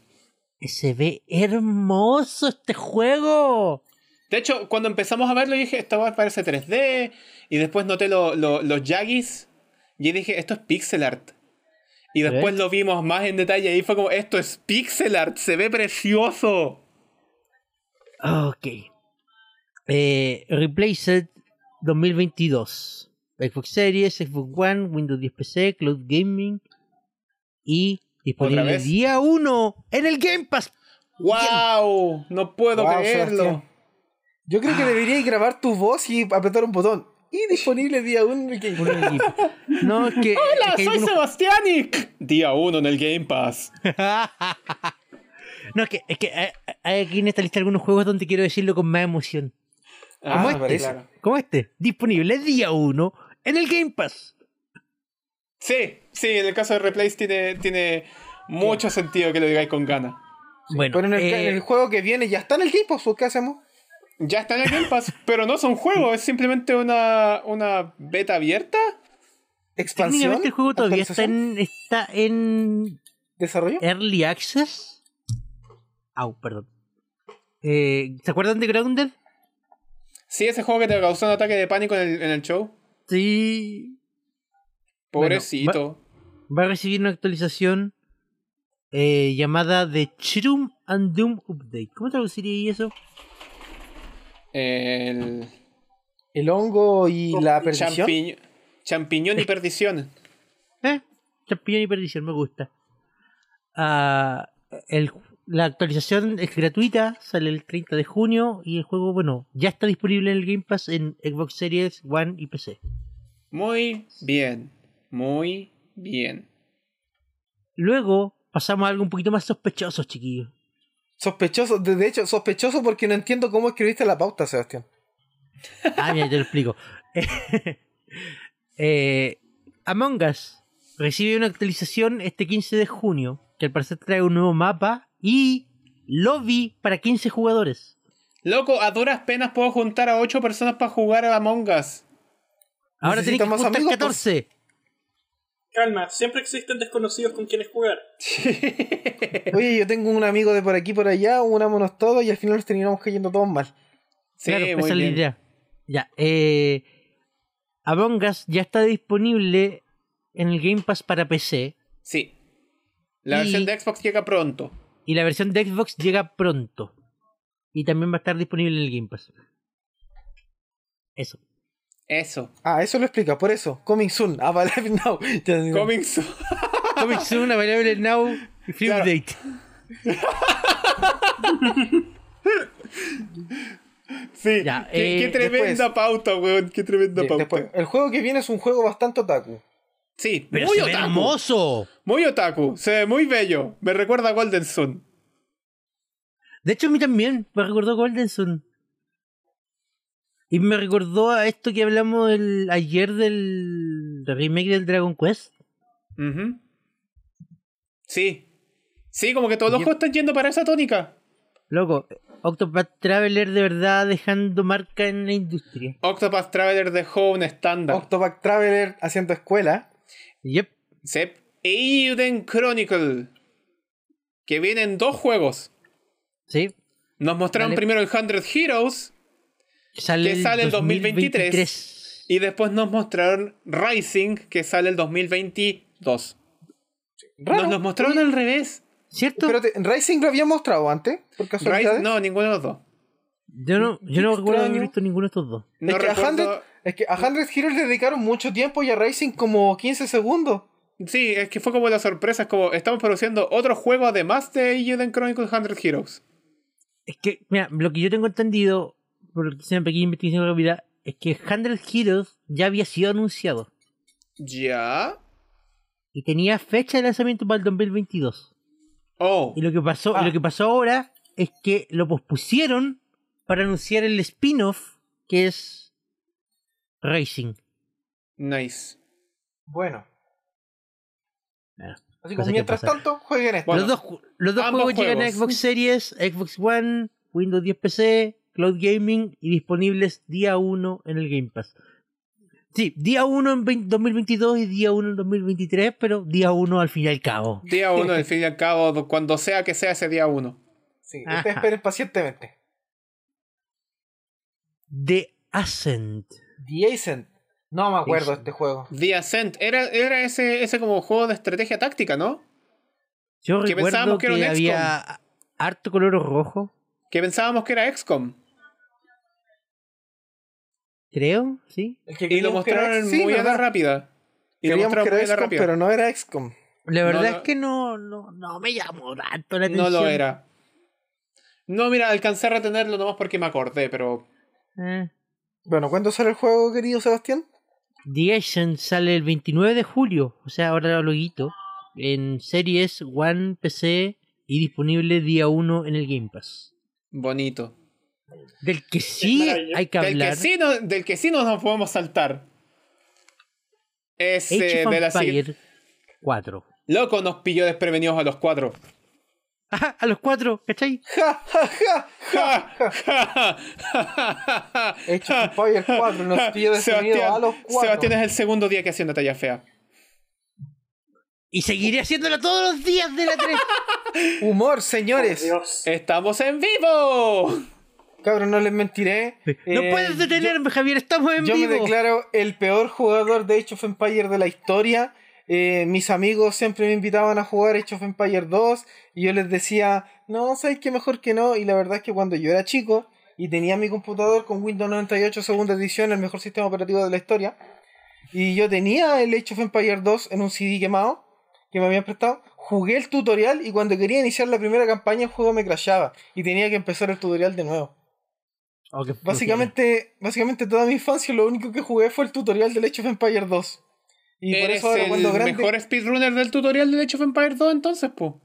A: Se ve hermoso este juego.
B: De hecho, cuando empezamos a verlo dije, esto va- parece 3D. Y después noté lo- lo- los Yagis. Y dije, esto es pixel art. Y
A: ¿Eh?
B: después lo vimos más en detalle. Y fue como, esto es pixel art. Se ve precioso.
A: Ah, Ok. Eh, Replaced 2022. Xbox Series, Xbox One, Windows 10 PC, Cloud Gaming y
B: ¿Otra
A: disponible
B: vez?
A: día 1 en el Game Pass.
B: ¡Wow! No puedo
D: Wow,
B: creerlo.
D: Sebastián. Yo creo que deberías grabar tu voz y apretar un botón. Y disponible día uno. en el
A: Uno
D: Game
A: en el Game Pass. No, es que, es
B: ¡Hola!
A: que hay
B: ¡Soy
A: algunos-
B: Sebastianic! Día 1 en el Game Pass.
A: [LAUGHS] no, es que, es que hay, hay aquí en esta lista algunos juegos donde quiero decirlo con más emoción.
D: Ah,
A: Como
D: me
A: este,
D: parece.
A: como este, disponible día 1 en el Game Pass.
B: Sí, sí, en el caso de Replace tiene, tiene mucho sentido que lo digáis con ganas.
A: bueno,
D: Pero en el,
A: eh,
D: en el juego que viene ya está en el Game Pass, ¿o ¿qué hacemos?
B: Ya está en el Game Pass, pero no son juegos, es simplemente una, una beta abierta.
D: ¿Expansión?
A: técnicamente el este juego todavía está
D: ¿Actualización?
A: en, está en
D: ¿Desarrollo?
A: Early Access. Au, perdón. Eh, ¿Se acuerdan de Grounded?
B: Sí, ese juego que te causó un ataque de pánico en el, en el show.
A: Sí.
B: Pobrecito.
A: Va a recibir una actualización eh, llamada The Shroom and Doom Update. ¿Cómo traduciría eso?
B: El
D: El hongo y la perdición.
B: champiño- champiñón y perdición.
A: ¿Eh? Champiñón y perdición, me gusta. Ah, el- la actualización es gratuita, sale el 30 de junio y el juego, bueno, ya está disponible en el Game Pass en Xbox Series One y PC.
B: Muy bien, muy bien.
A: Luego pasamos a algo un poquito más sospechoso, chiquillos.
D: Sospechoso, de de hecho, sospechoso porque no entiendo cómo escribiste la pauta, Sebastián.
A: Ah, mira, te lo explico. [LAUGHS] Eh, Among Us recibe una actualización este 15 de junio, que al parecer trae un nuevo mapa y lobby para 15 jugadores.
B: Loco, a duras penas puedo juntar a 8 personas para jugar a Among Us.
A: Ahora
D: Necesita
A: tenéis que
D: más
A: juntar
B: pues.
D: amigos,
A: 14.
C: Calma, siempre existen desconocidos con quienes jugar.
D: [LAUGHS] Oye, yo tengo un amigo de por aquí por allá, unámonos todos y al final nos terminamos cayendo todos mal.
B: Sí,
A: claro,
B: muy
A: esa es la
B: bien.
A: idea. Ya, eh, Among Us ya está disponible en el Game Pass para PC
B: Sí. La
A: Y-
B: versión de Xbox llega pronto.
A: y la versión de Xbox llega pronto. Y también va a estar disponible en el Game Pass. Eso.
B: Eso.
D: Ah, eso lo explica, por eso. Coming soon, [LAUGHS] Available Now. Ya digo,
B: Coming soon. [LAUGHS]
A: Comic Soon, Available Now, Free
B: Claro.
A: Update.
B: Sí.
A: Ya,
B: qué,
A: eh,
B: qué tremenda
D: después.
B: pauta, weón. Qué tremenda
D: de-
B: pauta.
D: después. El juego que viene es un juego bastante otaku.
B: Sí,
A: Pero
B: muy
A: se ve
B: otaku.
A: hermoso.
B: Muy otaku. Se ve muy bello. Me recuerda a Golden Sun.
A: De hecho, a mí también me recordó Golden Sun. Y me recordó a esto que hablamos el- ayer del remake del Dragon Quest.
B: Ujú. Sí. Sí, como que todos los
A: Yo-
B: juegos están yendo para esa tónica.
A: Loco, Octopath Traveler de verdad dejando marca en la industria.
B: Octopath Traveler dejó un estándar.
D: Octopack Traveler haciendo escuela.
A: Yep.
B: Sep. Euden Chronicle. Que vienen dos juegos.
A: Sí.
B: Nos mostraron
A: Dale.
B: primero el 100 Heroes
A: Que sale,
B: Que sale el 2023. y después nos mostraron Rising que sale el 2022.
D: Raro.
B: Nos los mostraron al revés.
A: ¿Cierto?
D: Pero te- Rising lo habían mostrado antes, por casualidad.
B: Rise- no, ninguno de los dos.
A: yo no, yo no
D: Qué
A: recuerdo haber
D: extraño.
A: visto ninguno de estos dos.
B: No
D: es, que a 100,
B: recuerdo.
D: es que a 100 Heroes le dedicaron mucho tiempo y a Rising como 15 segundos.
B: Sí, es que fue como la sorpresa. Es como estamos produciendo otro juego además de Euden Chronicle 100 Heroes.
A: Es que, mira, lo que yo tengo entendido, por lo que hice una pequeña investigación rápida, es que 100 Heroes ya había sido anunciado.
B: Ya.
A: Y tenía fecha de lanzamiento para el 2022.
B: Oh.
A: Y lo que pasó,
D: Ah.
A: lo que pasó ahora es que lo pospusieron para anunciar el spin-off que es Racing.
B: Nice.
D: Bueno.
A: Claro. Cosas
D: Así como
A: que
D: mientras
A: pasan.
D: tanto, jueguen esto.
B: Bueno.
A: los dos, ju- los dos
B: ambos
A: juegos, llegan a
B: juegos.
A: Xbox Series, Xbox One, Windows 10 PC, Cloud Gaming y disponibles día 1 en el Game Pass. Sí, día 1 en 20 2022 y día 1 en 2023, pero día 1 al fin y al cabo.
B: Día uno, al fin y al cabo, cuando sea que sea ese día uno.
D: Sí,
A: Ajá.
D: ustedes esperen pacientemente.
A: The Ascent.
D: The Ascent. No me acuerdo de
A: Ascent.
D: este juego.
B: The Ascent. Era, era ese, ese como juego de estrategia táctica, ¿no?
A: Yo
B: Que
A: recuerdo
B: pensábamos que
A: que,
B: era un XCOM.
A: había harto color rojo,
B: Que pensábamos que era XCOM.
A: creo, ¿sí?
D: El que
B: Y lo
D: creíamos que era
B: mostraron
D: X- sí,
B: muy a la
D: ¿verdad?
B: rápida. Y lo
D: Creíamos que era
B: mostraron muy a la
D: XCOM,
B: rápida.
D: pero no era XCOM.
A: La verdad
B: no.
A: es que no, no, no me llamó tanto la
B: No
A: atención.
B: lo era. No, mira, alcancé a retenerlo nomás porque me acordé, pero.
A: Eh.
D: Bueno, ¿cuándo sale el juego, querido Sebastián? [LAUGHS]
A: The Ascent sale el 29 de julio, o sea, ahora loguito, en series One PC y disponible día 1 en el Game Pass.
B: Bonito.
A: Del que sí
C: maravilloso.
A: hay que
B: Del que,
A: hablar,
B: sí no, del que sí no nos podemos saltar. Es
A: Age
B: eh,
A: of
B: de la
A: Empire
B: sig-
A: 4.
B: Loco nos pilló desprevenidos a los cuatro.
A: Ajá, a los cuatro, ¿cachai?
D: ¡Ja, ja, ja!
B: Ja, ja, ja, ja, ja.
D: Age of Empires 4, nos pilló desprevenidos
B: Sebastián,
D: a los cuatro.
B: Sebastián es el segundo día que haciendo talla fea.
A: Y seguiré haciéndolo todos los días de la 3.
D: Humor, señores.
C: Dios.
B: Eh, ¡Estamos en vivo!
D: Cabrón, no les mentiré.
A: no
D: Eh,
A: puedes detenerme, Javier, estamos [LAUGHS] en
D: Yo me
A: vivo.
D: declaro el peor jugador de Age of Empires de la historia. Eh, mis amigos siempre me invitaban a jugar Age of Empires 2 y yo les decía, no, sabes que mejor que no. Y la verdad es que cuando yo era chico y tenía mi computador con Windows 98 segunda edición, el mejor sistema operativo de la historia, y yo tenía el Age of Empires 2 en un CD quemado que me habían prestado, jugué el tutorial y cuando quería iniciar la primera campaña el juego me crashaba y tenía que empezar el tutorial de nuevo.
A: Oh, qué flojera.
D: Básicamente, básicamente toda mi infancia lo único que jugué fue el tutorial del Age of Empires 2. Y por
B: ¿Eres
D: eso ahora
B: el
D: cuando grande...
B: mejor speedrunner del tutorial de Age of Empires 2 entonces, po?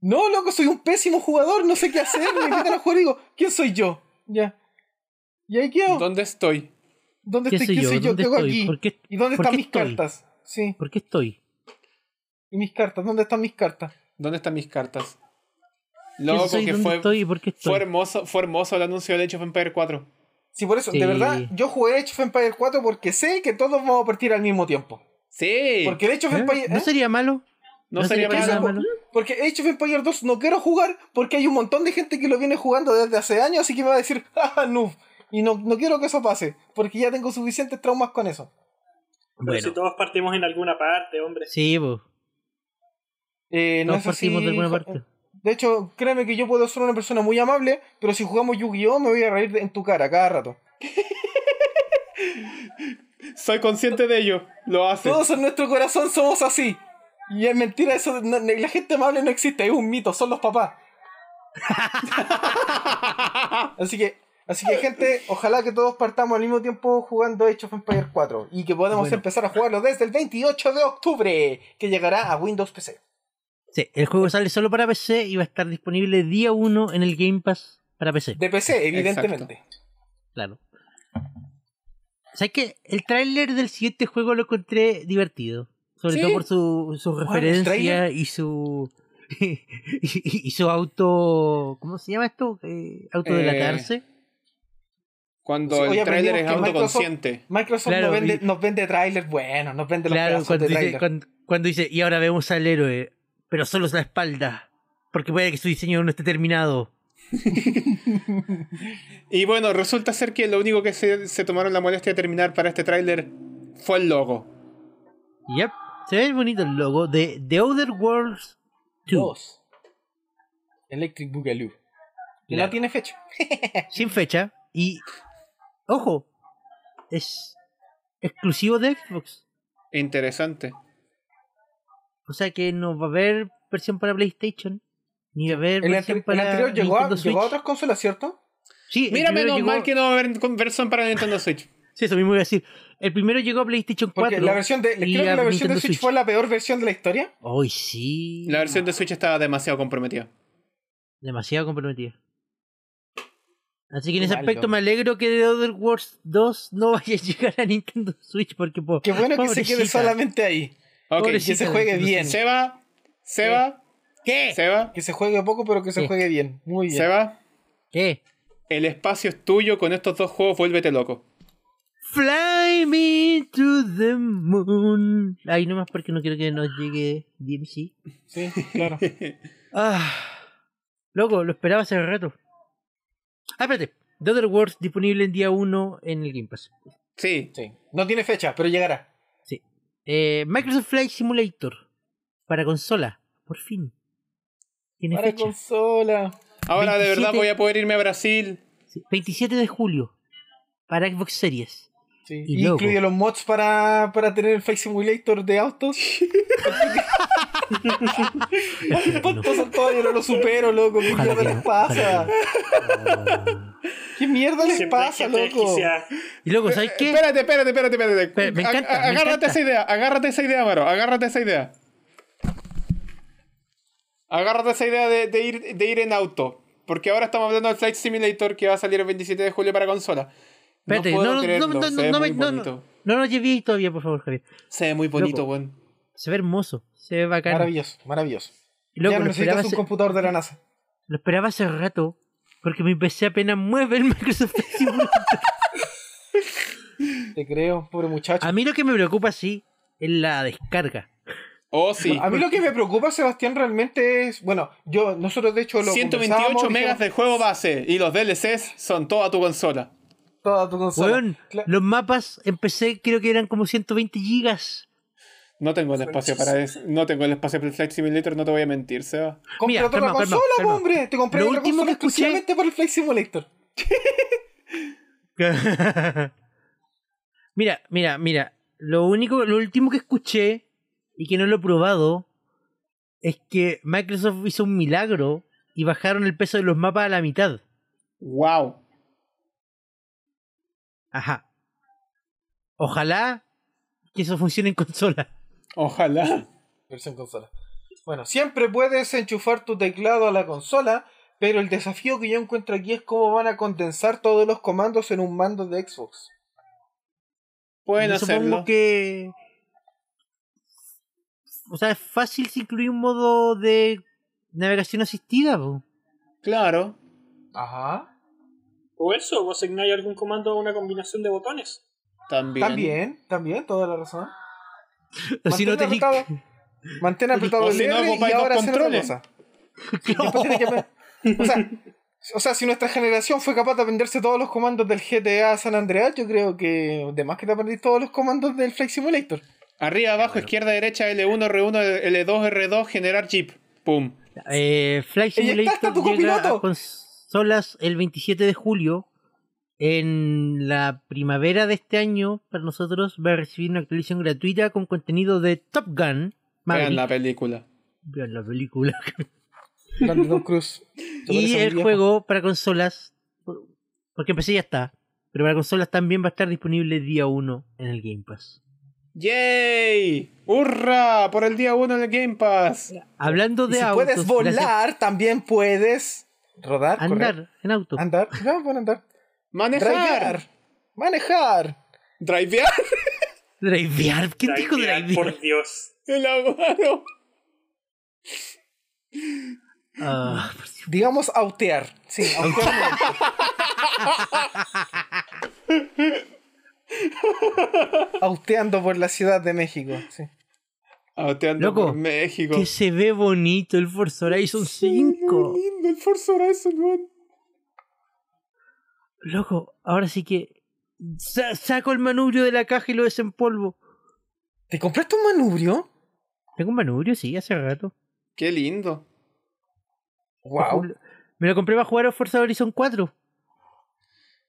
D: No, loco, soy un pésimo jugador, no sé qué hacer, me invitan a jugar y digo, ¿quién soy yo? Ya. ¿Y ahí qué hago? ¿Dónde,
B: ¿Dónde estoy?
A: ¿Qué
D: estoy?
A: soy
D: ¿Quién
A: yo?
D: soy yo?
A: ¿Dónde
D: ¿Qué hago
A: estoy?
D: aquí?
A: ¿Por qué-
D: ¿Y dónde
A: por
D: están
A: qué
D: mis
A: estoy?
D: cartas? Sí,
A: ¿Por qué estoy?
D: y mis cartas, ¿dónde están mis cartas?
B: ¿Dónde están mis cartas?
A: ¿Quién
B: Loco,
A: soy?
B: que
A: ¿Dónde
B: fue,
A: estoy y por qué estoy?
B: fue hermoso, fue hermoso el anuncio de Age of Empires 4.
D: Sí, por eso,
A: Sí.
D: de verdad, yo jugué Age of Empires 4 porque sé que todos vamos a partir al mismo tiempo.
B: Sí,
D: Porque el Age of
A: ¿Eh?
D: Empires...
A: ¿No
D: ¿eh?
A: sería malo?
B: no, sería
A: para
D: malo.
A: nada
B: nada.
A: malo?
D: Porque Age of Empires [LAUGHS] 2 "Ah, no quiero jugar porque hay un montón de gente que lo viene jugando desde hace años, así que me va a decir, jaja, noob. Y no, no quiero que eso pase, porque ya tengo suficientes traumas con eso.
C: Pero
A: Bueno.
C: si todos partimos en alguna parte, hombre.
A: Sí, pues.
D: Eh, no
A: Todos
D: es así,
A: partimos de alguna
D: ja-
A: parte.
D: De hecho, créeme que yo puedo ser una persona muy amable, pero si jugamos Yu-Gi-Oh! me voy a reír de- en tu cara cada rato.
B: Soy consciente de ello. Lo hace.
D: Todos en nuestro corazón somos así. Y es mentira, eso no- no- la gente amable no existe, es un mito, son
A: [LAUGHS]
D: los papás. así que, así que gente, ojalá que todos partamos al mismo tiempo jugando Age of Empires 4 y que podamos
A: Bueno.
D: empezar a jugarlo desde el 28 de octubre, que llegará a Windows PC.
A: Sí, el juego sale solo para PC y va a estar disponible día 1 en el Game Pass para PC.
D: De PC, evidentemente.
A: Claro. ¿Sabes qué? El tráiler del siguiente juego lo encontré divertido. Sobre
B: ¿Sí?
A: todo por su, su
D: el
A: referencia
D: tráiler.
A: y su. [LAUGHS] y, y- y su auto. ¿Cómo se llama esto? Eh, autodelatarse.
B: Cuando
D: Sí, hoy
B: el tráiler es
D: aprendimos que Microsoft-
B: autoconsciente.
D: Microsoft
A: Claro,
D: nos, vende,
A: y-
D: nos vende trailers buenos, nos vende los
A: claro,
D: pedazos
A: cuando
D: de
A: dice,
D: trailers.
A: cuando, cuando dice, y ahora vemos al héroe, pero solo es la espalda. Porque puede que su diseño no esté terminado.
B: Y bueno, resulta ser que lo único que se, se tomaron la molestia de terminar para este tráiler fue el logo.
A: Yep. Se ve bonito el logo de The Other Worlds 2.
D: Dos. Electric Boogaloo. Que
A: Claro.
D: no tiene fecha.
A: sin fecha y ojo es exclusivo de Xbox
B: Interesante.
A: o sea que no va a haber versión para PlayStation ni va a haber
D: El,
A: versión
D: anteri- el
A: para
D: anterior llegó a,
A: Nintendo Switch.
D: llegó a otras consolas, ¿cierto?
A: sí el
B: Mira,
A: primero
B: menos
A: llegó-
B: mal que no va a haber versión para Nintendo Switch.
A: sí eso mismo iba a decir el primero llegó a PlayStation
D: Porque
A: 4
D: la versión de,
A: y
D: creo que
A: a
D: la versión
A: Nintendo
D: de Switch,
A: Switch.
D: fue la peor versión de la historia.
A: hoy sí
B: La versión de Switch estaba demasiado comprometida.
A: demasiado comprometida Así que en
D: Qué
A: ese
D: mal,
A: aspecto
D: loco.
A: me alegro que The Other Worlds 2 no [LAUGHS] vaya a llegar a Nintendo Switch porque po,
D: Qué bueno que se quede
A: pobrecita.
D: solamente ahí.
B: Ok,
A: Pobrecita.
D: Que se juegue
A: Nintendo
D: bien.
B: Seba, Seba,
A: ¿Qué?
B: Seba,
D: Que se juegue poco, pero que se
A: Sí.
D: juegue bien. Muy bien.
B: Seba,
A: ¿Qué?
B: el espacio es tuyo con estos dos juegos, vuélvete loco.
A: Fly me to the moon. Ahí nomás porque no quiero que nos llegue DMC. [LAUGHS]
D: Sí, claro.
A: Ah, loco, lo esperaba hace rato. Ah, espérate. The Other Worlds disponible en día 1 en el Game Pass.
B: Sí,
D: Sí. No tiene fecha, pero llegará.
A: Eh, Microsoft Flight Simulator para consola. Por fin. Tiene
D: Para
A: fecha.
D: consola.
B: ahora de verdad
A: 27.
B: voy a poder irme a Brasil.
A: Sí, 27 de julio para Xbox Series.
D: Sí.
A: Y
D: Y
A: luego.
D: Incluye los mods para, para tener el Flight Simulator de autos. Pontos Antonio, no lo supero, loco. ¿Qué
A: Ojalá
D: mierda
A: que
D: les
A: no,
D: pasa?
A: ojalá que no.
D: [LAUGHS] ¿Qué mierda les
C: Siempre hay
D: pasa,
C: gente
D: loco?
C: desquiciada.
A: Y luego, ¿sabes qué?
B: Espérate, espérate, espérate, espérate.
A: Espera, me
B: A-
A: encanta,
B: a-
A: me
B: agárrate
A: encanta.
B: esa idea, agárrate esa idea, Maro, agárrate esa idea. Agárrate esa idea de, de ir, de ir en auto. Porque ahora estamos hablando del Flight Simulator que va a salir el 27 de julio para consola.
A: Espérate,
B: no puedo
A: no, no,
B: creerlo,
A: no, no,
B: se ve
A: no
B: muy
A: me- no,
B: bonito.
A: no, no nos llevé ahí todavía, por favor, Javier.
B: Se ve muy bonito,
A: Loco.
B: weón.
A: Se ve hermoso, se ve bacán.
D: Maravilloso, maravilloso.
A: Y luego
D: ya no
A: lo,
D: necesitas
A: esperaba
D: un
A: hace,
D: computador de la NASA.
A: lo esperaba hace rato, porque mi PC apenas mueve el [LAUGHS] Microsoft Simulator.
D: Te creo, pobre muchacho.
A: A mí lo que me preocupa, sí, es la descarga.
B: Oh, sí.
D: A mí lo que me preocupa, Sebastián, realmente es. Bueno, yo, nosotros de hecho lo.
B: 128
D: conversábamos,
B: megas
D: dijimos,
B: del juego base y los DLCs son toda tu consola.
D: Toda tu consola.
A: Weón,
D: Cla-
A: los mapas en PC creo que eran como 120
D: [LAUGHS]
A: gigas.
B: No tengo el espacio para eso. No tengo el espacio para el Flight Simulator, no te voy a mentir, Seba.
D: Compra
A: Mira,
D: otra
A: calma, calma,
D: consola,
A: calma.
D: hombre. Te compré
A: Lo
D: otra
A: último
D: consola
A: que escuché-
D: exclusivamente por el Flight Simulator.
A: mira, mira, mira. Lo único, lo último que escuché y que no lo he probado es que Microsoft hizo un milagro y bajaron el peso de los mapas a la mitad.
B: Wow.
A: Ajá. Ojalá que eso funcione en consola.
B: Ojalá.
D: Versión consola. Bueno, siempre puedes enchufar tu teclado a la consola, pero el desafío que yo encuentro aquí es cómo van a condensar todos los comandos en un mando de Xbox.
B: Pueden
A: Yo supongo
B: hacerlo.
A: que. O sea, es fácil si incluye un modo de navegación asistida. po.
B: Claro.
D: Ajá.
C: O eso, o asignáis algún comando a una combinación de botones.
B: También.
D: También, también, toda la razón.
A: O si no te
D: Mantén apretado,
A: [LAUGHS]
D: mantén apretado
B: O
D: el
B: si no,
D: R y
B: ocupáis dos
D: ahora hacer otra
A: [LAUGHS]
B: controles.
D: cosa. Y después tiene que- O sea, O sea, si nuestra generación fue capaz de aprenderse todos los comandos del GTA San Andreas, yo creo que de más que te aprendí todos los comandos del Flight Simulator.
B: Arriba, abajo, izquierda, derecha, L1, R1, L2, R2, generar Jeep. Pum.
A: Eh, Flight
D: está
A: Simulator
D: tu
A: llega
D: copiloto.
A: a consolas el 27 de julio. En la primavera de este año, para nosotros, va a recibir una actualización gratuita con contenido de Top Gun.
B: Vean
A: Maverick.
B: la película.
A: Vean la película.
D: Grande Tom Cruise. Se
A: [LAUGHS] Y
D: parece a
A: el
D: mi viejo.
A: juego para consolas, porque empecé ya está, pero para consolas también va a estar disponible día 1 en el Game Pass.
B: ¡Yay! ¡Hurra! Por el día 1 en el Game Pass.
A: Hablando
D: Y
A: de
D: si
A: autos,
D: puedes
A: la se-
D: volar, también puedes rodar,
A: andar
D: correr,
A: en auto.
D: andar, no, bueno, andar,
B: ¡Manejar!
D: drivear, manejar.
B: ¡Drivear! [LAUGHS]
A: Drivear, ¿quién dijo
C: Drivear,
A: drivear?
C: Por Dios.
B: ¡El aguaro!
A: Ah, por si-
D: Digamos autear. Sí, autear.
A: [LAUGHS]
D: Auteando por la Ciudad de México. Sí.
B: Auteando
A: Loco,
B: por México.
A: que se ve bonito el Forza Horizon 5.
B: Qué lindo el Forza Horizon, weón.
A: Loco, ahora sí que sa- saco el manubrio de la caja y lo desempolvo.
D: ¿Te compraste un manubrio?
A: Tengo un manubrio, sí, hace rato.
B: Qué lindo.
D: Wow.
A: Me lo compré para jugar a Forza Horizon 4.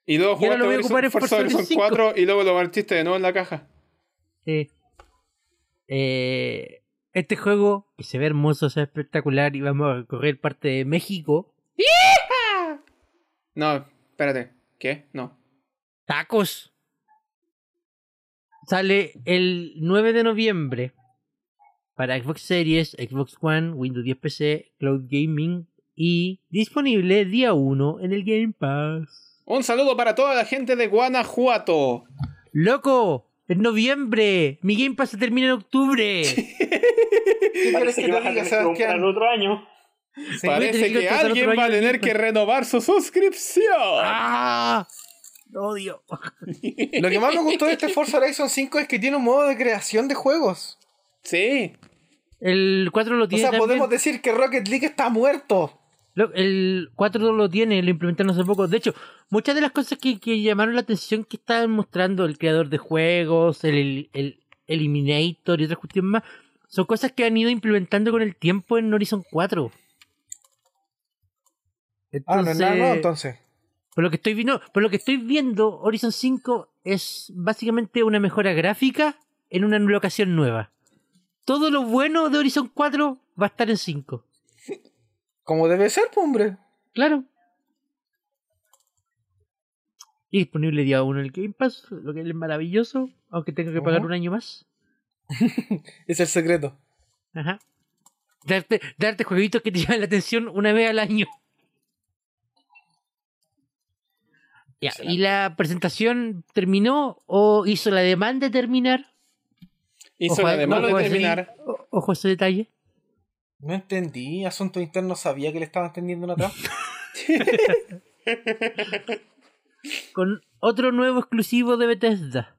B: Y luego
A: Y ahora
B: jugaste
A: lo voy a
B: Horizon-
A: ocupar en
B: Forza
A: Forza
B: Horizon
A: Horizon
B: 4 y luego lo partiste de nuevo en la caja.
A: Sí. Eh, este juego que se ve hermoso, se ve espectacular y vamos a correr parte de México.
B: No, espérate. ¿Qué? No.
A: ¡Tacos! Sale el 9 de noviembre para Xbox Series, Xbox One, Windows 10 PC, Cloud Gaming y disponible día 1 en el Game Pass.
B: Un saludo para toda la gente de Guanajuato.
A: ¡Loco! ¡En noviembre! ¡Mi Game Pass se termina en octubre!
D: [LAUGHS] ¿Qué quieres
C: Parece
D: que te
C: que
D: diga,
C: vas a tener que comprar
D: Sebastián?
C: otro año.
D: Sí.
A: Voy a
B: Parece
A: tener que
B: que
A: pasar otro
B: alguien
A: año
B: va a
A: en
B: tener
A: Game
B: que
A: Pass.
B: renovar su suscripción.
A: ¡Ah! ¡Odio!
D: Lo que más me gustó de este Forza Horizon 5 es que tiene un modo de creación de juegos.
B: Sí.
A: El 4 lo
D: O
A: tiene
D: sea,
A: también.
D: podemos decir que Rocket League está muerto.
A: Lo- el 4 lo tiene, lo implementaron hace poco. De hecho, muchas de las cosas que, que llamaron la atención que estaban mostrando el creador de juegos, el, el, el Eliminator y otras cuestiones más, son cosas que han ido implementando con el tiempo en Horizon 4.
D: Ah, no es nada nuevo
A: Entonces,
D: entonces.
A: Por lo que estoy vi- no, por lo que estoy viendo, Horizon 5 es básicamente una mejora gráfica en una locación nueva. Todo lo bueno de Horizon 4 va a estar en 5.
D: Como debe ser, pues, hombre.
A: Claro. Y disponible día 1 en el Game Pass, lo que es maravilloso, aunque tenga que pagar
D: Ujú.
A: un año más.
D: Es el secreto.
A: Ajá. Darte, darte jueguitos que te llaman la atención una vez al año. Ya, ¿y la presentación terminó o hizo la demanda de terminar?
B: Hizo
A: Ojo a-
B: la demanda
A: ojo
B: de
A: a ese-
B: terminar.
A: o- Ojo a ese detalle.
D: No entendí. Asunto interno sabía que le estaban tendiendo una
A: [LAUGHS]
D: trampa.
A: con otro nuevo exclusivo de Bethesda.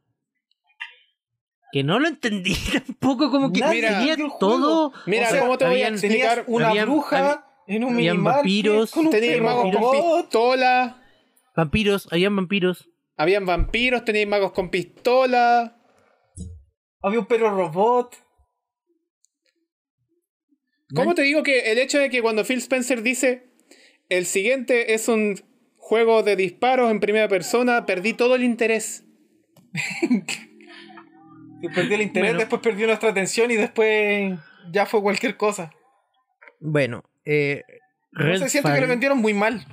A: Que no lo entendí [LAUGHS] tampoco, como que
D: Nadie
A: tenía
D: entendió el
A: todo.
B: Mira,
A: o sea,
B: ¿cómo te voy a
A: habían-
D: Tenías
B: explicar?
D: una
A: habían-
D: bruja en un
A: habían
D: minimarket
A: vampiros,
D: con un
B: Teníais
D: perro
B: magos con
D: robot.
B: pistola.
A: Vampiros, habían vampiros.
B: Habían vampiros, teníais magos con pistola.
D: Había un perro robot. [LAUGHS]
B: ¿Cómo te digo que el hecho de que cuando Phil Spencer dice el siguiente es un juego de disparos en primera persona, perdí todo el interés?
D: Que perdió el interés,
A: Bueno.
D: después perdió nuestra atención y después ya fue cualquier cosa.
A: Bueno, eh,
D: No sé, siento que lo vendieron muy mal.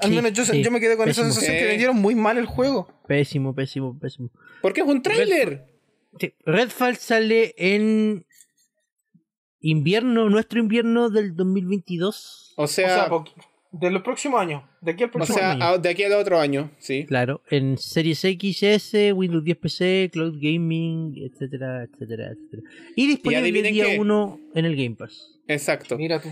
D: Al
A: Sí,
D: menos yo,
A: sí,
D: yo me quedé con esa
A: pésimo.
D: sensación que
B: Sí.
D: vendieron muy mal el juego.
A: Pésimo, pésimo, pésimo.
B: Porque es un tráiler.
A: Sí, Redfall sale en invierno, nuestro invierno del 2022.
B: O
D: O sea,
B: sea, o
D: po- de los próximos años. De aquí al próximo
B: sea,
A: año.
B: a- de aquí al otro año, sí.
A: Claro, en Series XS, Windows 10 PC, Cloud Gaming, etcétera, etcétera, etcétera. Y disponible
B: adivinen
A: día
B: qué.
A: 1 en el Game Pass.
B: Exacto.
D: Mira tú.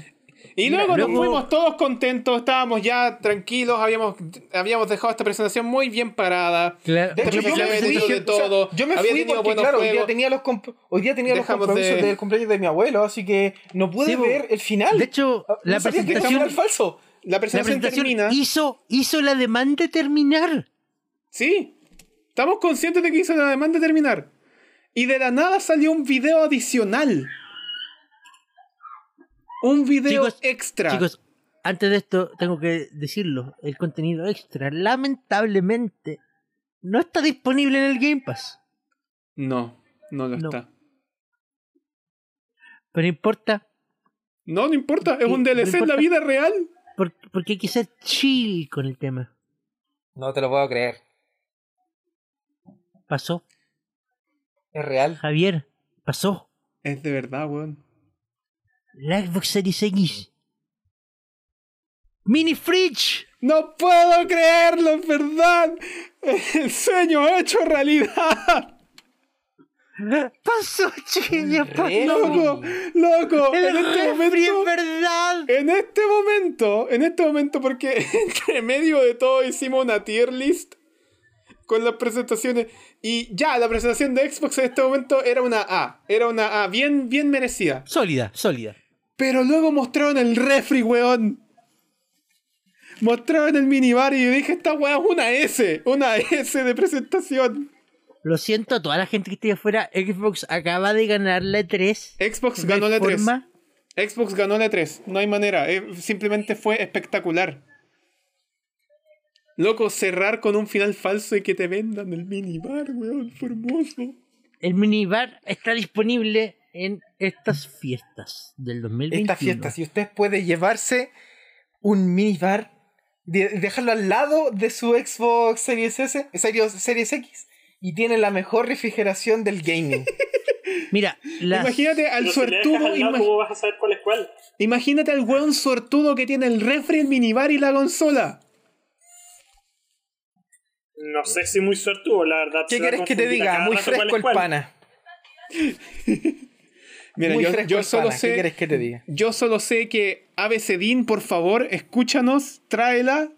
B: Y
A: Mira,
B: luego, nos
A: luego-
B: fuimos todos contentos, estábamos ya tranquilos, habíamos, habíamos dejado esta presentación muy bien parada.
A: Claro,
D: De hecho, yo me
B: Prácticamente
D: fui,
B: dentro de
D: o sea,
B: todo.
D: yo me
B: Había
D: fui
B: tenido
D: porque,
B: buenos
D: claro, hoy día
B: juegos.
D: tenía los, comp- hoy día tenía los
B: Dejamos
D: compromisos
B: de-
D: del cumpleaños de mi abuelo, así que no pude
A: Sí, bo.
D: ver el final.
A: De hecho,
D: Ah, no
A: la
D: sabía que era un
A: presentación,
D: final falso.
B: la presentación,
A: la presentación
B: termina.
A: hizo, hizo la demanda terminar.
B: Sí, estamos conscientes de que hizo la demanda terminar. Y de la nada salió un video adicional. Un video
A: Chicos,
B: extra.
A: Chicos, antes de esto tengo que decirlo. El contenido extra, lamentablemente, no está disponible en el Game Pass.
B: No, no lo
A: No.
B: está.
A: Pero no importa,
B: No, no importa, es
A: Sí,
B: un
A: no
B: DLC en la
A: importa.
B: vida real.
A: por- porque hay que ser chill con el tema.
D: No te lo puedo creer.
A: Pasó,
D: Es real.
A: Javier, pasó.
B: Es de verdad, weón.
A: La Xbox Series X. Mini Fridge. [LAUGHS]
B: No puedo creerlo, es verdad. [LAUGHS] El sueño hecho realidad.
A: Pasó, chiquillos,
D: Re-
A: pasó.
B: Loco, loco.
A: [LAUGHS] El
B: En este
A: refri es
B: momento,
A: verdad.
B: en este momento, en este momento, porque [LAUGHS] entre medio de todo hicimos una tier list con las presentaciones. Y ya, la presentación de Xbox en este momento era una A. Era una A, bien, bien merecida.
A: Sólida, sólida.
B: Pero luego mostraron el refri, weón. Mostraron el minibar y yo dije, esta weá es una S, una S de presentación.
A: Lo siento a toda la gente que esté afuera. Xbox acaba de ganar la E3.
B: Xbox
A: de
B: ganó la E 3.
A: forma-
B: Xbox ganó la 3, no hay manera, eh, simplemente fue espectacular. Loco, cerrar con un final falso y que te vendan el minibar, weón, fue hermoso.
A: El minibar está disponible en estas fiestas del 2021.
D: Esta fiesta, si usted puede llevarse un minibar, de, dejarlo al lado de su Xbox Series S, Series, Series X, y tiene la mejor refrigeración del
C: [LAUGHS]
D: gaming.
A: Mira, las-
B: Imagínate al
C: Pero si le dejas
B: suertudo,
C: al lado,
B: ima-
C: ¿Cómo vas a saber cuál es cuál?
B: imagínate al weón suertudo que tiene el refri, el minibar y la consola.
C: No sé si muy suertudo, la verdad.
D: ¿Qué
C: se va a
D: querés que te
C: confundir a
D: diga?
C: cada
D: Muy
C: rato cuál es
D: fresco el
C: cuál.
D: pana.
B: Mira,
D: Muy
B: yo,
D: fresco
B: yo
D: el
B: solo
D: pana. ¿Qué
B: sé
D: querés que te diga?
B: Yo solo sé que ABCDIN, por favor, escúchanos, tráela.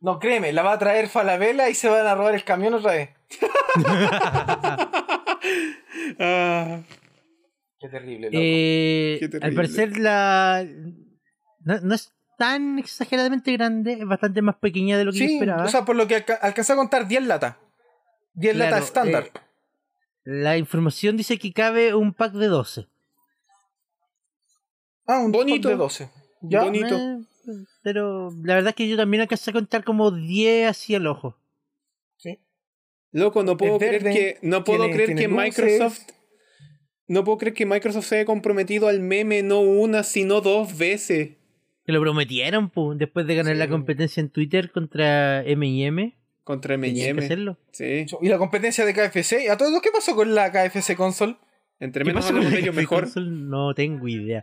D: No, créeme, la va a traer Falabella y se van a robar el camión otra vez.
B: Ah,
D: Qué terrible, loco.
A: eh,
B: Qué terrible.
A: al parecer la no, no es tan exageradamente grande, es bastante más pequeña de lo que yo
D: sí,
A: esperaba.
D: o sea, por lo que alca- alcancé a contar, 10 latas. 10
A: Claro,
D: latas estándar.
A: eh, la información dice que cabe un pack de 12.
D: ah, un bonito.
B: bonito.
D: de 12. ¿Ya?
B: Boni- Bonito.
A: Eh, pero la verdad es que yo también alcancé a contar como 10 así al ojo.
B: loco, no puedo
D: Es verde,
B: creer que, no puedo
D: tiene-
B: creer
D: tiene
B: que
D: luces.
B: Microsoft. No puedo creer que Microsoft se haya comprometido al meme no una, sino dos veces.
A: Que lo prometieron pu, después de ganar
D: Sí.
A: la competencia en Twitter contra MM.
B: Contra
A: Tenían que
B: MM.
A: hacerlo.
B: Sí.
D: Y la competencia de KFC. ¿A todos qué pasó con la KFC console?
B: Entre
A: ¿Qué
B: menos
A: pasa con
B: hablemos de
A: la
B: ellos,
A: Xbox
B: mejor.
A: console? No tengo idea.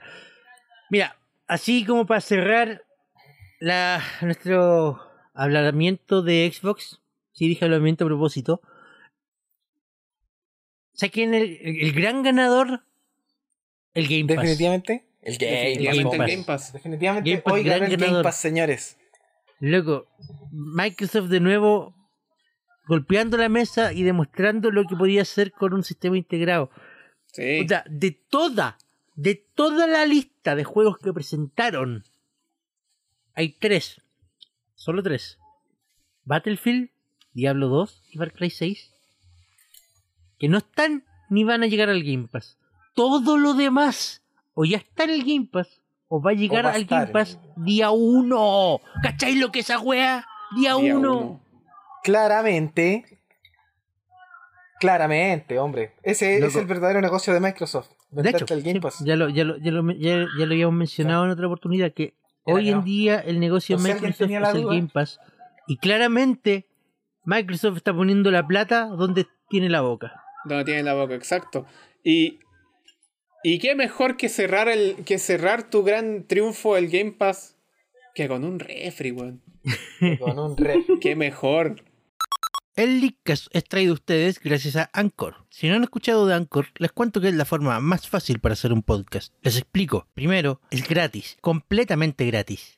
A: Mira, así como para cerrar la, nuestro hablamiento de Xbox, si dije hablamiento a propósito, saquen el, el, el gran ganador, el Game Pass.
D: Definitivamente. El
B: Definitivamente el
A: Pass.
B: Game Pass.
D: Definitivamente.
A: Game Pass,
D: Hoy ganó
A: gran
D: el Game
A: ganador.
D: Pass, señores.
A: Loco, Microsoft de nuevo golpeando la mesa y demostrando lo que podía hacer con un sistema integrado.
B: Sí.
A: O sea, de toda, de toda la lista de juegos que presentaron, hay tres. Solo tres. Battlefield, Diablo 2 y Far Cry 6. Que no están ni van a llegar al Game Pass. Todo lo demás o ya está en el Game Pass o va a llegar
D: va a
A: al Game
D: estar en
A: Pass día 1. ¿Cacháis lo que es esa wea? Día 1.
B: Día uno.
D: Claramente. Claramente, hombre. Ese es
A: Loco.
D: el verdadero negocio de Microsoft.
A: De hecho,
D: Venderte el Game
A: sí,
D: Pass.
A: ya, lo, ya, lo, ya, lo, ya- ya lo habíamos mencionado en otra oportunidad que
D: Era
A: hoy
D: que
A: en
D: no.
A: día el negocio
D: Por
A: de
D: si alguien
A: Microsoft
D: tenía la
A: es el
D: duda.
A: Game Pass y claramente Microsoft está poniendo la plata donde tiene la boca.
B: Donde tiene la boca, exacto. Y, y qué mejor que cerrar, el, que cerrar tu gran triunfo del Game Pass que con un refri, weón.
D: Con un
B: [LAUGHS]
D: ref.
B: Qué mejor.
A: El Leadcast es traído a ustedes gracias a Anchor. Si no han escuchado de Anchor, les cuento que es la forma más fácil para hacer un podcast. Les explico. Primero, es gratis, completamente gratis.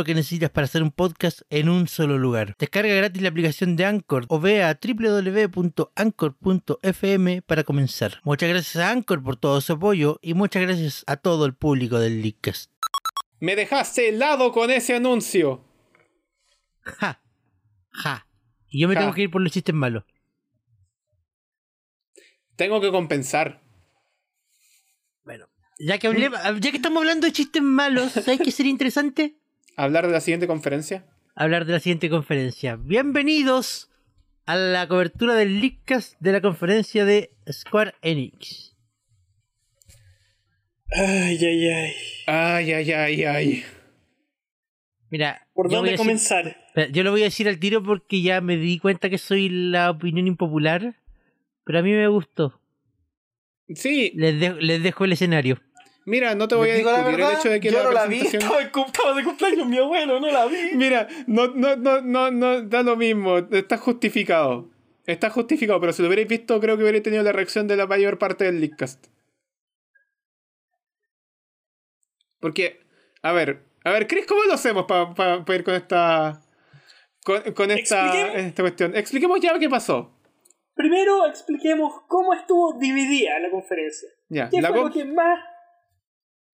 A: que necesitas para hacer un podcast en un solo lugar. Descarga gratis la aplicación de Anchor o ve a www.anchor.fm para comenzar. Muchas gracias a Anchor por todo su apoyo y muchas gracias a todo el público del Leadcast.
B: Me dejaste helado con ese anuncio.
A: Ja. Ja. Y yo me ja. tengo que ir por los chistes malos.
B: Tengo que compensar.
A: Bueno, ya que, hablé, ah, ya que estamos hablando de chistes malos, ¿sabes qué sería interesante?
B: ¿Hablar de la siguiente conferencia?
A: Hablar de la siguiente conferencia. Bienvenidos a la cobertura del Leakcast de la conferencia de Square Enix.
C: Ay, ay, ay.
B: Ay, ay, ay, ay.
A: Mira.
C: ¿Por dónde comenzar?
A: Decir, yo lo voy a decir al tiro porque ya me di cuenta que soy la opinión impopular. Pero a mí me gustó.
B: Sí.
A: les, de, les dejo el escenario.
B: Mira, no te voy a discutir
D: la verdad,
B: el hecho de que
D: yo
B: la
D: no la vi,
B: presentación...
D: estaba, en cum- estaba de cumpleaños mi abuelo, no la vi.
B: Mira, no, no, no, no, no, da lo mismo, está justificado. Está justificado, pero si lo hubierais visto, creo que hubierais tenido la reacción de la mayor parte del Leadcast. Porque, a ver, a ver, Chris, ¿cómo lo hacemos para pa, pa ir con esta. con, con esta,
C: Expliquemos.
B: esta cuestión? Expliquemos ya qué pasó.
C: Primero expliquemos cómo estuvo dividida la conferencia.
B: Ya,
C: ¿Qué
B: Ah, la
C: fue
B: con-
C: lo que más...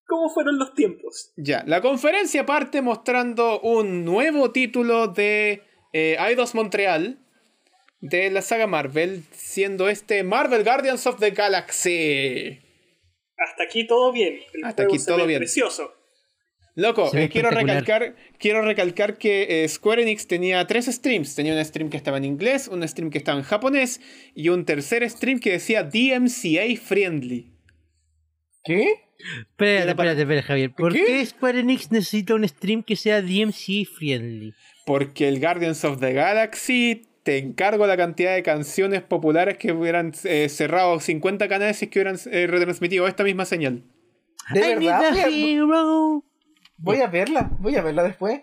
C: ¿Cómo fueron los tiempos?
B: Ya, la conferencia parte mostrando un nuevo título de eh, Eidos Montreal de la saga Marvel, siendo este Marvel Guardians of the Galaxy.
C: Hasta aquí todo bien. El
B: Hasta
C: juego
B: aquí
C: se
B: todo
C: ve
B: bien.
C: Precioso.
B: Loco,
A: Se ve
B: eh, quiero,
A: espectacular.
B: recalcar, quiero recalcar que eh, Square Enix tenía tres streams. Tenía un stream que estaba en inglés, un stream que estaba en japonés y un tercer stream que decía DMCA Friendly.
D: ¿Qué?
A: Espérate,
B: Era para-
A: espérate, espérate, Javier. ¿Por
D: ¿Qué?
A: qué? Square Enix necesita un stream que sea DMC friendly?
B: Porque el Guardians of the Galaxy te encargo la cantidad de canciones populares que hubieran eh, cerrado 50 canales si que hubieran eh, retransmitido esta misma señal.
D: ¿De
A: I need
D: verdad?
A: a
D: Voy
A: hero.
D: a, voy a verla, voy a verla
B: [LAUGHS]
D: después.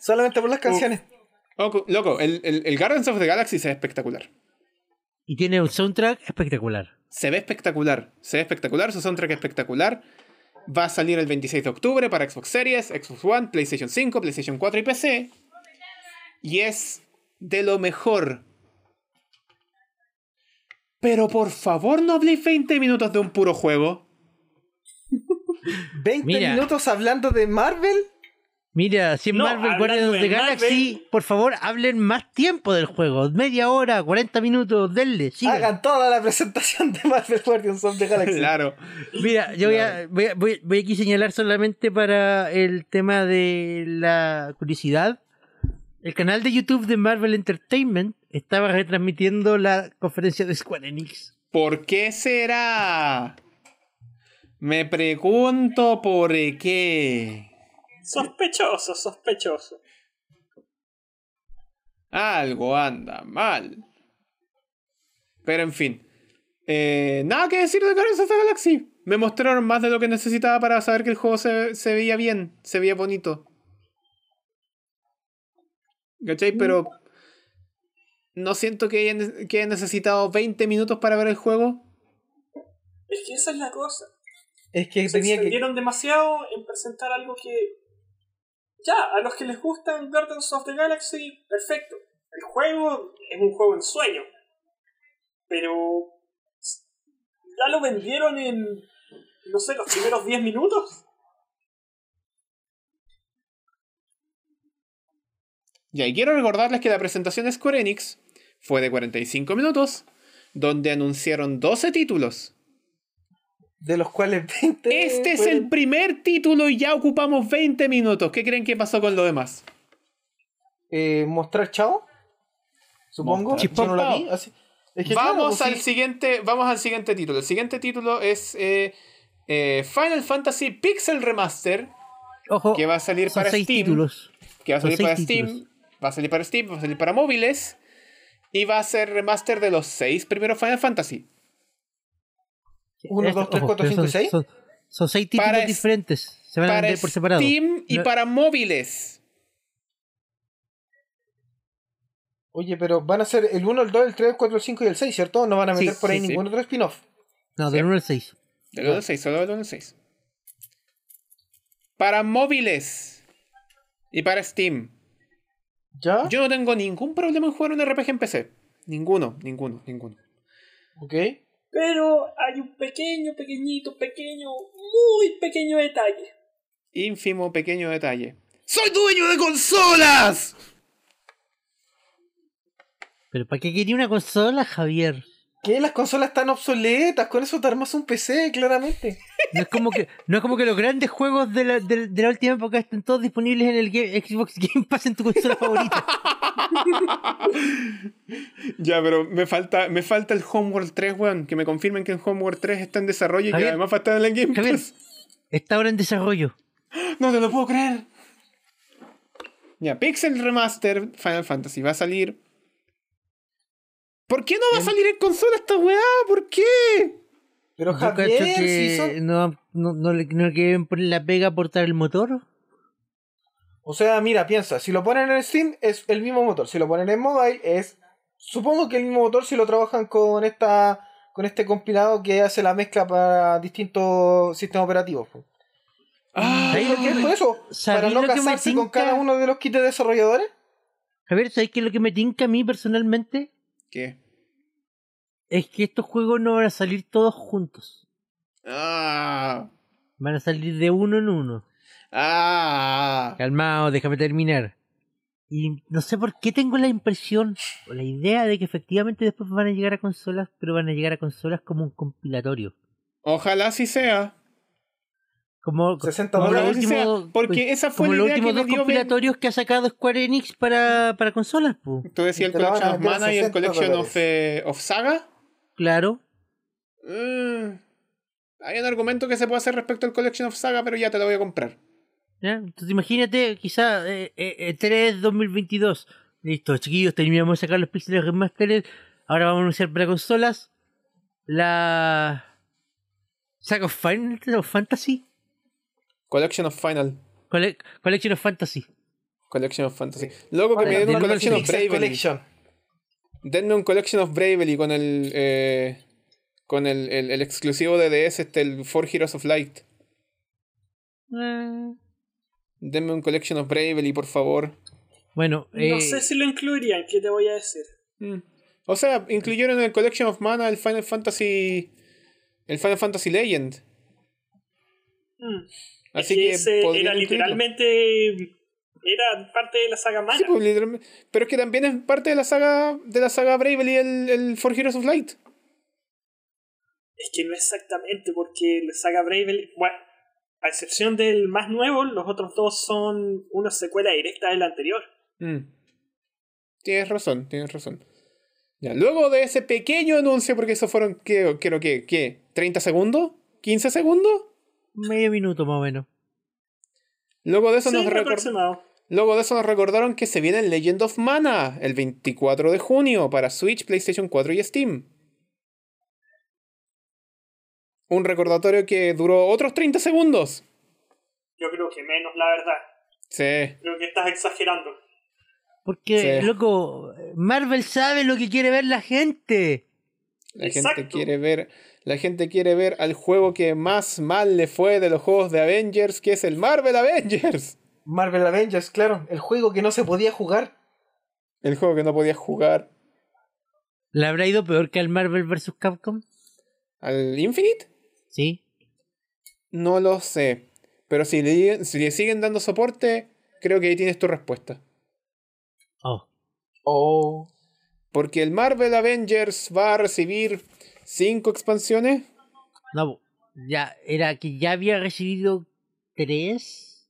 D: Solamente por las canciones.
B: Oco- loco, el, el- el Guardians of the Galaxy se ve espectacular.
A: Y tiene un soundtrack espectacular.
B: Se ve espectacular. Se ve espectacular, su soundtrack espectacular. Va a salir el 26 de octubre para Xbox Series, Xbox One, PlayStation 5, PlayStation 4 y PC. Y es de lo mejor. Pero por favor no habléis 20 minutos de un puro juego.
D: 20
A: Mira.
D: minutos hablando de Marvel.
A: Mira, si en
C: No,
A: Marvel
C: hablando
A: Guardians of the
C: de
A: Galaxy,
C: Marvel-
A: por favor, hablen más tiempo del juego. Media hora, 40 minutos, denle, sigan.
D: Hagan toda la presentación de Marvel [LAUGHS] Guardians of the Galaxy.
B: Claro.
A: Mira, yo voy a, voy, a- voy, voy aquí a señalar solamente para el tema de la curiosidad. El canal de YouTube de Marvel Entertainment estaba retransmitiendo la conferencia de Square Enix.
B: ¿Por qué será? Me pregunto por qué.
C: Sospechoso, sospechoso.
B: Algo anda mal. Pero en fin. Eh, nada que decir de Guardians of the Galaxy. Me mostraron más de lo que necesitaba para saber que el juego se, se veía bien, se veía bonito. ¿Cachai? Pero no siento que hayan- que haya necesitado 20 minutos para ver el juego.
C: Es que esa es la cosa.
D: Es que
C: se
D: tenía que.
C: extendieron demasiado en presentar algo que ya a los que les gustan Guardians of the Galaxy perfecto el juego es un juego en sueño pero ya lo vendieron en no sé los primeros 10 minutos
B: Ya, y quiero recordarles que la presentación de Square Enix fue de 45 minutos, donde anunciaron 12 títulos.
D: De los cuales 20.
B: Este es el primer título y ya ocupamos 20 minutos. ¿Qué creen que pasó con lo demás?
D: Eh, mostrar chao. Supongo.
B: Mostrar
D: Yo no la vi,
B: chao.
D: así- es que claro,
B: Vamos
D: pues
B: al
D: sí.
B: siguiente. Vamos al siguiente título. El siguiente título es eh, eh, Final Fantasy Pixel Remaster.
A: Ojo,
B: que va a salir
A: son
B: para
A: seis
B: Steam.
A: títulos.
B: Que va a
A: Son
B: salir
A: seis
B: para Steam.
A: títulos.
B: Va a salir para Steam, va a salir para móviles. Y va a ser remaster de los seis primeros Final Fantasy.
D: Uno,
A: Esto-
D: dos, tres,
A: ojo,
D: cuatro,
A: pero
D: cinco,
A: son-
D: seis.
A: Son, son seis títulos
B: Para es-
A: diferentes. Se van a
B: Para
A: vender por separado.
B: Steam y
A: No-
B: para móviles.
D: Oye, pero van a ser el 1, el 2, el 3, el 4, el 5 y el 6, ¿cierto? No van a
A: Sí,
D: meter por ahí
B: sí, sí.
D: ningún otro spin-off.
A: No, del
B: Sí.
A: 1 al 6.
B: Del 1 al 6, solo del 1 al 6. Para móviles. Y para Steam.
A: ¿Ah?
D: ¿Ya?
B: Yo no tengo ningún problema en jugar un RPG en PC. Ninguno, ninguno, ninguno.
D: Ok.
C: Pero hay un pequeño, pequeñito, pequeño, muy pequeño detalle.
B: Ínfimo pequeño detalle. ¡Soy dueño de consolas!
A: Pero ¿para qué quería una consola, Javier?
D: Que las consolas están obsoletas, con eso te armas un PC, claramente.
A: No es como que, no es como que los grandes juegos de la, de- de la última época estén todos disponibles en el Ga- Xbox Game Pass en tu consola favorita.
B: Ya, pero me falta, me falta el Homeworld 3, weón. Que me confirmen que el Homeworld 3 está en desarrollo y que
A: Javier,
B: además va a estar en el Game
A: Javier.
B: Pass.
A: Está ahora en desarrollo.
B: No te lo puedo creer. Ya, Pixel Remaster Final Fantasy va a salir. ¿Por qué no va a salir en consola esta weá? ¿Por qué?
D: Pero
A: Yo
D: Javier,
A: cacho
D: si
A: que
D: son...
A: no, no, no le no le quieren poner la pega a portar el motor.
D: O sea, mira, piensa, si lo ponen en Steam es el mismo motor, si lo ponen en mobile es... Supongo que el mismo motor si lo trabajan con esta con este compilado que hace la mezcla para distintos sistemas operativos. po.
B: Ah,
A: Ahí
D: ¿Por qué? Por pues, eso, para
A: ¿Sabéis
D: no
A: lo que me
D: casarse con
A: tinca?
D: cada uno de los kits de desarrolladores.
A: Javier, ¿sabes qué es lo que me tinca a mí personalmente?
B: ¿Qué?
A: Es que estos juegos no van a salir todos juntos.
B: Ah.
A: Van a salir de uno en uno.
B: Ah.
A: Calmado, déjame terminar. Y no sé por qué tengo la impresión o la idea de que efectivamente después van a llegar a consolas, pero van a llegar a consolas como un compilatorio.
B: Ojalá sí sea.
A: Como,
D: 60
A: como
D: dólares.
A: lo
B: Ojalá sí sea.
A: último- pues,
B: Porque esa fue
A: como
B: la
A: los
B: idea que
A: últimos
B: me
A: dos
B: dio Ben-
A: compilatorios que ha sacado Square Enix para, para consolas. pues. po.
B: Tú decías el
D: Te la van a
B: Collection
D: vender
B: of
D: a
B: Mana y el
D: 60
B: Collection
D: dólares.
B: of, eh, of Saga.
A: Claro.
B: Mm. Hay un argumento que se puede hacer respecto al Collection of Saga, pero ya te lo voy a comprar.
A: ¿Ya? Entonces imagínate, quizá eh, eh, eh, 3 2022. Listo, chiquillos, terminamos de sacar los píxeles remastered. Ahora vamos a anunciar para consolas la Saga of Final of Fantasy.
B: Collection of Final.
A: Cole- Collection of Fantasy.
B: Collection of Fantasy. Luego que me den
A: del
B: un
A: uno al
B: Collection of
A: cinco.
B: Bravery.
D: Collection.
B: Denme un Collection of Bravely con el. eh, con el, el- el exclusivo de DS, este, el Four Heroes of Light.
C: Mm.
A: Eh,
B: Denme un Collection of Bravely, por favor.
A: Bueno,
C: No
A: eh,
C: sé si lo incluirían, ¿qué te voy a decir?
B: Mm. O sea, incluyeron en el Collection of Mana el Final Fantasy. El Final Fantasy Legend.
C: Mm.
B: Así
C: Es
B: que.
C: ese
B: podrían
C: era
B: incluirlo.
C: literalmente. Era parte de la saga Mana.
B: Sí, pues, literalmente. Pero es que también es parte de la saga. De la saga Bravely el, el Four Heroes of Light.
C: Es que no exactamente, porque la saga Bravely. Bueno, a excepción del más nuevo, los otros dos son una secuela directa del anterior.
B: Mm. Tienes razón, tienes razón. Ya, luego de ese pequeño anuncio, porque eso fueron, ¿qué? Creo que, ¿qué? ¿30 segundos? ¿15 segundos?
A: medio minuto más o menos.
B: Luego de eso,
C: Sí,
B: nos recor-
C: aproximado.
B: luego de eso nos recordaron que se viene Legend of Mana el 24 de junio para Switch, PlayStation 4 y Steam. Un recordatorio que duró otros 30 segundos.
C: Yo creo que menos, la verdad.
B: Sí.
C: Creo que estás exagerando.
A: Porque,
B: Sí.
A: loco, Marvel sabe lo que quiere ver la gente.
B: La gente
C: Exacto.
B: quiere ver. La gente quiere ver al juego que más mal le fue de los juegos de Avengers, que es el Marvel Avengers. [LAUGHS]
D: Marvel Avengers, claro. El juego que no se podía jugar.
B: El juego que no podías jugar
A: ¿Le habrá ido peor que al Marvel vs. Capcom?
B: al Infinite.
A: Sí.
B: No lo sé. Pero si le, si le siguen dando soporte, creo que ahí tienes tu respuesta.
A: Oh.
D: Oh.
B: Porque el Marvel Avengers va a recibir cinco expansiones.
A: No, ya era que ya había recibido tres.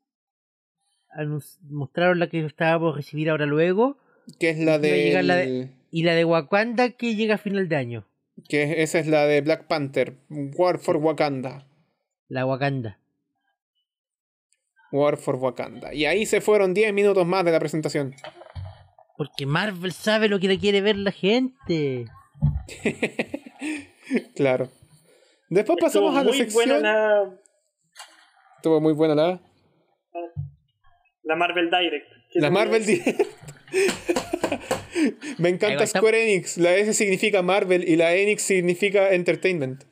A: Anunci- mostraron la que estaba por recibir ahora luego.
B: Que es la
A: Iba a
B: de.
A: llegar la Y la de Wakanda que llega a final de año.
B: Que esa es la de Black Panther. War for Wakanda.
A: La Wakanda.
B: War for Wakanda. Y ahí se fueron 10 minutos más de la presentación.
A: Porque Marvel sabe lo que le quiere ver la gente. [LAUGHS]
B: claro. Después
C: Estuvo
B: pasamos a la
C: muy buena
B: sección.
C: la,
B: Estuvo muy buena la.
C: la Marvel Direct. Que
B: La
C: tenía-
B: Marvel Direct. [LAUGHS] Me
A: Ahí va,
B: encanta
A: está-
B: Square Enix. La S significa Marvel y la Enix significa Entertainment.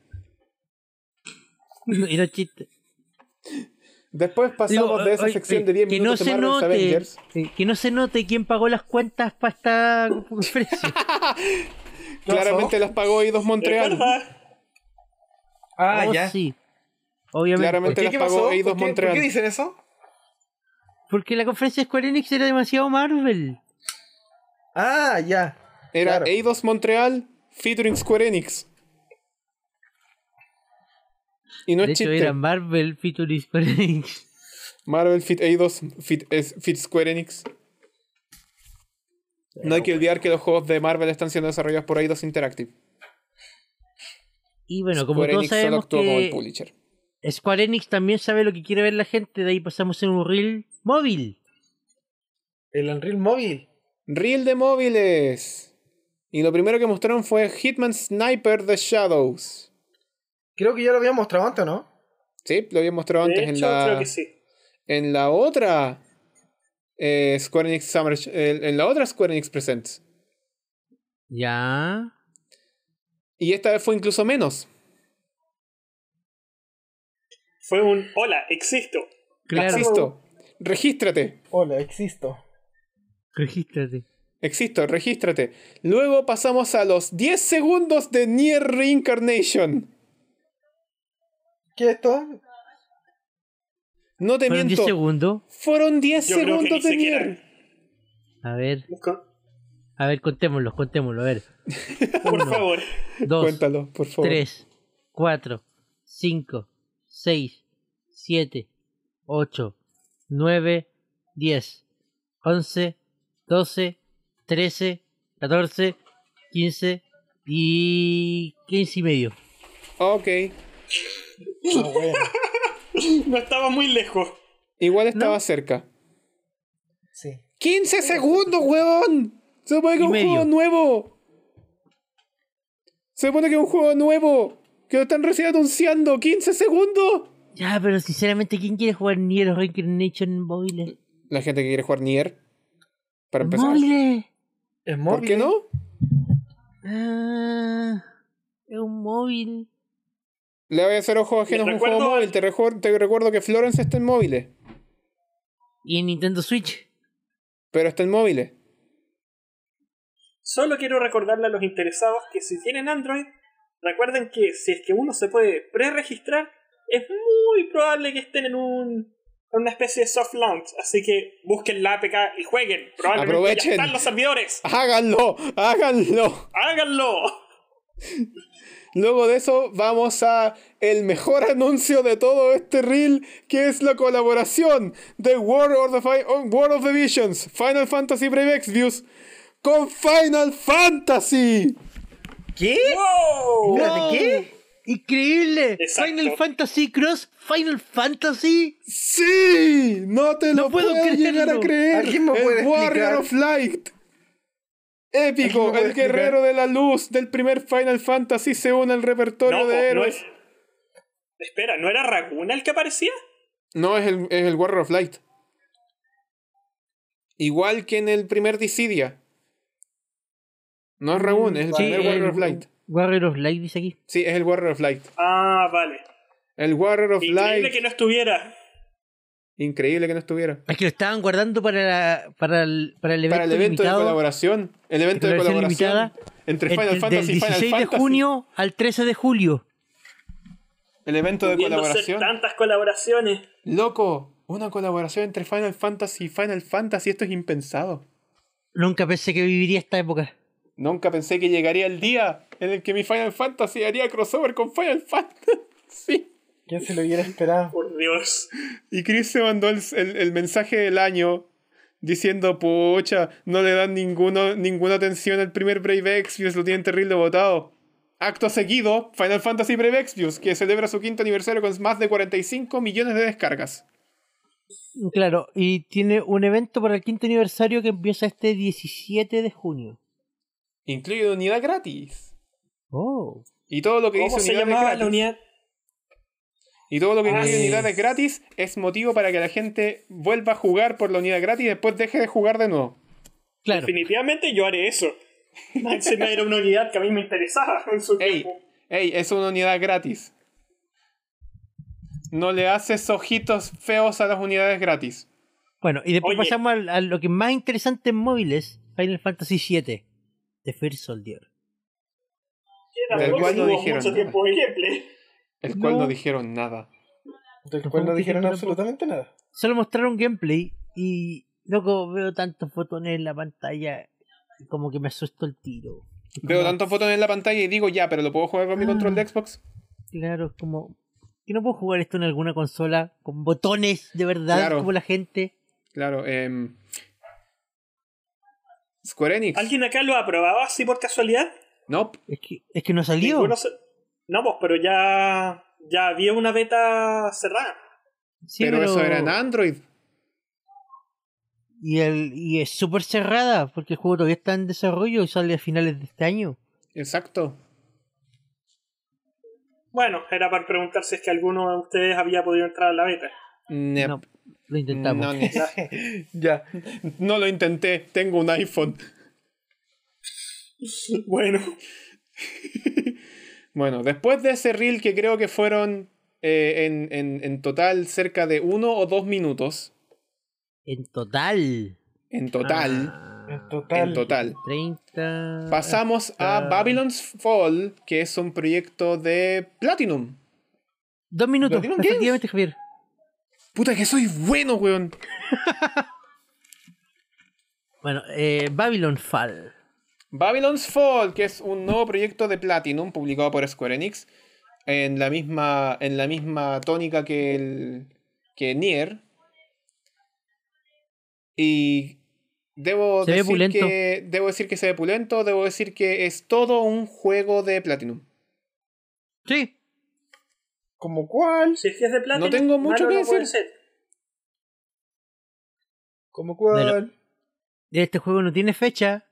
A: y no chiste.
B: Después pasamos
A: Digo,
B: de esa
A: oye,
B: sección
A: oye,
B: de 10
A: que no
B: minutos de
A: se
B: Marvel's
A: note,
B: Avengers.
A: eh, Que no se note quién pagó las cuentas para
B: [LAUGHS]
A: esta conferencia.
B: Claramente las pagó Eidos Montreal.
C: Recuerda,
D: Ah,
A: Oh,
D: ya.
A: sí. Obviamente.
B: Claramente.
D: ¿Qué,
B: las
D: ¿Qué
B: pagó
D: pasó?
B: Eidos
D: ¿Por qué,
B: Montreal.
D: ¿Por qué dicen eso?
A: Porque la conferencia de Square Enix era demasiado Marvel.
D: Ah, ya.
B: Era
D: Claro.
B: Eidos Montreal featuring Square Enix. Y no
A: de
B: es
A: hecho,
B: chiste.
A: era Marvel featuring Square Enix.
B: Marvel Fit Eidos Fit, es- Fit Square Enix. No hay que olvidar que los juegos de Marvel están siendo desarrollados por Eidos Interactive.
A: Y bueno, como
B: Square
A: todos
B: Enix solo
A: sabemos
B: actuó como el
A: que
B: publisher.
A: Square Enix también sabe lo que quiere ver la gente, de ahí pasamos en un reel móvil.
D: El Unreal Móvil.
B: Reel de móviles. Y lo primero que mostraron fue Hitman Sniper The Shadows.
D: Creo que ya lo había mostrado antes, ¿no?
B: Sí, lo había mostrado
C: de
B: antes en
C: hecho,
B: la.
C: creo que sí.
B: En la otra eh, Square Enix Summer. en- en la otra Square Enix Presents.
A: Ya.
B: Y esta vez fue incluso menos.
C: Fue un hola, existo.
A: Claro,
D: Así-
B: Existo. Regístrate.
D: Hola, existo.
A: regístrate.
B: Existo, regístrate. Luego pasamos a los 10 segundos de Nier Reincarnation.
D: ¿Qué es esto?
B: No te
A: Fueron 10
B: miento.
A: segundos.
B: Fueron 10
C: Yo creo que
B: segundos
C: ni
B: de
C: siquiera-
B: Nier.
A: A ver,
C: Busca-
A: a ver, contémoslo, contémoslo. A
B: [LAUGHS]
A: ver.
C: Por favor.
A: 2,
B: Cuéntalo, por favor.
A: 3, 4, 5, 6, 7, 8, 9, 10, 11, 12, 13, 14, 15 y 15 y medio.
B: Ok.
D: Ah, bueno.
C: No estaba muy lejos.
B: Igual estaba cerca.
D: Sí.
B: 15 segundos, huevón. Se supone que
A: Y
B: es un
A: medio.
B: juego nuevo. Se supone que es un juego nuevo. Que lo están recién anunciando. 15 segundos.
A: Ya, pero sinceramente, ¿quién quiere jugar Nier o Reincarnation en móviles?
B: La gente que quiere jugar Nier. Para empezar.
A: ¿Móviles?
D: Es móvil.
B: ¿Por qué no?
A: Ah, es un móvil.
B: Le voy a hacer ojos ajenos a
C: Les
B: un juego
C: recuerdo-
B: móvil. Te, rejo- te recuerdo que Florence está en móviles.
A: ¿Y en Nintendo Switch?
B: Pero está en móviles.
C: Solo quiero recordarle a los interesados que si tienen Android, recuerden que si es que uno se puede preregistrar, es muy probable que estén en un en una especie de soft launch, así que busquen la APK y jueguen. Probablemente
B: Aprovechen.
C: ya están
B: [LAUGHS]
C: los servidores.
B: ¡Háganlo! ¡Háganlo!
C: Háganlo.
B: Luego de eso vamos a el mejor [LAUGHS] anuncio de todo este reel, que es la colaboración de World of the, Fi- oh, World of the Visions, Final Fantasy Brave Exvius, con Final Fantasy.
D: ¿Qué?
C: ¡Wow!
D: Espérate, ¿qué?
A: ¡Increíble!
C: Exacto.
A: Final Fantasy Cross, Final Fantasy.
B: Sí, no te
A: No
B: lo
A: puedo
B: puedo, llegar
A: creerlo.
B: a creer.
D: ¿Alguien me
B: el
D: puede
B: Warrior
D: explicar?
B: of Light.
D: ¿Alguien me
B: Épico,
D: puede
B: el guerrero
D: explicar?
B: de la luz del primer Final Fantasy se une al repertorio
C: No, po,
B: de
C: no
B: héroes.
C: es- Espera, ¿no era Raguna el que aparecía?
B: No, es el, es el Warrior of Light. Igual que en el primer Dissidia. No es Raúl, es el
A: Sí,
B: primer Warrior of Light.
A: Warrior of Light dice aquí.
B: Sí, es el Warrior of Light.
C: Ah, vale.
B: El Warrior of
C: Increíble
B: Light.
C: que no estuviera.
B: Increíble que no estuviera.
A: Es que lo estaban guardando para, la- para, el, para el evento
B: Para el evento
A: limitado,
B: de colaboración. El evento de
A: Colaboración
B: colaboración. Entre
A: entre-
B: Final
A: del
B: Fantasy y
A: 16
B: Final
A: de
B: Fantasy.
A: junio al 13 de julio.
B: El evento de
C: Pudiendo hacer
B: colaboración.
C: tantas colaboraciones.
B: Loco, una colaboración entre Final Fantasy y Final Fantasy. Esto es impensado.
A: Nunca pensé que viviría esta época.
B: Nunca pensé que llegaría el día en el que mi Final Fantasy haría crossover con Final Fantasy. [LAUGHS]
D: ¿Quién se lo hubiera esperado?
C: Por Dios.
B: Y Chris se mandó el, el- el mensaje del año diciendo, pucha, no le dan ninguno, ninguna atención al primer Brave Exvius, lo tienen terrible votado. Acto seguido, Final Fantasy Brave Exvius, que celebra su quinto aniversario con más de 45 millones de descargas.
A: Claro, y tiene un evento para el quinto aniversario que empieza este 17 de junio.
B: Incluye una unidad gratis.
A: Oh.
B: Y todo lo que
C: ¿Cómo
B: dice
C: se
B: unidades
C: llamaba la
B: gratis-
C: unidad?
B: Y todo lo que
C: Ah,
B: incluye
C: sí.
B: unidades gratis es motivo para que la gente vuelva a jugar por la unidad gratis y después deje de jugar de nuevo.
A: Claro.
C: Definitivamente yo haré eso. [LAUGHS] Encima era una unidad que a mí me interesaba en su
B: Ey,
C: tiempo.
B: ey, es una unidad gratis. No le haces ojitos feos a las unidades gratis.
A: Bueno, y después
C: Oye.
A: pasamos al- a, lo que más interesante en móviles, Final Fantasy VII, The First Soldier.
C: Era
B: del
C: poco,
B: cual no
C: tuvo
B: dijeron
C: mucho
B: nada.
C: tiempo de gameplay.
B: El cual
A: No.
B: no dijeron nada.
D: Del cual no dijeron absolutamente nada.
A: Solo mostraron gameplay y, loco, veo tantos fotones en la pantalla y como que me asustó el tiro. Y
B: Veo
A: como-
B: tantos fotos en la pantalla y digo, ya, pero ¿lo puedo jugar con mi
A: Ah.
B: control de Xbox?
A: Claro, es como... ¿Que no puedo jugar esto en alguna consola con botones de verdad
B: Claro.
A: como la gente?
B: Claro, em, Square Enix.
C: ¿Alguien acá lo ha probado así por casualidad?
B: Nope.
A: Es que, es que no salió.
C: Ninguno se- No, pues, pero ya, ya había una beta cerrada.
A: Sí,
B: pero, eso era en Android.
A: Y, el, y es súper cerrada porque el juego todavía está en desarrollo y sale a finales de este año.
B: Exacto.
C: Bueno, era para preguntar si es que alguno de ustedes había podido entrar a la beta. [LAUGHS]
B: Nep.
A: No, lo
B: No,
A: intentamos.
B: ne-
D: Ya.
B: no lo intenté, tengo un iPhone.
C: Bueno,
B: Bueno, después de ese reel que creo que fueron eh, en, en- en total cerca de uno o dos minutos,
A: En total.
B: en total,
A: Ah,
D: En total.
B: En total.
A: 30.
B: pasamos a
A: Ah.
B: Babylon's Fall, que es un proyecto de Platinum.
A: Dos minutos.
D: ¿Platinum Games?
A: Efectivamente, Javier.
B: Puta que soy bueno, weón.
A: Bueno, eh, Babylon Fall.
B: Babylon's Fall, que es un nuevo proyecto de Platinum publicado por Square Enix, en la misma, en la misma tónica que el que Nier. Y debo
A: Se ve
B: decir
A: pulento.
B: que debo decir que se ve pulento, debo decir que es todo un juego de Platinum.
A: Sí.
D: ¿Como cuál?
C: si es que es de plata,
B: No tengo mucho que decir.
D: ¿Como cuál?
A: Este juego no tiene fecha.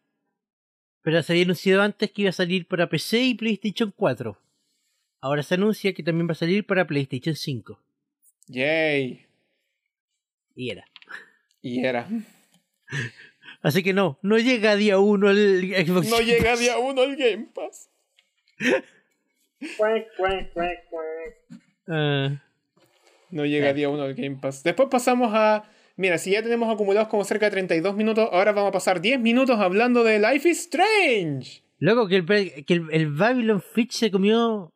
A: Pero se había anunciado antes que iba a salir para PC y PlayStation 4. Ahora se anuncia que también va a salir para PlayStation 5.
B: Yay.
A: Y era.
B: Y era.
A: [LAUGHS] Así que no, no llega día 1 el Xbox.
B: No llega día uno el Game Pass.
A: [LAUGHS] Ah,
B: No llega
A: Eh.
B: día uno el Game Pass. Después pasamos a. Mira, si ya tenemos acumulados como cerca de 32 minutos, ahora vamos a pasar 10 minutos hablando de Life is Strange.
A: Loco, que el, que el, el Babylon Fitch se comió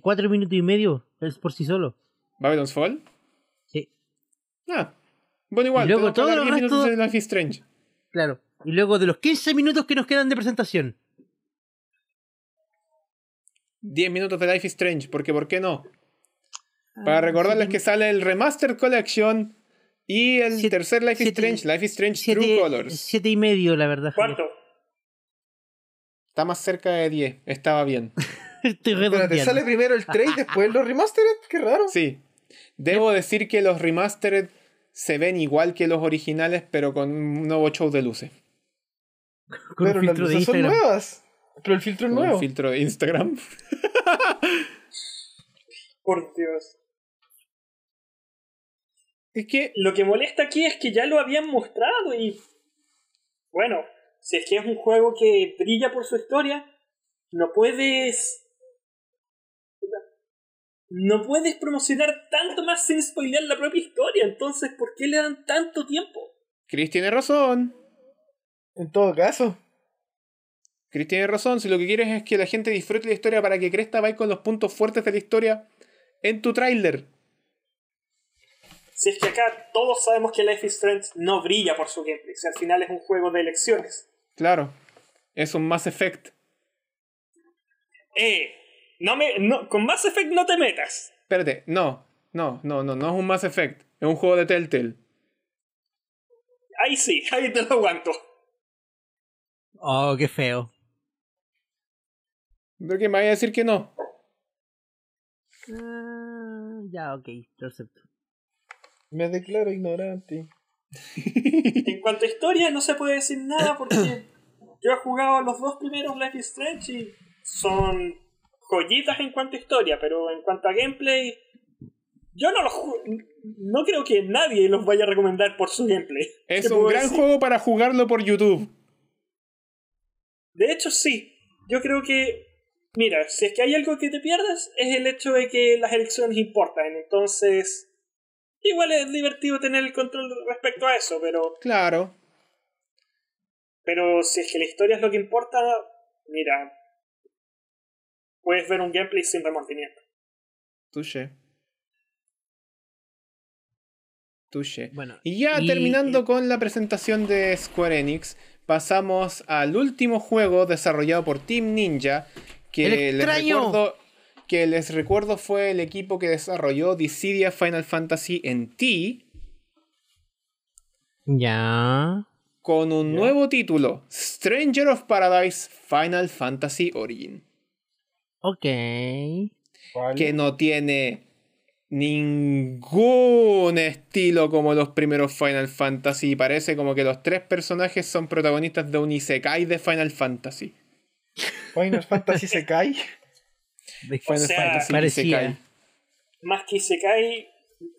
A: 4 minutos y medio es por sí solo.
B: ¿Babylon's Fall?
A: Sí.
B: Ah. Bueno, igual,
A: Y luego
B: tenemos que
A: todo
B: hablar
A: lo
B: 10 minutos
A: resto-
B: de Life is Strange.
A: Claro. Y luego de los 15 minutos que nos quedan de presentación.
B: 10 minutos de Life is Strange, porque ¿por qué no?
A: Ah,
B: Para recordarles que sale el Remastered Collection y el
A: Siete-
B: tercer Life is
A: siete-
B: Strange, Life is Strange True
A: siete,
B: Colors.
A: siete y medio, la verdad. Javier.
C: Cuarto.
B: Está más cerca de 10, estaba bien.
A: [LAUGHS] Estoy
D: Espérate,
A: redondeando.
D: sale primero el 3 después los remastered. Qué raro.
B: Sí. Debo decir que los remastered se ven igual que los originales, pero con un nuevo show de luces.
A: Con un
D: pero las
A: filtro de
D: luces son
A: Instagram.
D: nuevas. Pero el filtro es
B: Con un
D: nuevo.
B: filtro de Instagram.
C: Por Dios.
B: Es que
C: Lo que molesta aquí es que ya lo habían mostrado y. Bueno, si es que es un juego que brilla por su historia, no puedes. No puedes promocionar tanto más sin spoilear la propia historia, entonces, ¿por qué le dan tanto tiempo?
B: Chris tiene razón.
D: En todo caso.
B: Chris tiene razón. Si lo que quieres es que la gente disfrute la historia para que Cresta vaya con los puntos fuertes de la historia en tu tráiler.
C: Si es que acá todos sabemos que Life is Strange no brilla por su gameplay, si al final es un juego de elecciones.
B: Claro. Es un Mass Effect.
C: Eh, no me, no, con Mass Effect no te metas.
B: Espérate, no. No, no, no, no es un Mass Effect. Es un juego de Telltale.
C: Ahí sí, ahí te lo aguanto.
A: Oh, qué feo.
B: Creo que me vaya a decir que no.
A: Ah, ya, ok, lo acepto.
D: Me declaro ignorante.
C: En cuanto a historia, no se puede decir nada porque yo he jugado los dos primeros Life is Strange y son joyitas en cuanto a historia, pero en cuanto a gameplay, yo no los ju- No creo que nadie los vaya a recomendar por su gameplay.
B: Es
C: ¿Qué
B: un
C: puedo
B: gran
C: decir?
B: juego para jugarlo por YouTube.
C: De hecho, sí. Yo creo que. Mira, si es que hay algo que te pierdas, es el hecho de que las elecciones importan. Entonces. Igual es divertido tener el control respecto a eso, pero.
B: Claro.
C: Pero si es que la historia es lo que importa, mira. Puedes ver un gameplay sin remordimiento.
B: Touché. Touché.
A: Bueno,
B: Y ya
A: y- eh,
B: terminando con la presentación de Square Enix, pasamos al último juego desarrollado por Team Ninja,
A: ¡El
B: que les
A: extraño!
B: recuerdo que les recuerdo fue el equipo que desarrolló Dissidia Final Fantasy en T
A: eh, Ya.
B: con un nuevo título, Stranger of Paradise Final Fantasy Origin,
A: Ok.
B: que no tiene ningún estilo como los primeros Final Fantasy y parece como que los tres personajes son protagonistas de un isekai de Final Fantasy.
D: Final Fantasy se cae.
B: Final
C: sea,
B: Fantasy
A: Ah, parecía.
B: Isekai.
C: Más que se cae,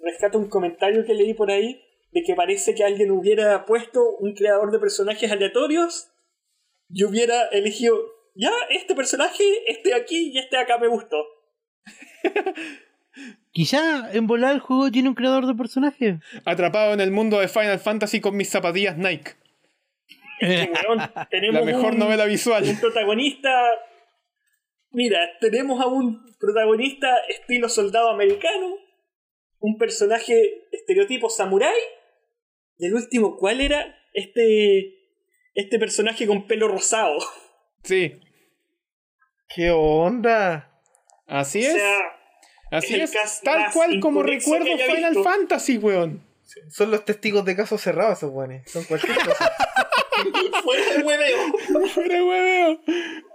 C: rescato un comentario que leí por ahí de que parece que alguien hubiera puesto un creador de personajes aleatorios y hubiera elegido. Ya, este personaje, este aquí y este acá
B: [LAUGHS]
C: me gustó.
A: Quizá en volar el juego tiene un creador de [LAUGHS] personaje.
B: Atrapado en el mundo de Final Fantasy con mis zapatillas Nike.
C: Que, weón, tenemos
B: La mejor
C: un-
B: novela
C: un [LAUGHS]
B: visual.
C: protagonista. Mira, tenemos a un protagonista estilo soldado americano, un personaje estereotipo samurái, y el último, ¿cuál era? Este. Este personaje con pelo rosado.
B: Sí.
D: ¿Qué onda?
B: Así
C: O
B: es.
C: sea,
B: Así
C: es el
B: es.
C: cast
B: Tal
C: más
B: cual como
C: inconexo
B: recuerdo
C: que haya
B: Final
C: visto.
B: Fantasy,
C: [LAUGHS]
B: weón.
D: Son los testigos de casos cerrados, esos buenos. Son cualquier cosa.
C: fuera de hueveo.
D: [LAUGHS]
B: Fuera de hueveo.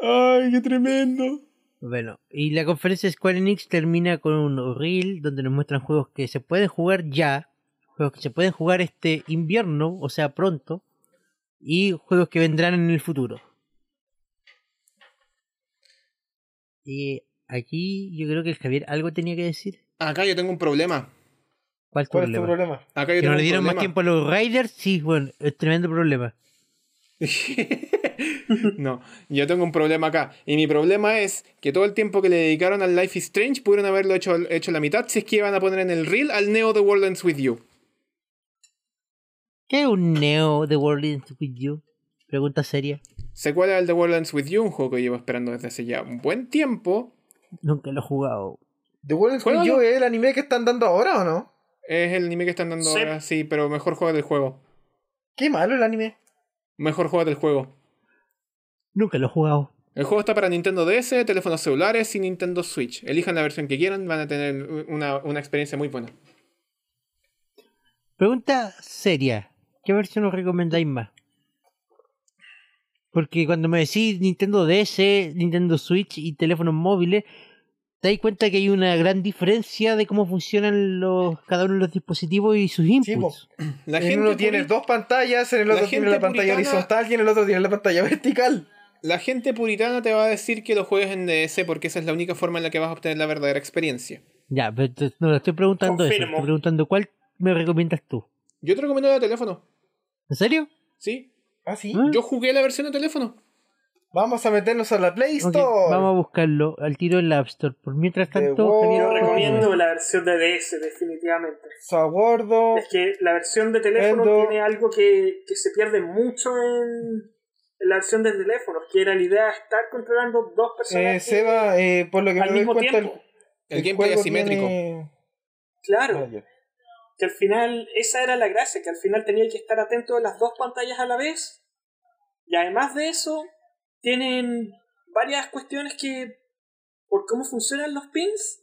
B: Ay, qué tremendo.
A: Bueno, y la conferencia de Square Enix termina con un reel donde nos muestran juegos que se pueden jugar ya, juegos que se pueden jugar este invierno, o sea, pronto, y juegos que vendrán en el futuro. Y aquí yo creo que el Javier algo tenía que decir.
B: Acá yo tengo un problema.
A: ¿Cuál,
D: ¿Cuál es tu
A: problema?
D: problema?
B: Acá yo
A: Que no
B: tengo
A: le
B: un
A: dieron más
B: problema.
A: tiempo a los Raiders, sí, bueno, es tremendo problema.
B: [LAUGHS] no, yo tengo un problema acá. Y mi problema es que todo el tiempo que le dedicaron al Life is Strange pudieron haberlo hecho, hecho la mitad si es que iban a poner en el reel al Neo The World Ends With You.
A: ¿Qué es un Neo The World Ends With You? Pregunta seria.
B: Secuela del The World Ends With You, un juego que llevo esperando desde hace ya un buen tiempo.
A: Nunca lo he jugado.
D: ¿The World is
B: Juégalo.
D: Yo es el anime que están dando ahora o no?
B: Es el anime que están dando
C: Sí.
B: ahora, sí, pero mejor juego del juego.
D: Qué malo el anime.
B: Mejor juego del juego.
A: Nunca lo he jugado.
B: El juego está para Nintendo DS, teléfonos celulares y Nintendo Switch. Elijan la versión que quieran, van a tener una, una experiencia muy buena.
A: Pregunta seria. ¿Qué versión os recomendáis más? Porque cuando me decís Nintendo DS, Nintendo Switch y teléfonos móviles, te das cuenta que hay una gran diferencia de cómo funcionan los, cada uno de los dispositivos y sus inputs.
B: La
D: en uno tiene
B: publica-
D: dos pantallas, en el
B: la
D: otro tiene
B: gente
D: la pantalla
B: puritana-
D: horizontal y en el otro tiene la pantalla vertical.
B: La gente puritana te va a decir que lo juegues en DS porque esa es la única forma en la que vas a obtener la verdadera experiencia.
A: Ya, pero te- no, estoy preguntando eso.
C: Confirmo.
A: Estoy preguntando cuál me recomiendas tú.
B: Yo te recomiendo la de teléfono,
A: ¿En serio?
B: ¿sí?
D: ¿Ah, sí?
A: ¿Eh?
B: Yo jugué la versión de teléfono.
D: Vamos a meternos a la Play
A: Ok,
D: Store.
A: vamos a buscarlo al tiro en la App Store. Por mientras tanto,
D: Word.
A: Javier,
C: Yo
D: Oh.
C: recomiendo la versión de DS, definitivamente.
D: Saguardo.
C: Es que la versión de teléfono
D: Endo.
C: tiene algo que, que se pierde mucho en, en la versión de teléfono, que era la idea de estar controlando dos
D: Eh,
C: personajes
D: Seba, eh, por lo que me
C: al
D: doy
C: mismo
D: cuenta,
C: tiempo.
D: el,
B: El,
D: el
B: gameplay
D: juego
B: asimétrico.
D: tiene-
C: Claro,
D: Ah, ya.
C: que al final esa era la gracia, que al final tenía que estar atento a las dos pantallas a la vez. Y además de eso, tienen varias cuestiones que, por cómo funcionan los pins,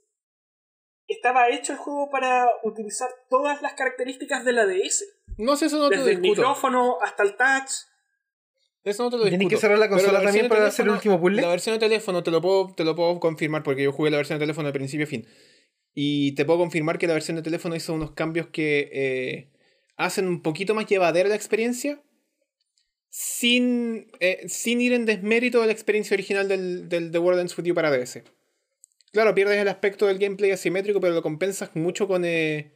C: estaba hecho el juego para utilizar todas las características de la DS.
B: No sé, eso no te lo
C: desde el
B: discuto.
C: micrófono hasta el touch.
B: Eso no te lo
D: Tienes
B: discuto.
D: que cerrar la
B: Pero
D: consola
B: versión
D: también
B: de
D: para hacer el último puzzle.
B: La versión de teléfono te lo puedo, te lo puedo confirmar porque yo jugué la versión de teléfono de principio a fin. Y te puedo confirmar que la versión de teléfono hizo unos cambios que eh, hacen un poquito más llevadera la experiencia. Sin, eh, sin ir en desmérito de la experiencia original del, del The World Ends With You para DS. Claro, pierdes el aspecto del gameplay asimétrico, pero lo compensas mucho con, eh,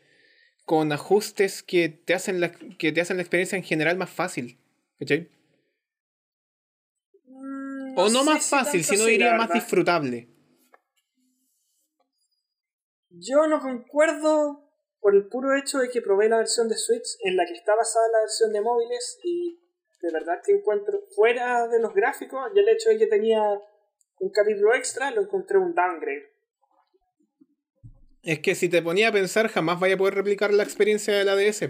B: con ajustes que te, hacen la, que te hacen la experiencia en general más fácil. ¿Cachai?
C: No
B: O no
C: Mm, sé
B: más
C: si
B: fácil,
C: tanto
B: sino
C: sí, la
B: diría más
C: verdad.
B: disfrutable.
C: Yo no concuerdo por el puro hecho de que probé la versión de Switch en la que está basada la versión de móviles y de verdad que encuentro fuera de los gráficos y el hecho de que tenía un capítulo extra lo encontré un downgrade.
B: Es que si te ponía a pensar, jamás vaya a poder replicar la experiencia de la DS.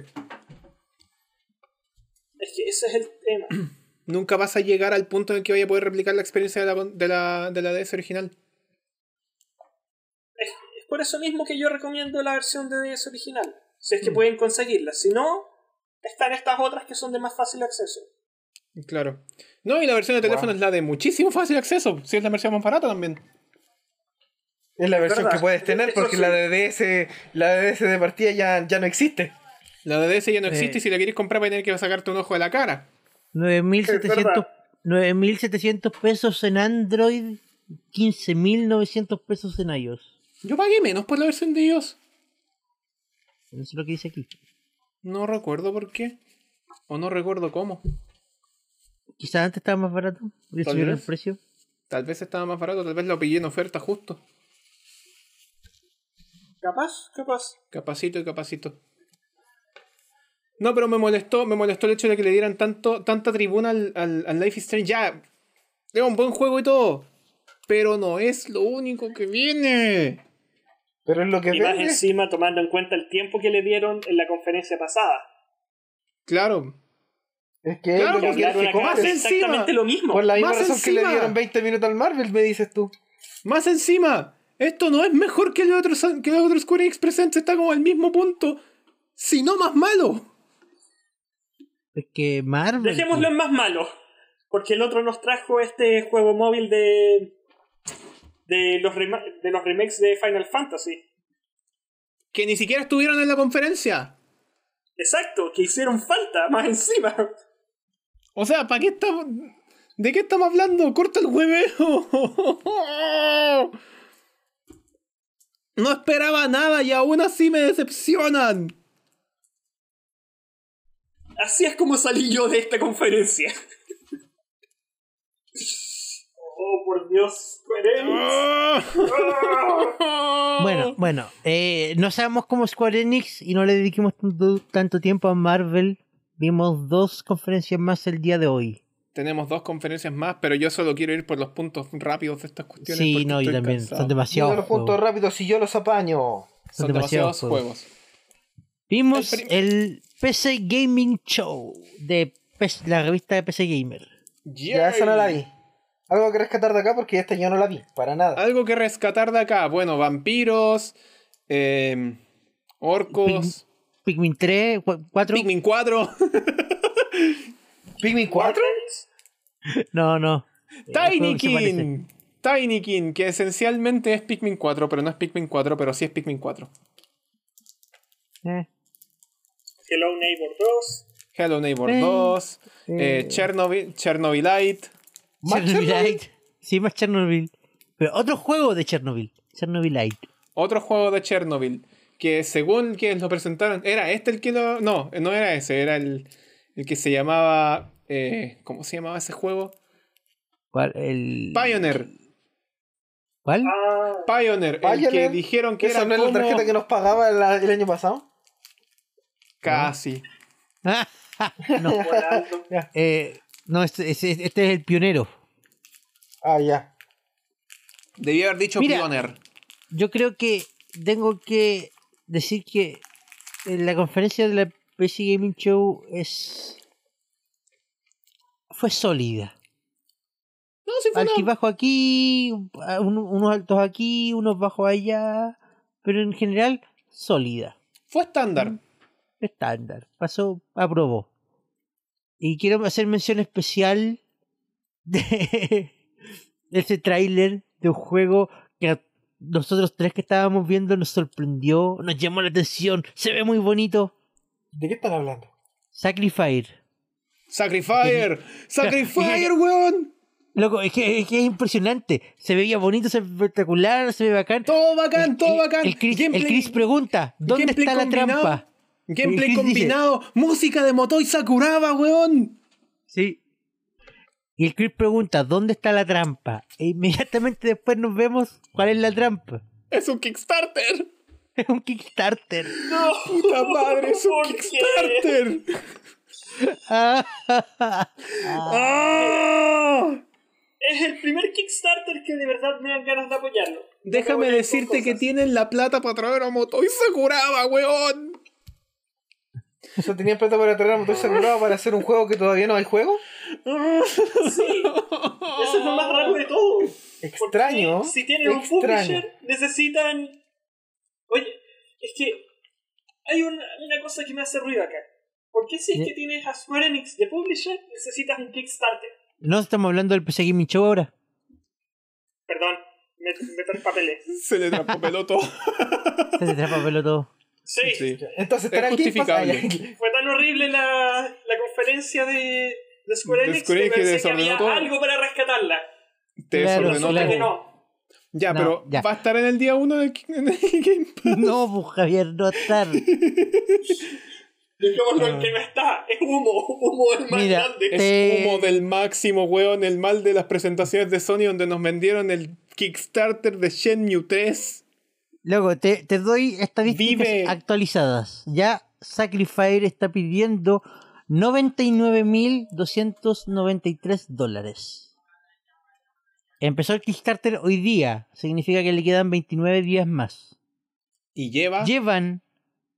C: Es que ese es el tema.
B: Nunca vas a llegar al punto en el que vaya a poder replicar la experiencia de la, de la, de la DS original.
C: Es, es por eso mismo que yo recomiendo la versión de DS original. Si es que pueden conseguirla. Si no, están estas otras que son de más fácil acceso.
B: Claro. No, y la versión de teléfono
D: Wow.
B: es la de muchísimo fácil acceso. Si es la versión más barata también.
D: Es la versión
C: verdad.
D: que puedes tener
C: Eso
D: porque
C: sí.
D: la de DS, la de DS de partida ya, ya no existe.
B: La de DS ya no
A: Sí.
B: existe y si la quieres comprar, vas a tener que sacarte un ojo de la cara.
A: 9.700
C: verdad.
A: 9.700 pesos en Android, 15.900 pesos en iOS.
B: Yo pagué menos por la versión de iOS.
A: Eso es lo que dice aquí.
B: No recuerdo por qué. O no recuerdo cómo.
A: Quizás antes estaba más barato, le
B: Tal
A: subieron el
B: vez.
A: precio.
B: Tal vez estaba más barato, tal vez lo pillé en oferta justo.
C: Capaz, capaz.
B: Capacito y capacito. No, pero me molestó, me molestó el hecho de que le dieran tanto, tanta tribuna al, al, al Life is Strange. Ya, es un buen juego y todo. Pero no es lo único que viene.
D: Pero es lo que
C: Y más
D: vende.
C: encima tomando en cuenta el tiempo que le dieron en la conferencia pasada.
B: Claro.
D: Es que
B: Claro,
D: es lo
B: porque
D: que
C: hablar
D: es
B: hablaron
C: una
D: que
B: acá
C: cara
B: más
D: comes.
C: de
B: encima.
C: exactamente lo mismo.
D: Por la misma
B: más
D: razón que le
B: encima.
D: dieron 20 minutos al Marvel, me dices tú.
B: Más encima, esto no es mejor que el otro, San- que el otro Square Enix Presents. Está como al mismo punto, si no más malo.
A: Es que Marvel.
C: Dejémoslo en más malo. Porque el otro nos trajo este juego móvil de. de los, rema- de los remakes de Final Fantasy.
B: Que ni siquiera estuvieron en la conferencia.
C: Exacto, que hicieron falta, más encima.
B: O sea, ¿para qué estamos... ¿De qué estamos hablando? ¡Corta el hueveo! No esperaba nada y aún así me decepcionan.
C: Así es como salí yo de esta conferencia. [LAUGHS] Oh, por Dios, Square Enix.
A: Bueno, bueno, eh, no sabemos cómo Square Enix y no le dediquemos tanto, tanto tiempo a Marvel. Vimos dos conferencias más el día de hoy.
B: Tenemos dos conferencias más, pero yo solo quiero ir por los puntos rápidos de estas cuestiones.
A: Sí,
B: porque
A: no, y
B: estoy
A: también
B: cansado.
A: son
D: Yo
A: demasiados.
D: los puntos
A: juegos.
D: rápidos y yo los apaño.
B: Son
A: demasiados
B: demasiados juegos.
A: Vimos
B: El prim-
A: el PC Gaming Show de PS la revista de PC Gamer.
D: Ya esa no la vi. Algo que rescatar de acá porque esta yo no la vi, para nada.
B: Algo que rescatar de acá. Bueno, vampiros, eh, orcos,
A: Pikmin 3, 4.
B: Pikmin 4,
D: ¿Pikmin 4?
A: No, no. Eh, juego
B: [LAUGHS] Tiny
A: que se parece.
B: King. Tiny King, que esencialmente es Pikmin 4, pero no es Pikmin 4, pero sí es Pikmin 4.
A: Eh,
C: Hello Neighbor 2.
B: Hello Neighbor
A: Eh,
B: 2,
A: eh.
B: eh, Chernobyl, Chernobylite.
D: ¿Más
A: Chernobylite. Sí, más Chernobyl. Pero otro juego de Chernobyl. Chernobylite.
B: Otro juego de Chernobyl. Que según quienes lo presentaron, era este el que lo. No, no era ese, era el, el que se llamaba. eh, ¿Cómo se llamaba ese juego?
A: ¿Cuál? El...
B: Pioneer.
A: ¿Cuál? [LAUGHS]
C: Ah,
B: Pioneer, el que
D: Pioneer.
B: dijeron que
D: ¿Esa
B: era
D: no es la
B: como...
D: tarjeta que nos pagaba la- el año pasado?
B: Casi.
A: Ah,
B: [LAUGHS]
A: no.
C: buen alto.
A: Eh, no, este, este- este es el pionero.
D: Ah, ya.
B: Debía haber dicho
A: Mira.
B: Pioneer.
A: Yo creo que tengo que decir que en la conferencia de la PC Gaming Show es. fue sólida.
B: No, sí fue una-
A: Aquí bajo aquí, un- unos altos aquí, unos bajos allá, pero en general sólida,
B: Fue estándar.
A: Mm. estándar. Pasó, aprobó. Y quiero hacer mención especial [LAUGHS] de ese tráiler de un juego que a nosotros tres que estábamos viendo nos sorprendió, nos llamó la atención, se ve muy bonito.
D: ¿De qué están hablando?
A: Sacrifier.
B: Sacrifier,
A: [LAUGHS]
B: Sacrifier, weón.
A: Loco, es que, es que es impresionante. Se veía bonito, se ve espectacular, se ve bacán.
B: Todo bacán, todo
A: El-
B: bacán.
A: El Chris,
B: Gameplay-
A: el Chris pregunta, ¿dónde
B: gameplay
A: está la
B: combinado.
A: trampa? El
B: Gameplay
A: Chris dice,
B: combinado, música de Motoi Sakuraba, weón.
A: Sí. Y el Chris pregunta, ¿dónde está la trampa? E inmediatamente después nos vemos cuál es la trampa. [LAUGHS]
B: Es un Kickstarter.
A: Es un Kickstarter.
C: [LAUGHS] No,
B: Puta madre, es un
C: ¿Por qué?
B: Kickstarter.
A: Ah,
B: ¡Ah!
C: Es el primer Kickstarter que de verdad me dan ganas de
B: [LAUGHS]
C: apoyarlo. No me voy
B: Déjame
C: a ir por
B: decirte que
C: cosas.
B: tienen la plata para traer a Motoi Sakuraba, weón.
D: O sea, tenían plata para traer a motor sagrado para hacer un juego que todavía no hay juego.
C: Sí, Ah. eso es lo más raro de todo. Porque
B: Oh,
D: Extraño.
C: Si tienen un
D: extraño.
C: publisher, necesitan. Oye, es que hay una, una cosa que me hace ruido acá. ¿Por qué si es que tienes a Square Enix de publisher, necesitas un Kickstarter?
A: no estamos hablando del PC Gaming Show ahora.
C: Perdón, me, me traes papeles.
B: Se le traspapeló todo.
A: Este Se te trapa pelo todo.
C: Sí,
B: Sí.
D: Entonces,
B: Es
D: ¿estará aquí?
B: justificable.
C: fue tan horrible la, la conferencia de, de Square
B: De
C: Enix
B: Square
C: que
B: Enix que
C: pensé que
B: desordenó
C: había
B: todo.
C: algo para rescatarla.
B: Te
A: Claro,
B: desordenó
C: Resulta
A: claro.
C: que
B: todo.
C: no.
B: Ya,
A: No,
B: pero
A: ya.
B: va a estar en el día uno del en el [LAUGHS] Game Pass.
A: No, pues, Javier, no estar.
C: Digámoslo en que no está, es humo, [LAUGHS] humo el más
A: Ah. Mira,
C: grande.
B: Es
A: Te-
B: humo del máximo, weón. El mal de las presentaciones de Sony donde nos vendieron el Kickstarter de Shenmue 3.
A: Luego, te, te doy estadísticas
B: Vive.
A: actualizadas. Ya Sacrifier está pidiendo 99.293 dólares. Empezó el Kickstarter hoy día, significa que le quedan 29 días más.
B: Y lleva
A: Llevan,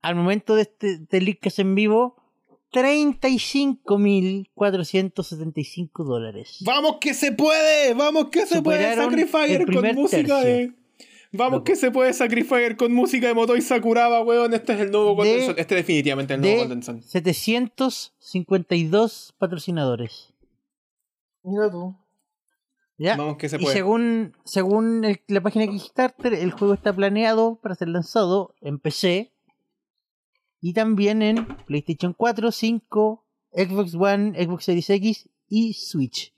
A: al momento de este de Leadcast en vivo, 35.475 dólares.
B: ¡Vamos que se puede! ¡Vamos que se puede!
A: Superaron
B: Sacrifier
A: el
B: con
A: primer
B: música de.
A: tercio.
B: Vamos
A: Loco.
B: que se puede Sacrifier con música de Motoi Sakuraba, weón. Este es el nuevo
A: De-
B: Golden Sun. Este definitivamente es el nuevo
A: De
B: Golden Sun.
A: 752 patrocinadores.
D: Mira tú.
A: ¿Ya?
B: Vamos que se
A: Y
B: puede.
A: según, según el- la página de Kickstarter, el juego está planeado para ser lanzado en PC y también en PlayStation 4, 5, Xbox One, Xbox Series X y Switch,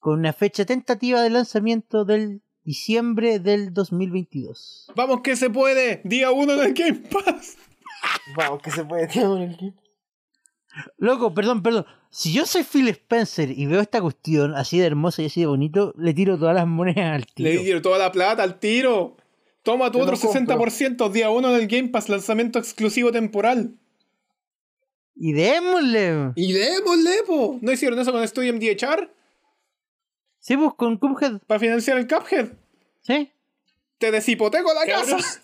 A: con una fecha tentativa de lanzamiento del diciembre del 2022.
B: ¡Vamos que se puede! Día uno del Game Pass.
D: Vamos, que se puede tirar el kit.
A: Loco, perdón, perdón. Si yo soy Phil Spencer y veo esta cuestión así de hermosa y así de bonito, le tiro todas las monedas al tío.
B: Le dieron toda la plata al tiro. Toma tu
D: Yo
B: otro
D: lo compro.
B: 60%. Día uno del Game Pass. Lanzamiento exclusivo temporal.
A: Y démosle.
B: Y démosle, po. ¿No hicieron eso con Studio MDHR?
A: Sí, pues con Cuphead,
B: Para financiar el Cuphead.
A: ¿sí?
B: Te deshipoteco la
C: Cabros.
B: casa.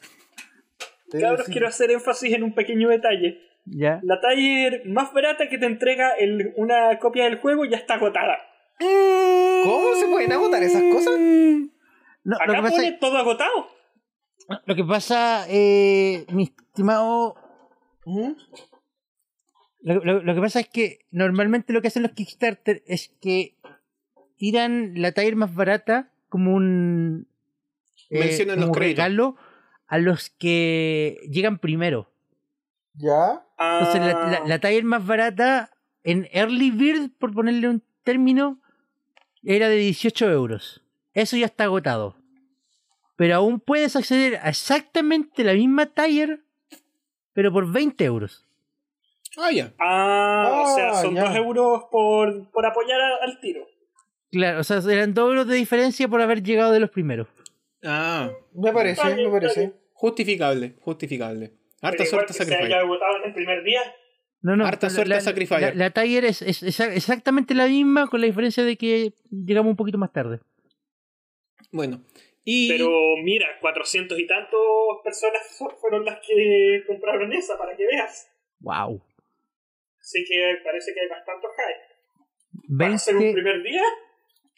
C: Cabros, quiero hacer énfasis en un pequeño detalle.
A: Ya.
C: La taller más barata que te entrega el- una copia del juego ya está agotada.
D: ¿Cómo se pueden agotar esas cosas?
B: Mm.
A: No, lo
C: Acá
A: que pasa
C: pone todo agotado.
A: Lo que pasa, eh, mi estimado.
D: ¿Mm?
A: Lo, lo- lo que pasa es que normalmente lo que hacen los Kickstarter es que tiran la tire más barata como un. eh,
B: Mencionan los
A: como un
B: créditos.
A: regalo a los que llegan primero.
D: Ya.
A: Entonces, la, la,
C: Ah,
A: la tire más barata en Early Bird, por ponerle un término, era de 18 euros. Eso ya está agotado. Pero aún puedes acceder a exactamente la misma tire, pero por 20 euros.
B: Ah, ya.
C: Ah, o sea,
D: Ah,
C: son
D: ya.
C: 2 euros por, por apoyar a- al tiro.
A: Claro, o sea, eran dos euros de diferencia por haber llegado de los primeros.
B: Ah.
D: Me parece,
C: Está bien,
D: me parece.
C: está
B: Justificable, justificable. Harta
C: Pero igual
B: suerte
C: que se haya
B: Sacrifier.
C: agotado en el primer día.
A: No, no,
B: Harta
A: la-
B: suerte
A: la,
B: Sacrifier.
A: La, la Tiger es, es- es exactamente la misma, con la diferencia de que llegamos un poquito más tarde.
B: Bueno. Y
C: Pero mira, 400 y tantos personas fu- fueron las que compraron esa, para que veas.
A: ¡Wow!
C: Así que parece que hay bastante hype. ¿Para hacer un
A: 20,
C: primer día?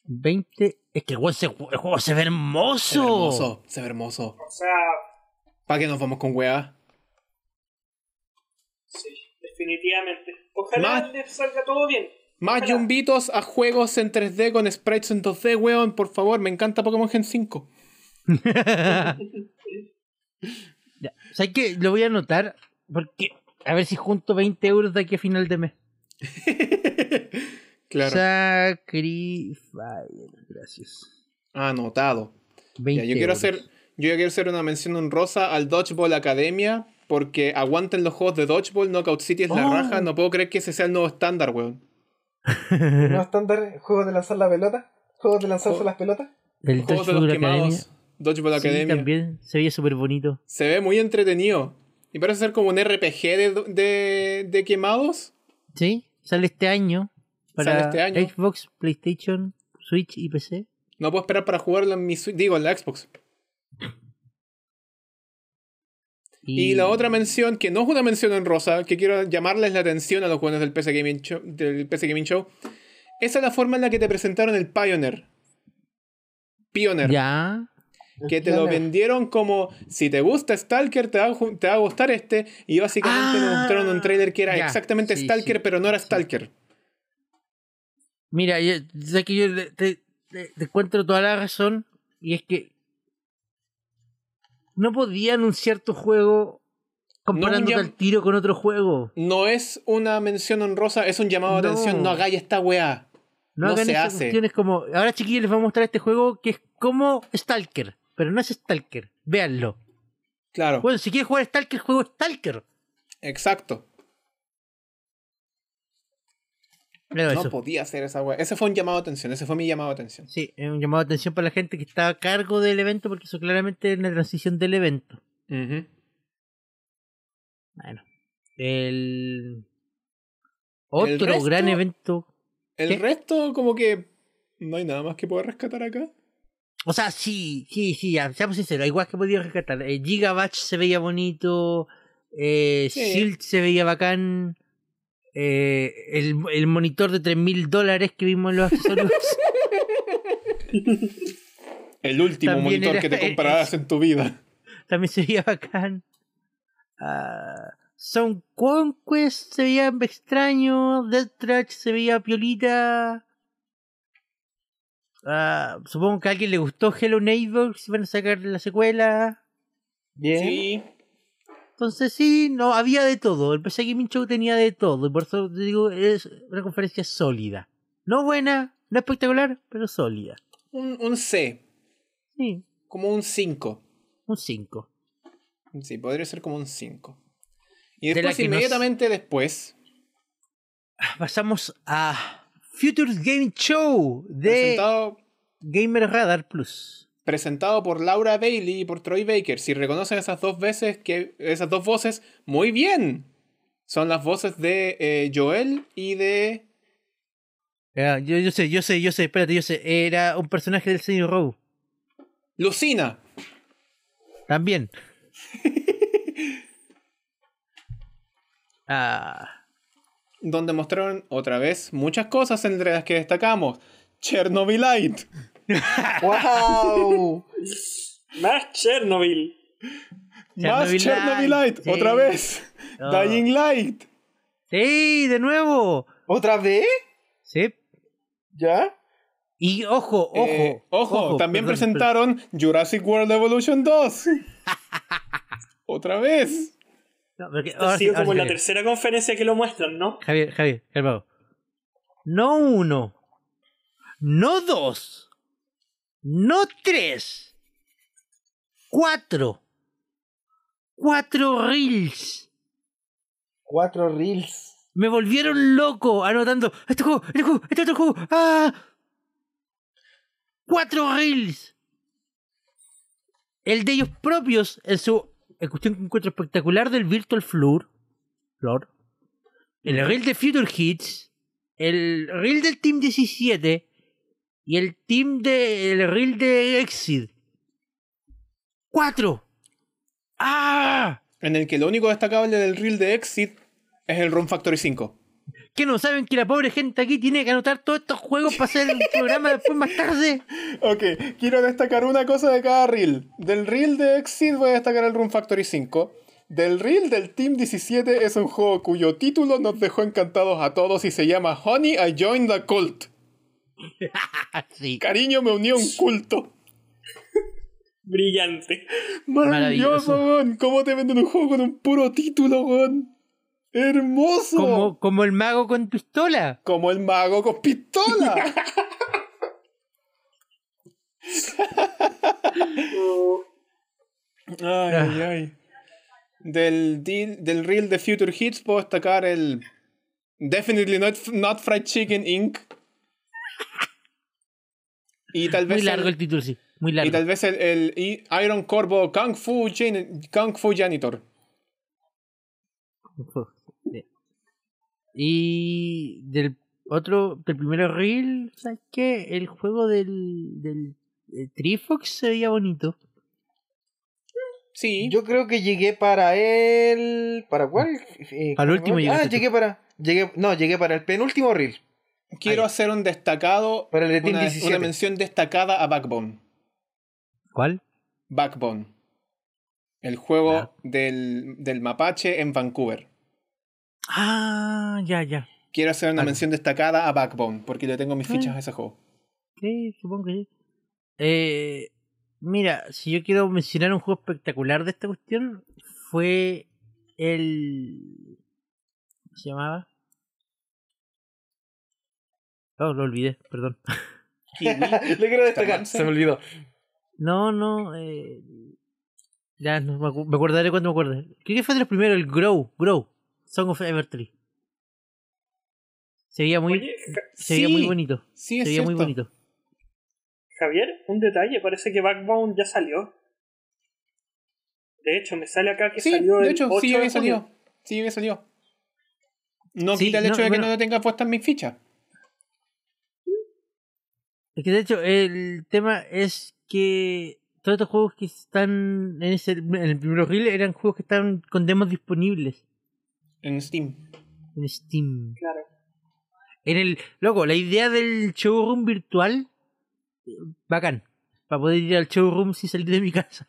A: 20. Es que el juego se, el juego se ve
B: se ve
A: hermoso.
B: hermoso, se ve hermoso.
C: O sea,
B: ¿Para qué nos vamos con weá?
C: Sí, definitivamente. Ojalá
B: Más-
C: les salga todo bien.
B: Más
C: Ojalá.
B: yumbitos a juegos en 3D con sprites en 2D, weón. Por favor, me encanta Pokémon Gen 5.
A: Ya, ¿Sabes qué? Lo voy a anotar porque a ver si junto 20 euros de aquí a final de mes.
B: claro.
A: Sacrifier, gracias.
B: Anotado. Ya,
A: 20
B: yo quiero
A: euros.
B: hacer yo quiero hacer una mención honrosa al Dodgeball Academia porque aguanten los juegos de Dodgeball, Knockout City es la
D: Oh.
B: raja, no puedo creer que ese sea el nuevo estándar, weón.
D: No estándar, juegos de lanzar la pelota, juegos de lanzarse
B: Juego-
D: las pelotas.
A: El
B: Juegos de
A: Dodgeball
B: los
A: Academia.
B: quemados. Dodgeball
A: Sí,
B: Academia.
A: también se veía súper bonito.
B: Se ve muy entretenido. Y parece ser como un RPG de, de, de quemados.
A: Sí, sale este año para
B: Sale este año.
A: Xbox, PlayStation, Switch y PC.
B: No puedo esperar para jugarlo en mi Switch- digo, en la Xbox. Y la otra mención, que no es una mención en rosa, que quiero llamarles la atención a los jugadores del PC Gaming Show, del PC Gaming Show. Esa es la forma en la que te presentaron el Pioneer. Pioneer.
A: Ya.
B: Que te lo vendieron como, si te gusta Stalker, te va, a ju- te va a gustar este. Y básicamente nos
A: Ah,
B: mostraron un trailer que era
A: ya.
B: exactamente
A: Sí,
B: Stalker,
A: sí.
B: pero no era Stalker.
A: Mira, yo, sé que yo le- te, te- te encuentro toda la razón y es que no podía anunciar tu juego comparándote
B: No, ya-
A: al tiro con otro juego.
B: No es una mención honrosa, es un llamado de
A: No.
B: atención. No hagáis esta weá.
A: No,
B: No
A: hagan
B: se
A: esas
B: hace.
A: cuestiones como. Ahora, chiquillos, les voy a mostrar este juego que es como Stalker, pero no es Stalker. Véanlo.
B: Claro,
A: Bueno, si quieres jugar Stalker, juego Stalker.
B: exacto.
A: Pero
B: No
A: eso.
B: podía hacer esa weá. Ese fue un llamado de atención, ese fue mi llamado de atención.
A: Sí, es un llamado de atención para la gente que está a cargo del evento, porque eso claramente es la transición del evento.
B: Ujú.
A: Bueno. El. Otro
B: resto-
A: gran evento.
B: El
A: ¿Qué?
B: resto, como que no hay nada más que poder rescatar acá.
A: O sea, sí, sí, sí, ya, seamos sinceros, igual que podía rescatar. Eh, Gigabatch se veía bonito, eh,
B: Sí.
A: Shield se veía bacán, eh, el, el monitor de 3 mil dólares que vimos en los
B: [LAUGHS]
A: accesorios.
B: El último
A: También
B: monitor
A: era-
B: que te comprarás en tu vida.
A: también se veía bacán. Ah, Sound Conquest se veía extraño. Death Trash se veía piolita. Ah, supongo que a alguien le gustó Hello Neighbors. Van a sacar la secuela.
D: Bien.
B: Sí.
A: Entonces, sí, no había de todo. El PC Gaming Show tenía de todo. Y por eso te digo, es una conferencia sólida. No buena, no espectacular, pero sólida.
B: Un, un C,
A: Sí,
B: como un 5.
A: un 5.
B: Sí, podría ser como un 5. Y
A: De la
B: después,
A: que nos-
B: inmediatamente después,
A: Pasamos a Future Gaming Show de.
B: presentado
A: Gamer Radar Plus.
B: presentado por Laura Bailey y por Troy Baker. Si reconocen esas dos veces que esas dos voces, muy bien. Son las voces de eh, Joel y de
A: Ya, yo, yo sé, yo sé, yo sé, espérate, yo sé. Era un personaje del señor Rowe.
B: Lucina. [LAUGHS]
A: También. ah,
B: donde mostraron otra vez muchas cosas entre las que destacamos. Chernobylite.
D: ¡Wow!
C: Más Chernobyl.
B: Más
A: Chernobylite,
B: Chernobylite.
A: sí.
B: Otra vez.
A: Oh.
B: Dying Light.
A: sí, de nuevo.
D: ¿Otra vez?
A: Sí.
D: ¿Ya?
A: Y ojo, ojo.
B: Eh, ojo, también
A: perdón,
B: presentaron Jurassic World Evolution
A: [LAUGHS]
B: 2. otra vez.
A: perdón. No, porque-
C: Ha
A: ahora sí,
C: sido
A: ahora
C: como
A: sí,
C: la
A: Javier.
C: tercera conferencia que lo muestran, ¿no?
A: Javier, Javier, calmado. No uno. No dos. No tres. Cuatro. Cuatro reels.
D: Cuatro reels.
A: Me volvieron loco anotando. Este juego, este juego, este otro juego. ¡Ah! Cuatro reels. El de ellos propios en su en cuestión que encuentro espectacular del Virtual Floor. Floor. El reel de Future Hits. El reel del Team 17. Y el team de. el reel de Exit. ¡Cuatro! ¡Ah!
B: En el que lo único destacable del reel de Exit es el Run Factory 5.
A: que no saben que la pobre gente aquí tiene que anotar todos estos juegos para hacer el programa después más tarde.
B: Ok, quiero destacar una cosa de cada reel. Del reel de Exit voy a destacar el Run Factory 5. Del reel del Team 17 es un juego cuyo título nos dejó encantados a todos y se llama Honey, I Joined the Cult.
A: Así.
B: Cariño, me uní a un culto.
C: brillante.
A: Maravilloso.
B: Maravilloso, weón. ¿Cómo te venden un juego con un puro título, weón? Hermoso.
A: Como, como el mago con pistola.
B: Como el mago con
A: [LAUGHS]
B: pistola.
C: Oh,
B: ay, ay, ay. Del, deal- del reel de Future Hits puedo destacar el Definitely Not, not Fried Chicken Inc. Y tal vez
A: Muy largo
B: el,
A: el título, sí. Muy
B: y tal
A: largo.
B: vez el, el I- Iron Corvo Kung Fu, Jan- Kung Fu Janitor.
A: [LAUGHS] Y del otro, del primero reel, ¿sabes qué? El juego del, del, eh, Trifox se veía bonito.
B: Sí.
D: Yo creo que llegué para el. ¿Para cuál?
A: Para el
D: Eh, ¿cuál?
A: último
D: Ah,
A: llegaste tú.
D: llegué para. Llegué, no, llegué para el penúltimo reel.
B: Quiero hacer un destacado,
D: Para el de Team
B: una,
D: 17.
B: una mención destacada a Backbone.
A: ¿Cuál?
B: Backbone. El juego
A: Ah.
B: del, del mapache en Vancouver.
A: Ah, ya, ya.
B: Quiero hacer una
A: Backbone.
B: mención destacada a Backbone, porque le tengo mis
A: Ah.
B: fichas a
A: [LAUGHS]
B: ese juego.
A: Sí, supongo que sí. Eh, mira, si yo quiero mencionar un juego espectacular de esta cuestión, fue el. ¿Cómo se llamaba? Oh, lo olvidé, perdón.
B: Kiwi.
D: [LAUGHS] Le quiero destacar.
B: Tamanse.
D: Se me olvidó.
A: No, no. Eh, ya, no me, acu- me acordaré cuando me acuerde. Creo que fue de los primeros, el Grow, Grow, Song of Evertree. Se veía muy,
C: Oye, Ja-
A: se veía muy
B: sí,
A: bonito.
B: Sí,
A: Se
B: es
A: veía muy
B: cierto.
A: bonito.
C: Javier, un detalle, parece que Backbone ya salió. De hecho, me sale acá que
B: Sí,
C: salió
B: de
C: el
B: hecho,
C: 8
B: sí
C: de
B: había
C: junio.
B: salido. Sí había salido. No
A: Sí,
B: quita el
A: no,
B: hecho de que
A: bueno.
B: no lo tenga puestas mis fichas.
A: Es que de hecho el tema es que todos estos juegos que están en, ese, en el primer reel eran juegos que estaban con demos disponibles
B: En Steam.
A: en Steam.
C: Claro. [LAUGHS]
A: En el, loco, la idea del showroom virtual, eh, bacán, para poder ir al showroom sin salir de mi [LAUGHS] casa.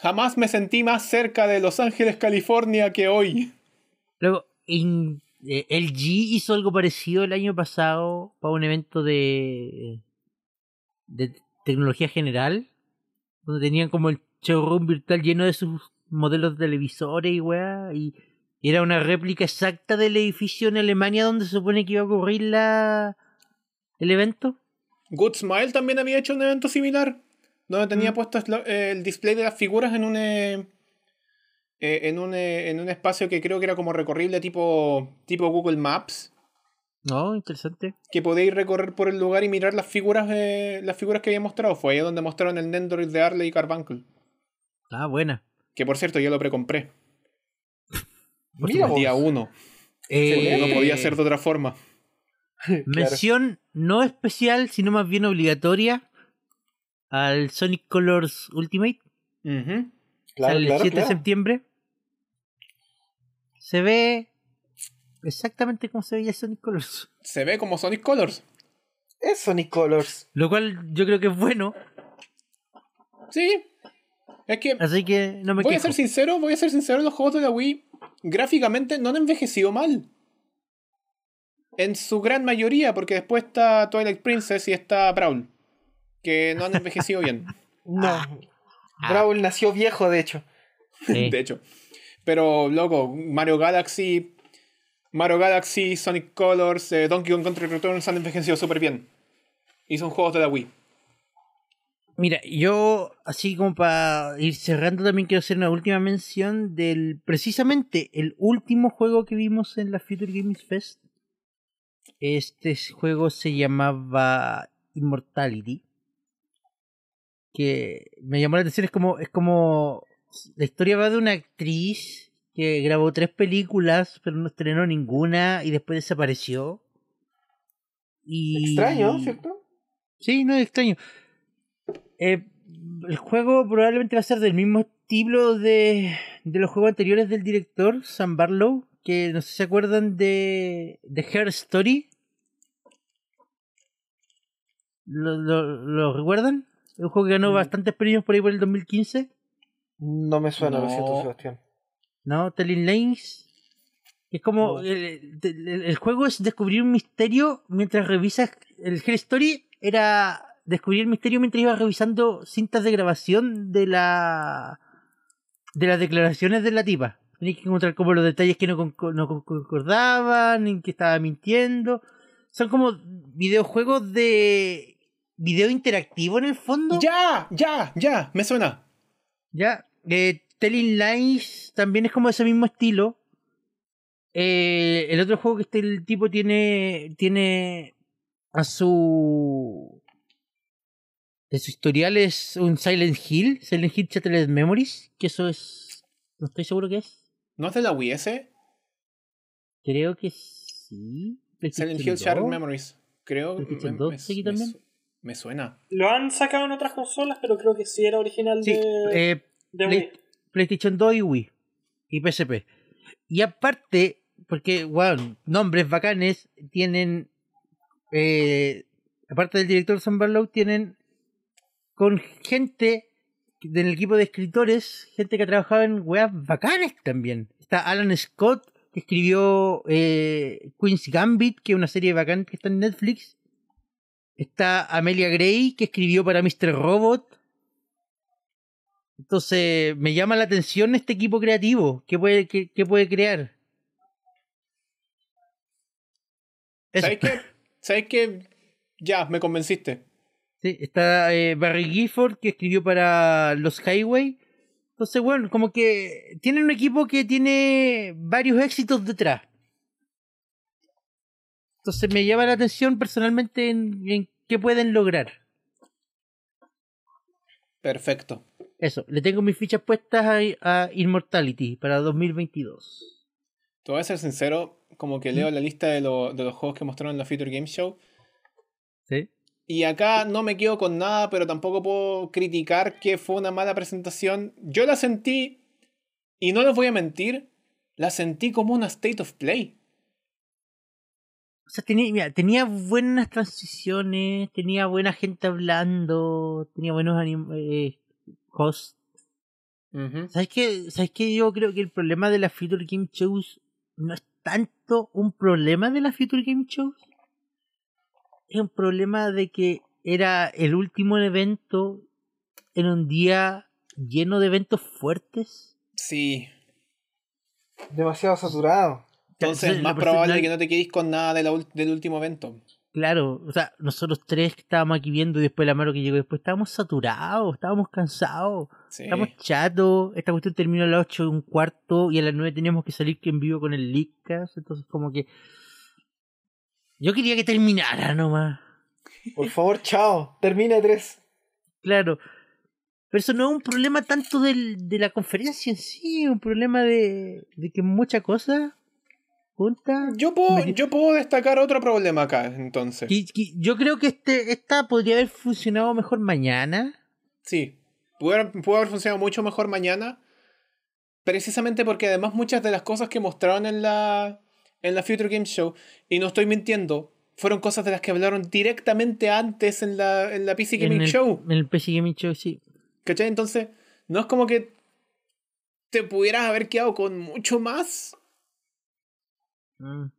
B: Jamás me sentí más cerca de Los Ángeles, California que hoy.
A: Luego, en, eh, LG hizo algo parecido el año pasado para un evento de, de tecnología general, donde tenían como el showroom virtual lleno de sus modelos de televisores y weá, y, y era una réplica exacta del edificio en Alemania donde se supone que iba a ocurrir la, el evento.
B: Good Smile también había hecho un evento similar, donde tenía
A: Mm.
B: puesto la- el display de las figuras en un, eh, eh, en, un eh, en un espacio que creo que era como recorrible tipo, tipo Google Maps,
A: No, interesante.
B: que podéis recorrer por el lugar y mirar las figuras eh, las figuras que había mostrado. Fue ahí donde mostraron el Nendoroid de Harley y Carbunkle,
A: Ah, buena.
B: que por cierto yo lo precompré
A: Por
D: Mira
A: supuesto. Eh,
D: vos.
B: día 1, porque no podía ser de otra forma.
A: Mención no especial, sino más bien obligatoria al Sonic Colors Ultimate.
B: Ujú.
D: Claro,
A: sale el
D: claro,
A: 7 de
D: claro.
A: septiembre. Se ve exactamente como se veía Sonic Colors. [LAUGHS]
B: Se ve como Sonic Colors.
D: Es Sonic Colors.
A: Lo cual yo creo que es bueno.
B: Sí, es que
A: Así que no me
B: voy a
A: quejo.
B: ser sincero, voy a ser sincero, los juegos de la Wii gráficamente no han envejecido mal. En su gran mayoría, porque después está Twilight Princess y está Brawl. Que no han envejecido bien,
D: No.
A: Ah,
D: Brawl nació viejo, de hecho.
A: [LAUGHS] Sí.
B: de hecho. Pero, loco, Mario Galaxy, Mario Galaxy, Sonic Colors, eh, Donkey Kong Country Returns han envejecido súper bien. Y son juegos de la Wii.
A: Mira, yo así como para ir cerrando también quiero hacer una última mención del precisamente el último juego que vimos en la Future Games Fest. Este juego se llamaba Immortality. Que me llamó la atención, es como, es como la historia va de una actriz que grabó tres películas, pero no estrenó ninguna y después desapareció. Y...
D: Extraño, ¿cierto?
A: Sí, no es extraño. Eh, el juego probablemente va a ser del mismo estilo de, de los juegos anteriores del director, Sam Barlow, que no sé si se acuerdan de, de Her Story. ¿Lo, lo, lo recuerdan? Un juego que ganó
D: Mm.
A: bastantes premios por ahí por el 2015.
D: No me suena, lo
B: No.
D: siento, Sebastián.
A: ¿no? Telling Lanes. Es como.
D: No.
A: El, el- el juego es descubrir un misterio mientras revisas. El Her Story era descubrí el misterio mientras iba revisando cintas de grabación de la de las declaraciones de la tipa. Tenía que encontrar como los detalles que no, conc- no conc- concordaban, en que estaba mintiendo. Son como videojuegos de video interactivo en el fondo.
B: Ya, ya, ya, me suena.
A: Ya, eh, Telling Lies también es como ese mismo estilo. Eh, el otro juego que este el tipo tiene tiene a su de su historial es un Silent Hill, Silent Hill Shattered Memories, que eso es no estoy seguro qué es.
B: ¿No es de la Wii S?
A: Creo que sí.
B: Silent
A: PlayStation
B: Hill Shattered
A: 2.
B: Memories. Creo
A: PlayStation 2 seguí también.
B: su- me suena.
C: Lo han sacado en otras consolas, pero creo que sí era original
A: Sí,
C: de,
A: eh,
C: de
A: Play-
C: Wii.
A: PlayStation 2 y Wii y PSP. Y aparte, porque, wow, nombres bacanes tienen. eh, aparte del director Sam Barlow, tienen con gente del equipo de escritores, gente que ha trabajado en weas bacanes también. Está Alan Scott, que escribió eh, Queen's Gambit, que es una serie bacán que está en Netflix. Está Amelia Gray, que escribió para Mr. Robot. Entonces, me llama la atención este equipo creativo. ¿Qué puede, qué, qué puede crear? Eso.
B: ¿Sabes qué? ¿Sabes qué? Ya, me convenciste.
A: Sí, está eh, Barry Gifford que escribió para Los Highway. Entonces, bueno, como que tienen un equipo que tiene varios éxitos detrás. Entonces me llama la atención personalmente en, en qué pueden lograr.
B: Perfecto.
A: Eso, le tengo mis fichas puestas a, a Immortality para 2022.
B: Te voy a ser sincero, como que leo la lista de, lo- de los juegos que mostraron en la Future Game Show.
A: ¿Sí?
B: Y acá no me quedo con nada, pero tampoco puedo criticar que fue una mala presentación. Yo la sentí, y no les voy a mentir, la sentí como una State of Play.
A: O sea, tenía, mira, tenía buenas transiciones, tenía buena gente hablando, tenía buenos anim- eh, hosts.
B: Ujú.
A: ¿Sabes qué? ¿Sabes qué? Yo creo que el problema de las Future Game Shows no es tanto un problema de las Future Game Shows. Es un problema de que era el último evento en un día lleno de eventos fuertes.
B: Sí.
D: Demasiado saturado.
B: Entonces es
A: la
B: más
A: persona-
B: probable que no te quedes con nada de la ul- del último evento.
A: Claro, o sea, nosotros tres que estábamos aquí viendo y después la mano que llegó después, estábamos saturados, estábamos cansados.
B: Sí.
A: Estamos chatos, esta cuestión terminó a las 8 y un cuarto y a las 9 teníamos que salir que en vivo con el Leadcast, entonces como que... Yo quería que terminara nomás,
D: Por favor, chao. Termina tres.
A: claro. Pero eso no es un problema tanto del, de la conferencia en sí, es un problema de, de que mucha cosa junta.
B: Yo puedo,
A: Me-
B: yo puedo destacar otro problema acá, entonces.
A: Que- que yo creo que este esta podría haber funcionado mejor mañana.
B: Sí. Pudo haber, pudo haber funcionado mucho mejor mañana. Precisamente porque además muchas de las cosas que mostraron en la, en la Future Game Show, y no estoy mintiendo, fueron cosas de las que hablaron directamente antes en la, en la PC Gaming
A: en el,
B: Show.
A: En el PC Gaming Show, sí.
B: ¿Cachai? Entonces, no es como que te pudieras haber quedado con mucho más.
A: Mm,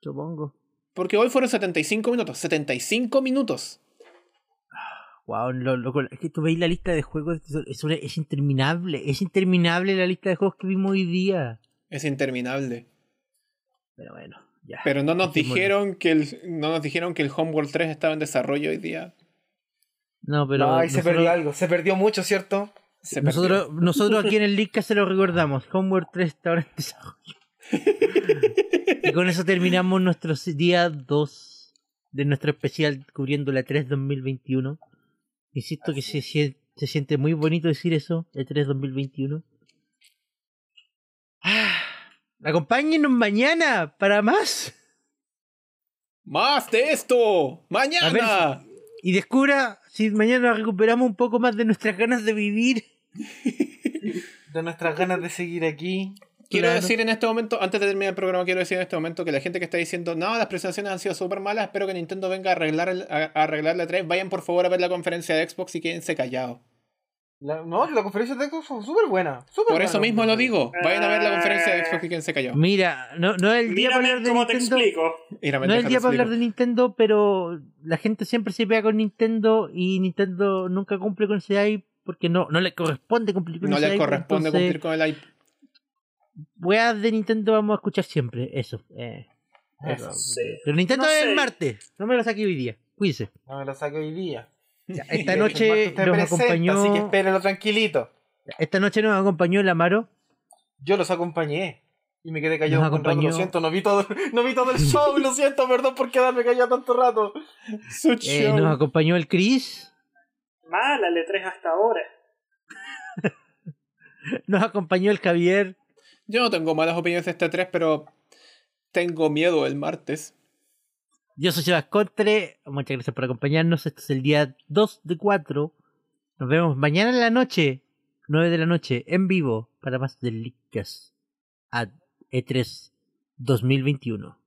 A: supongo.
B: Porque hoy fueron 75 minutos. 75 minutos.
A: Wow, lo, loco, es que tú veis la lista de juegos, es, es una- es interminable, es interminable la lista de juegos que vimos hoy día.
B: Es interminable.
A: Pero bueno, ya.
B: Pero no nos
A: Sí, bueno.
B: dijeron que el, no nos dijeron que el Homeworld 3 estaba en desarrollo hoy día.
A: no, pero
D: no, ahí se
A: nosotros,
D: perdió algo. Se perdió mucho, ¿cierto?
B: Se perdió.
A: nosotros, nosotros aquí en el Lizca se lo recordamos. Homeworld 3 está ahora en
C: [LAUGHS]
A: desarrollo. y con eso terminamos nuestro día 2 de nuestro especial cubriendo la 3 2021. Insisto que se, sien- se siente muy bonito decir eso, la 3 2021. Ah, acompáñenos mañana para más.
B: ¡Más de esto!
A: A
B: ¡Mañana!
A: y descubra si mañana recuperamos un poco más de nuestras ganas de vivir.
D: De nuestras ganas de seguir aquí.
B: Quiero
A: Claro.
B: decir en este momento, antes de terminar el programa, quiero decir en este momento que la gente que está diciendo, no, las presentaciones han sido súper malas, espero que Nintendo venga a arreglar, el- a, a arreglar la 3. Vayan por favor a ver la conferencia de Xbox y quédense callados.
D: La, no, la conferencia de Xbox fue súper buena. súper
B: Por eso
D: buena.
B: mismo lo digo. Vayan a ver la conferencia de Xbox y quien se cayó.
A: Mira, no, no es el día para
C: Mírame
A: hablar de
C: cómo te
A: Nintendo.
C: explico.
B: Mírame,
A: No es el
B: déjame
A: día para
B: explico.
A: hablar de Nintendo, pero la gente siempre se pega con Nintendo y Nintendo nunca cumple con ese hype porque no, no le corresponde cumplir con
B: No
A: ese
B: le
A: hype,
B: corresponde
A: entonces,
B: cumplir con el hype.
A: Weas de Nintendo vamos a escuchar siempre, eso. eh.
D: Eso,
A: Pero-
C: sí.
A: [LAUGHS] Pero Nintendo
C: No
A: es
C: sé.
A: el martes, no me lo saqué hoy día, cuídense.
D: No me la saqué hoy día.
A: Ya, Esta
D: Y de hecho, el
A: noche
D: martes te
A: nos
D: presenta, Así que
A: acompañó
D: espérenlo tranquilito.
A: esta noche nos acompañó el Amaro.
D: Yo los acompañé. Y me quedé callado
A: Nos
D: un rato, lo
A: acompañó.
D: siento, no vi todo, no vi todo
A: [LAUGHS]
D: el show, lo siento, perdón por quedarme callado tanto rato.
B: Su
A: eh,
B: show.
A: nos acompañó el Chris,
C: Mala el E3 hasta ahora.
A: nos acompañó el Javier,
B: Yo no tengo malas opiniones de este 3, pero tengo miedo el martes.
A: yo soy Sebas Contre, muchas gracias por acompañarnos, este es el día 2 de 4, nos vemos mañana en la noche, 9 de la noche, en E vivo, para más de Lickas a E3 2021.